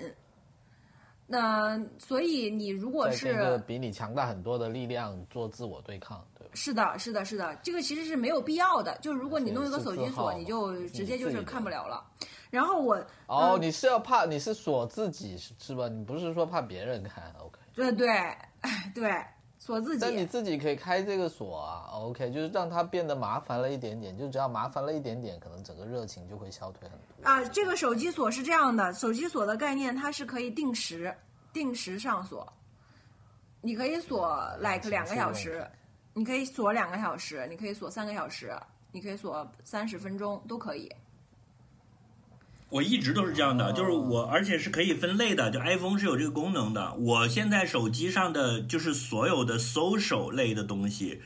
Speaker 1: 那所以你如果
Speaker 2: 在
Speaker 1: 是
Speaker 2: 跟一个比你强大很多的力量做自我对抗，对吧？
Speaker 1: 是的，是的，是的，这个其实是没有必要的。就是如果你
Speaker 2: 对
Speaker 1: 弄一个
Speaker 2: 是
Speaker 1: 手
Speaker 2: 自
Speaker 1: 机锁，
Speaker 2: 耗
Speaker 1: 你
Speaker 2: 嘛
Speaker 1: 就是直
Speaker 2: 你
Speaker 1: 接就
Speaker 2: 自
Speaker 1: 是
Speaker 2: 己
Speaker 1: 看
Speaker 2: 的
Speaker 1: 不了了。然后我嗯
Speaker 2: 哦，你是要怕，你是锁自己是是吧？你不是说怕别人看，OK？
Speaker 1: 对对， 哎对，锁自
Speaker 2: 但你
Speaker 1: 己，
Speaker 2: 自己可以开这个锁啊，OK？就是让它变得麻烦了一点点，就只要麻烦了一点点，可能整个热情就会消退很多。
Speaker 1: 啊，这个手机锁是这样的，手机锁的概念它是可以定时定时上锁，你可以锁 like 两个小
Speaker 2: 情绪
Speaker 1: 时
Speaker 2: 用，
Speaker 1: 你可以锁两个小时，你可以锁三个小时，你可以锁三十分钟都可以。
Speaker 3: 我一直都是这样的，就是我，而且是可以分类的。就 iPhone 是有这个功能的。我现在手机上的就是所有的 social 类的东西，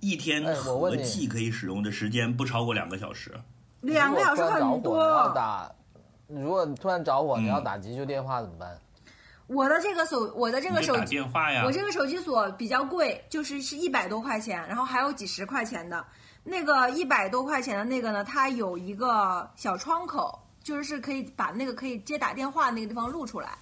Speaker 3: 一天
Speaker 2: 哎我问
Speaker 3: 合
Speaker 2: 你
Speaker 3: 计可以使用的时间不超过两个小时。
Speaker 1: 两个小时
Speaker 2: 如果突然着
Speaker 1: 很
Speaker 2: 火你要
Speaker 1: 多，
Speaker 2: 打，如果你突然着火，你要打急救电话怎么办？
Speaker 1: 我的这个手，我的这
Speaker 3: 你
Speaker 1: 个
Speaker 3: 就
Speaker 1: 手
Speaker 3: 打
Speaker 1: 机，
Speaker 3: 电话呀
Speaker 1: 我，这个手机锁比较贵，就是是一百多块钱，然后还有几十块钱的。那个一百多块钱的那个呢，它有一个小窗口，就是是可以把那个可以接打电话那个地方录出来。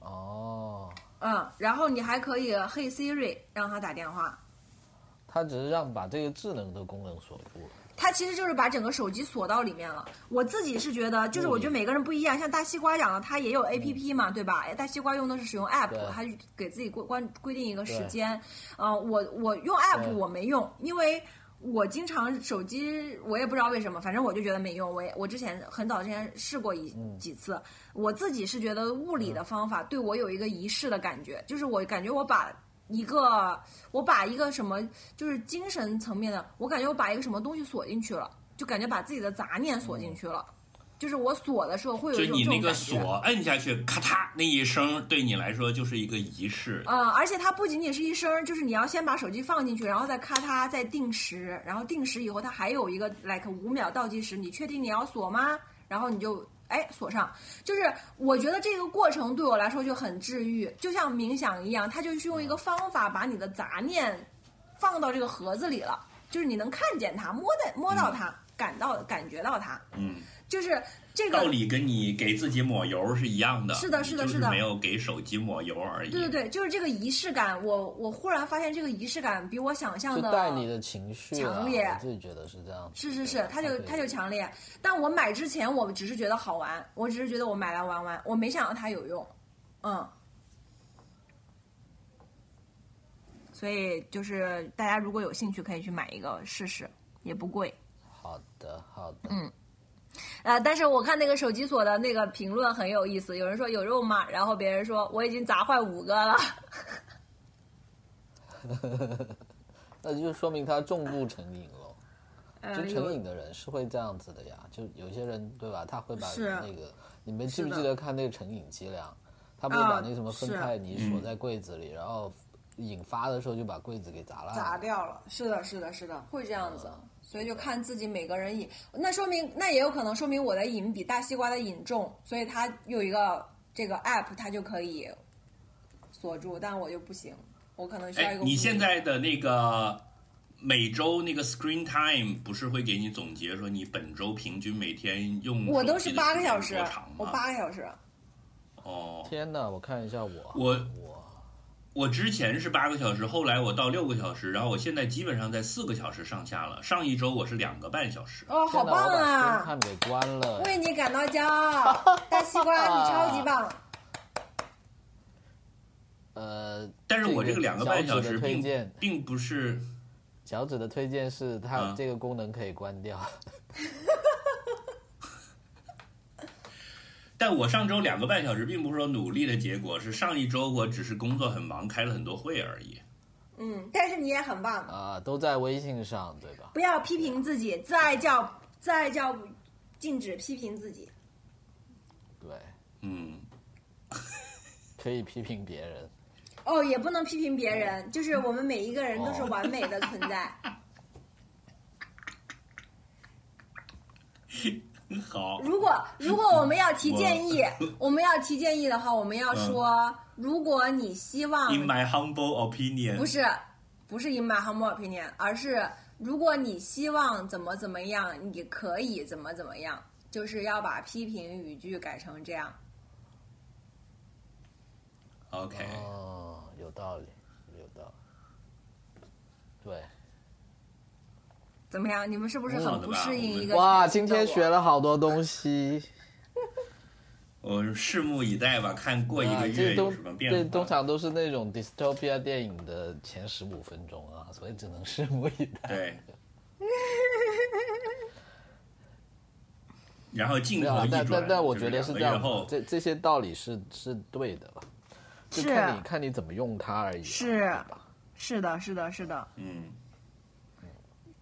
Speaker 2: 哦，
Speaker 1: 嗯，然后你还可以嘿 Siri 让他打电话。
Speaker 2: 它只是让把这个智能的功能锁住了。
Speaker 1: 它其实就是把整个手机锁到里面了。我自己是觉得，就是我觉
Speaker 2: 嗯
Speaker 1: 得每个人不一样，像大西瓜讲的，它也有 A P P 嘛，对吧？大西瓜用的是使用 App，
Speaker 2: 对
Speaker 1: 它给自己规关规定一个时
Speaker 2: 对
Speaker 1: 间。呃，我我用 App
Speaker 2: 对
Speaker 1: 我没用，因为。我经常手机，我也不知道为什么，反正我就觉得没用。我也我之前很早之前试过一、
Speaker 2: 嗯
Speaker 1: 几次，我自己是觉得物理的方法对我有一个仪式的感觉，就是我感觉我把一个我把一个什么，就是精神层面的，我感觉我把一个什么东西锁进去了，就感觉把自己的杂念锁进去了。就是我锁的时候会有
Speaker 3: 就
Speaker 1: 一种
Speaker 3: 你
Speaker 1: 这种
Speaker 3: 那个
Speaker 1: 感觉。
Speaker 3: 锁摁下去，咔嗒那一声，对你来说就是一个仪式。
Speaker 1: 呃，而且它不仅仅是一声儿，就是你要先把手机放进去，然后再咔嗒，再定时，然后定时以后它还有一个 like 五秒倒计时，你确定你要锁吗？然后你就哎锁上。就是我觉得这个过程对我来说就很治愈，就像冥想一样，它就是用一个方法把你的杂念放到这个盒子里了，就是你能看见它，摸的摸到
Speaker 2: 嗯
Speaker 1: 它，感到感觉到它，
Speaker 3: 嗯，
Speaker 1: 就是这个
Speaker 3: 道理跟你给自己抹油是一样的。
Speaker 1: 是的是的
Speaker 3: 你就是
Speaker 1: 的
Speaker 3: 没有给手机抹油而已。
Speaker 1: 对对对，就是这个仪式感，我我忽然发现这个仪式感比我想象
Speaker 2: 就
Speaker 1: 的
Speaker 2: 带你的情绪、
Speaker 1: 嗯
Speaker 2: 啊，
Speaker 1: 强烈
Speaker 2: 我自己觉得是这样子。
Speaker 1: 是是
Speaker 2: 啊对
Speaker 1: 是
Speaker 2: 吧，
Speaker 1: 它就
Speaker 2: 可以
Speaker 1: 它就强烈。但我买之前，我只是觉得好玩，我只是觉得我买来玩玩，我没想到它有用，嗯。所以就是大家如果有兴趣，可以去买一个试试，也不贵。
Speaker 2: 好的好的，嗯，
Speaker 1: 呃，但是我看那个手机锁的那个评论很有意思，有人说有肉吗？然后别人说我已经砸坏五个了。
Speaker 2: 那就说明他重度成瘾了。就
Speaker 1: 嗯，
Speaker 2: 成瘾
Speaker 1: 有
Speaker 2: 的人是会这样子的呀，就有些人对吧？他会把
Speaker 1: 是
Speaker 2: 那个，你们记不
Speaker 1: 是的
Speaker 2: 记得看那个成瘾剂量？他不是
Speaker 1: 啊
Speaker 2: 把那什么芬
Speaker 1: 是
Speaker 2: 太尼锁在柜子里，然后引发的时候就把柜子给砸烂。
Speaker 1: 砸掉了。是的，是的，是的，会这样子。啊所以就看自己每个人瘾，那说明那也有可能说明我的瘾比大西瓜的瘾重，所以它有一个这个 app，它就可以锁住，但我就不行，我可能需要
Speaker 3: 哎
Speaker 1: 一个。，
Speaker 3: 你现在的那个每周那个 screen time 不是会给你总结说你本周平均每天用
Speaker 1: 我都
Speaker 3: 手
Speaker 1: 是
Speaker 3: 机的
Speaker 1: 八个小
Speaker 3: 时
Speaker 1: 时
Speaker 3: 间多长吗，啊
Speaker 1: 我八个小时，
Speaker 3: 哦，
Speaker 2: 天哪！我看一下我，
Speaker 3: 我
Speaker 2: 我
Speaker 3: 我之前是八个小时，后来我到六个小时，然后我现在基本上在四个小时上下了。上一周我是两个半小时，
Speaker 1: 哦，好
Speaker 2: 天哪！
Speaker 1: 棒
Speaker 2: 我把
Speaker 1: 啊！
Speaker 2: 看给关了。
Speaker 1: 为你感到骄傲，大西瓜，你超级棒。
Speaker 2: 呃，
Speaker 3: 但是我这个两个半小
Speaker 2: 脚趾
Speaker 3: 时
Speaker 2: 的推
Speaker 3: 并
Speaker 2: 荐，
Speaker 3: 并不是
Speaker 2: 脚趾的推荐是它
Speaker 3: 嗯
Speaker 2: 这个功能可以关掉。
Speaker 3: 但我上周两个半小时，并不是说努力的结果，是上一周我只是工作很忙，开了很多会而已。
Speaker 1: 嗯，但是你也很棒，
Speaker 2: 啊、都在微信上，对吧？
Speaker 1: 不要批评自己，自爱教自爱教禁止批评自己。
Speaker 2: 对，
Speaker 3: 嗯，
Speaker 2: 可以批评别人。
Speaker 1: 哦，也不能批评别人，就是我们每一个人都是完美的 存在。
Speaker 3: 好，
Speaker 1: 如果如果我们要提建议，我们要提建议的话，我们要说，如果你希望
Speaker 3: In my humble opinion，
Speaker 1: 不是不是 in my humble opinion，而是如果你希望怎么怎么样，你可以怎么怎么样，就是要把批评语句改成这样。
Speaker 3: OK，
Speaker 2: 哦，有道理，有道理。对，
Speaker 1: 怎么样？你们是不是
Speaker 3: 好
Speaker 1: 很
Speaker 3: 的
Speaker 1: 不
Speaker 3: 吧
Speaker 1: 适
Speaker 3: 我
Speaker 1: 应
Speaker 3: 们
Speaker 1: 一个
Speaker 2: 哇，
Speaker 1: 新
Speaker 2: 今
Speaker 1: 的
Speaker 2: 天
Speaker 1: 我
Speaker 2: 学了好多东 西。
Speaker 3: 我拭目以待吧，看过一个
Speaker 2: 啊这
Speaker 3: 月有
Speaker 2: 都
Speaker 3: 什么
Speaker 2: 这
Speaker 3: 变
Speaker 2: 通
Speaker 3: 化。
Speaker 2: 常都是那种 dystopia 电影的前十五分钟啊，所以只能拭目以 待。
Speaker 3: 对。然后镜
Speaker 2: 没有
Speaker 3: 头
Speaker 2: 啊
Speaker 3: 一，转
Speaker 2: 但，但但我
Speaker 3: 就是
Speaker 2: 觉得是这
Speaker 3: 两个月
Speaker 2: 样的
Speaker 3: 后，
Speaker 2: 这这些道理是是对的吧？就是看你看你怎么用它而已啊、
Speaker 10: 是
Speaker 2: 对吧？
Speaker 10: 是的，是的，是的。
Speaker 3: 嗯，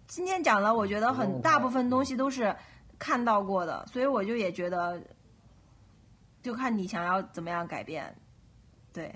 Speaker 10: 今天讲了，我觉得
Speaker 2: 哦
Speaker 10: 很大部分东西都是看到过的，所以我就也觉得，就看你想要怎么样改变。对，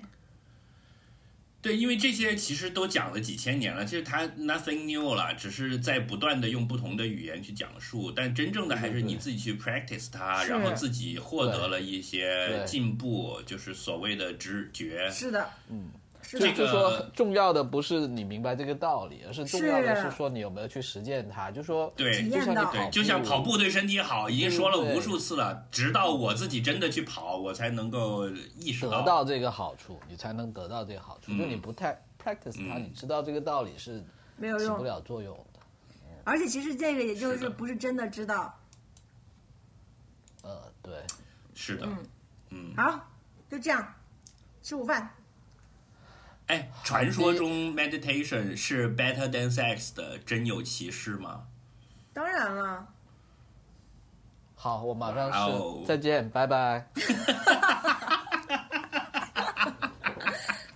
Speaker 3: 对，因为这些其实都讲了几千年了，其实它 nothing new 了，只是在不断的用不同的语言去讲述，但真正的还是你自己去 practice 它，
Speaker 10: 是
Speaker 3: 然后自己获得
Speaker 2: 对
Speaker 3: 了一些
Speaker 2: 对
Speaker 3: 进步，就是所谓的直觉。
Speaker 1: 是的，
Speaker 2: 嗯就
Speaker 3: 哎这
Speaker 2: 就
Speaker 3: 个
Speaker 2: 说重要的不是你明白这个道理，而是重要的是说你有没有去实践它。就说
Speaker 3: 对
Speaker 2: 就像你
Speaker 1: 到
Speaker 2: 跑
Speaker 3: 对，就像跑步对身体好，已经说了无数次了，直到我自己真的去跑，我才能够意识
Speaker 2: 得到这个好处，你才能得到这个好处。就你不太 practice 它，
Speaker 3: 嗯
Speaker 2: 你知道这个道理是
Speaker 1: 没有
Speaker 2: 起不
Speaker 1: 用。
Speaker 2: 了作用的。
Speaker 1: 而且其实这个也就是
Speaker 3: 的
Speaker 1: 是不是真的知道。
Speaker 2: 呃，对，
Speaker 3: 是的，嗯，
Speaker 1: 好，就这样，吃午饭。
Speaker 3: 哎，传说中 meditation 是 better than sex 的，真有其事吗？
Speaker 1: 当然了，
Speaker 2: 好，我马上
Speaker 3: 哇哦
Speaker 2: 是再见，拜拜。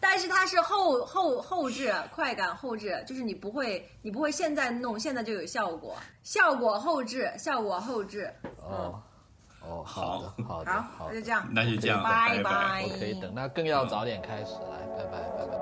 Speaker 1: 但是它是后后后置快感后置，就是你不会你不会现在弄，现在就有效果，效果后置，效果后置。
Speaker 2: 哦，哦，好的，好的，
Speaker 1: 嗯好，
Speaker 2: 好
Speaker 1: 那就
Speaker 2: 的
Speaker 1: 这，样，
Speaker 3: 那就这样，
Speaker 1: 拜
Speaker 3: 拜。
Speaker 2: 我可以等，那更要早点开始，来，拜拜，拜拜。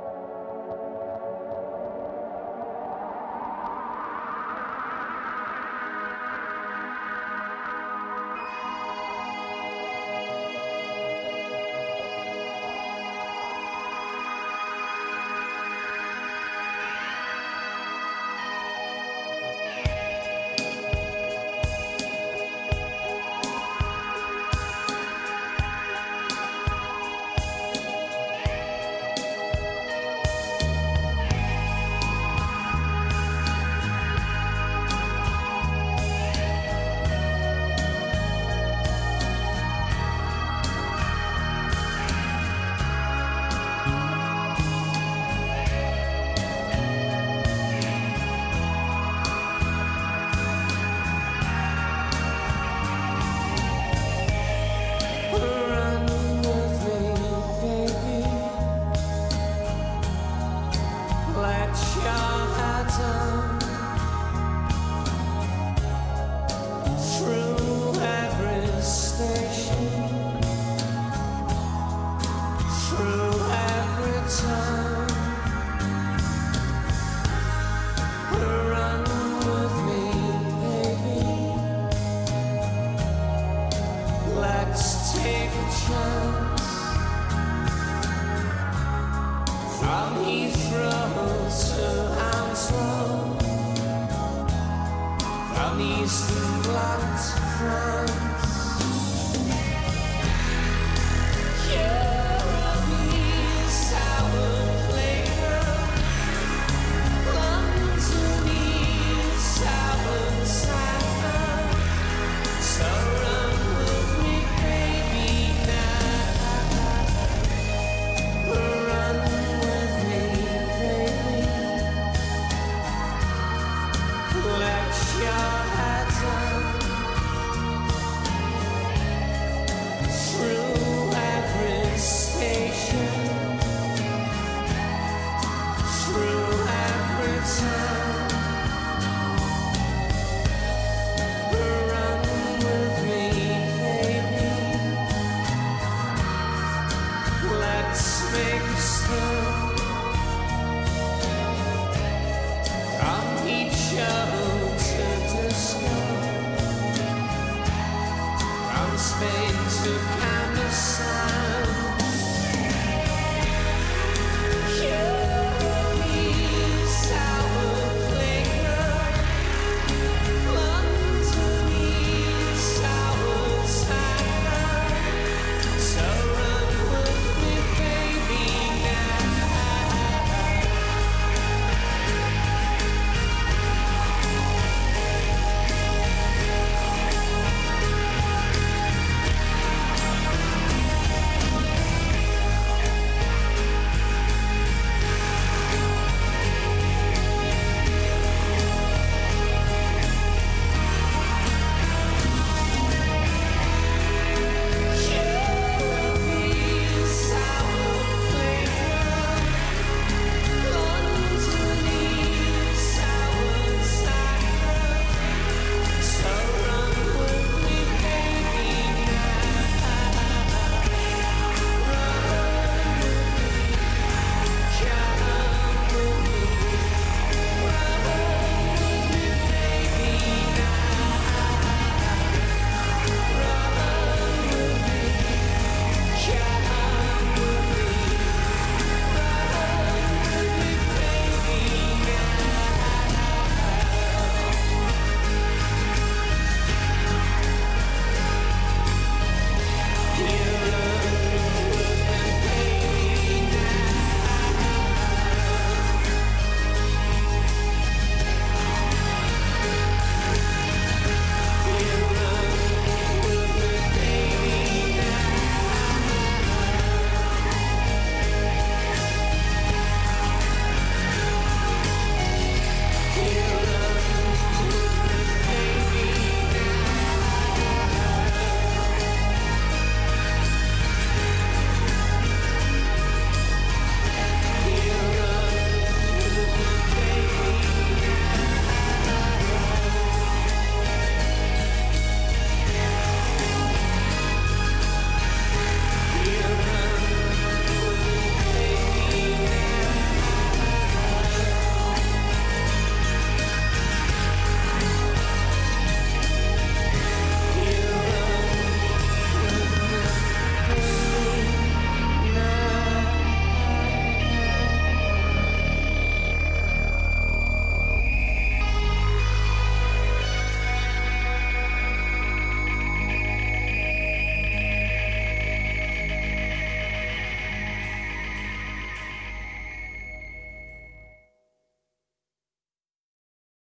Speaker 11: Let's take a chance from Heathrow to Hounslow, from Eastern Bloc to France. Europe is our playground. London is our town. So run with me, baby, now. Run with me, baby. Let your head down through every station, through every town. Run with me, baby. Let's make a stop.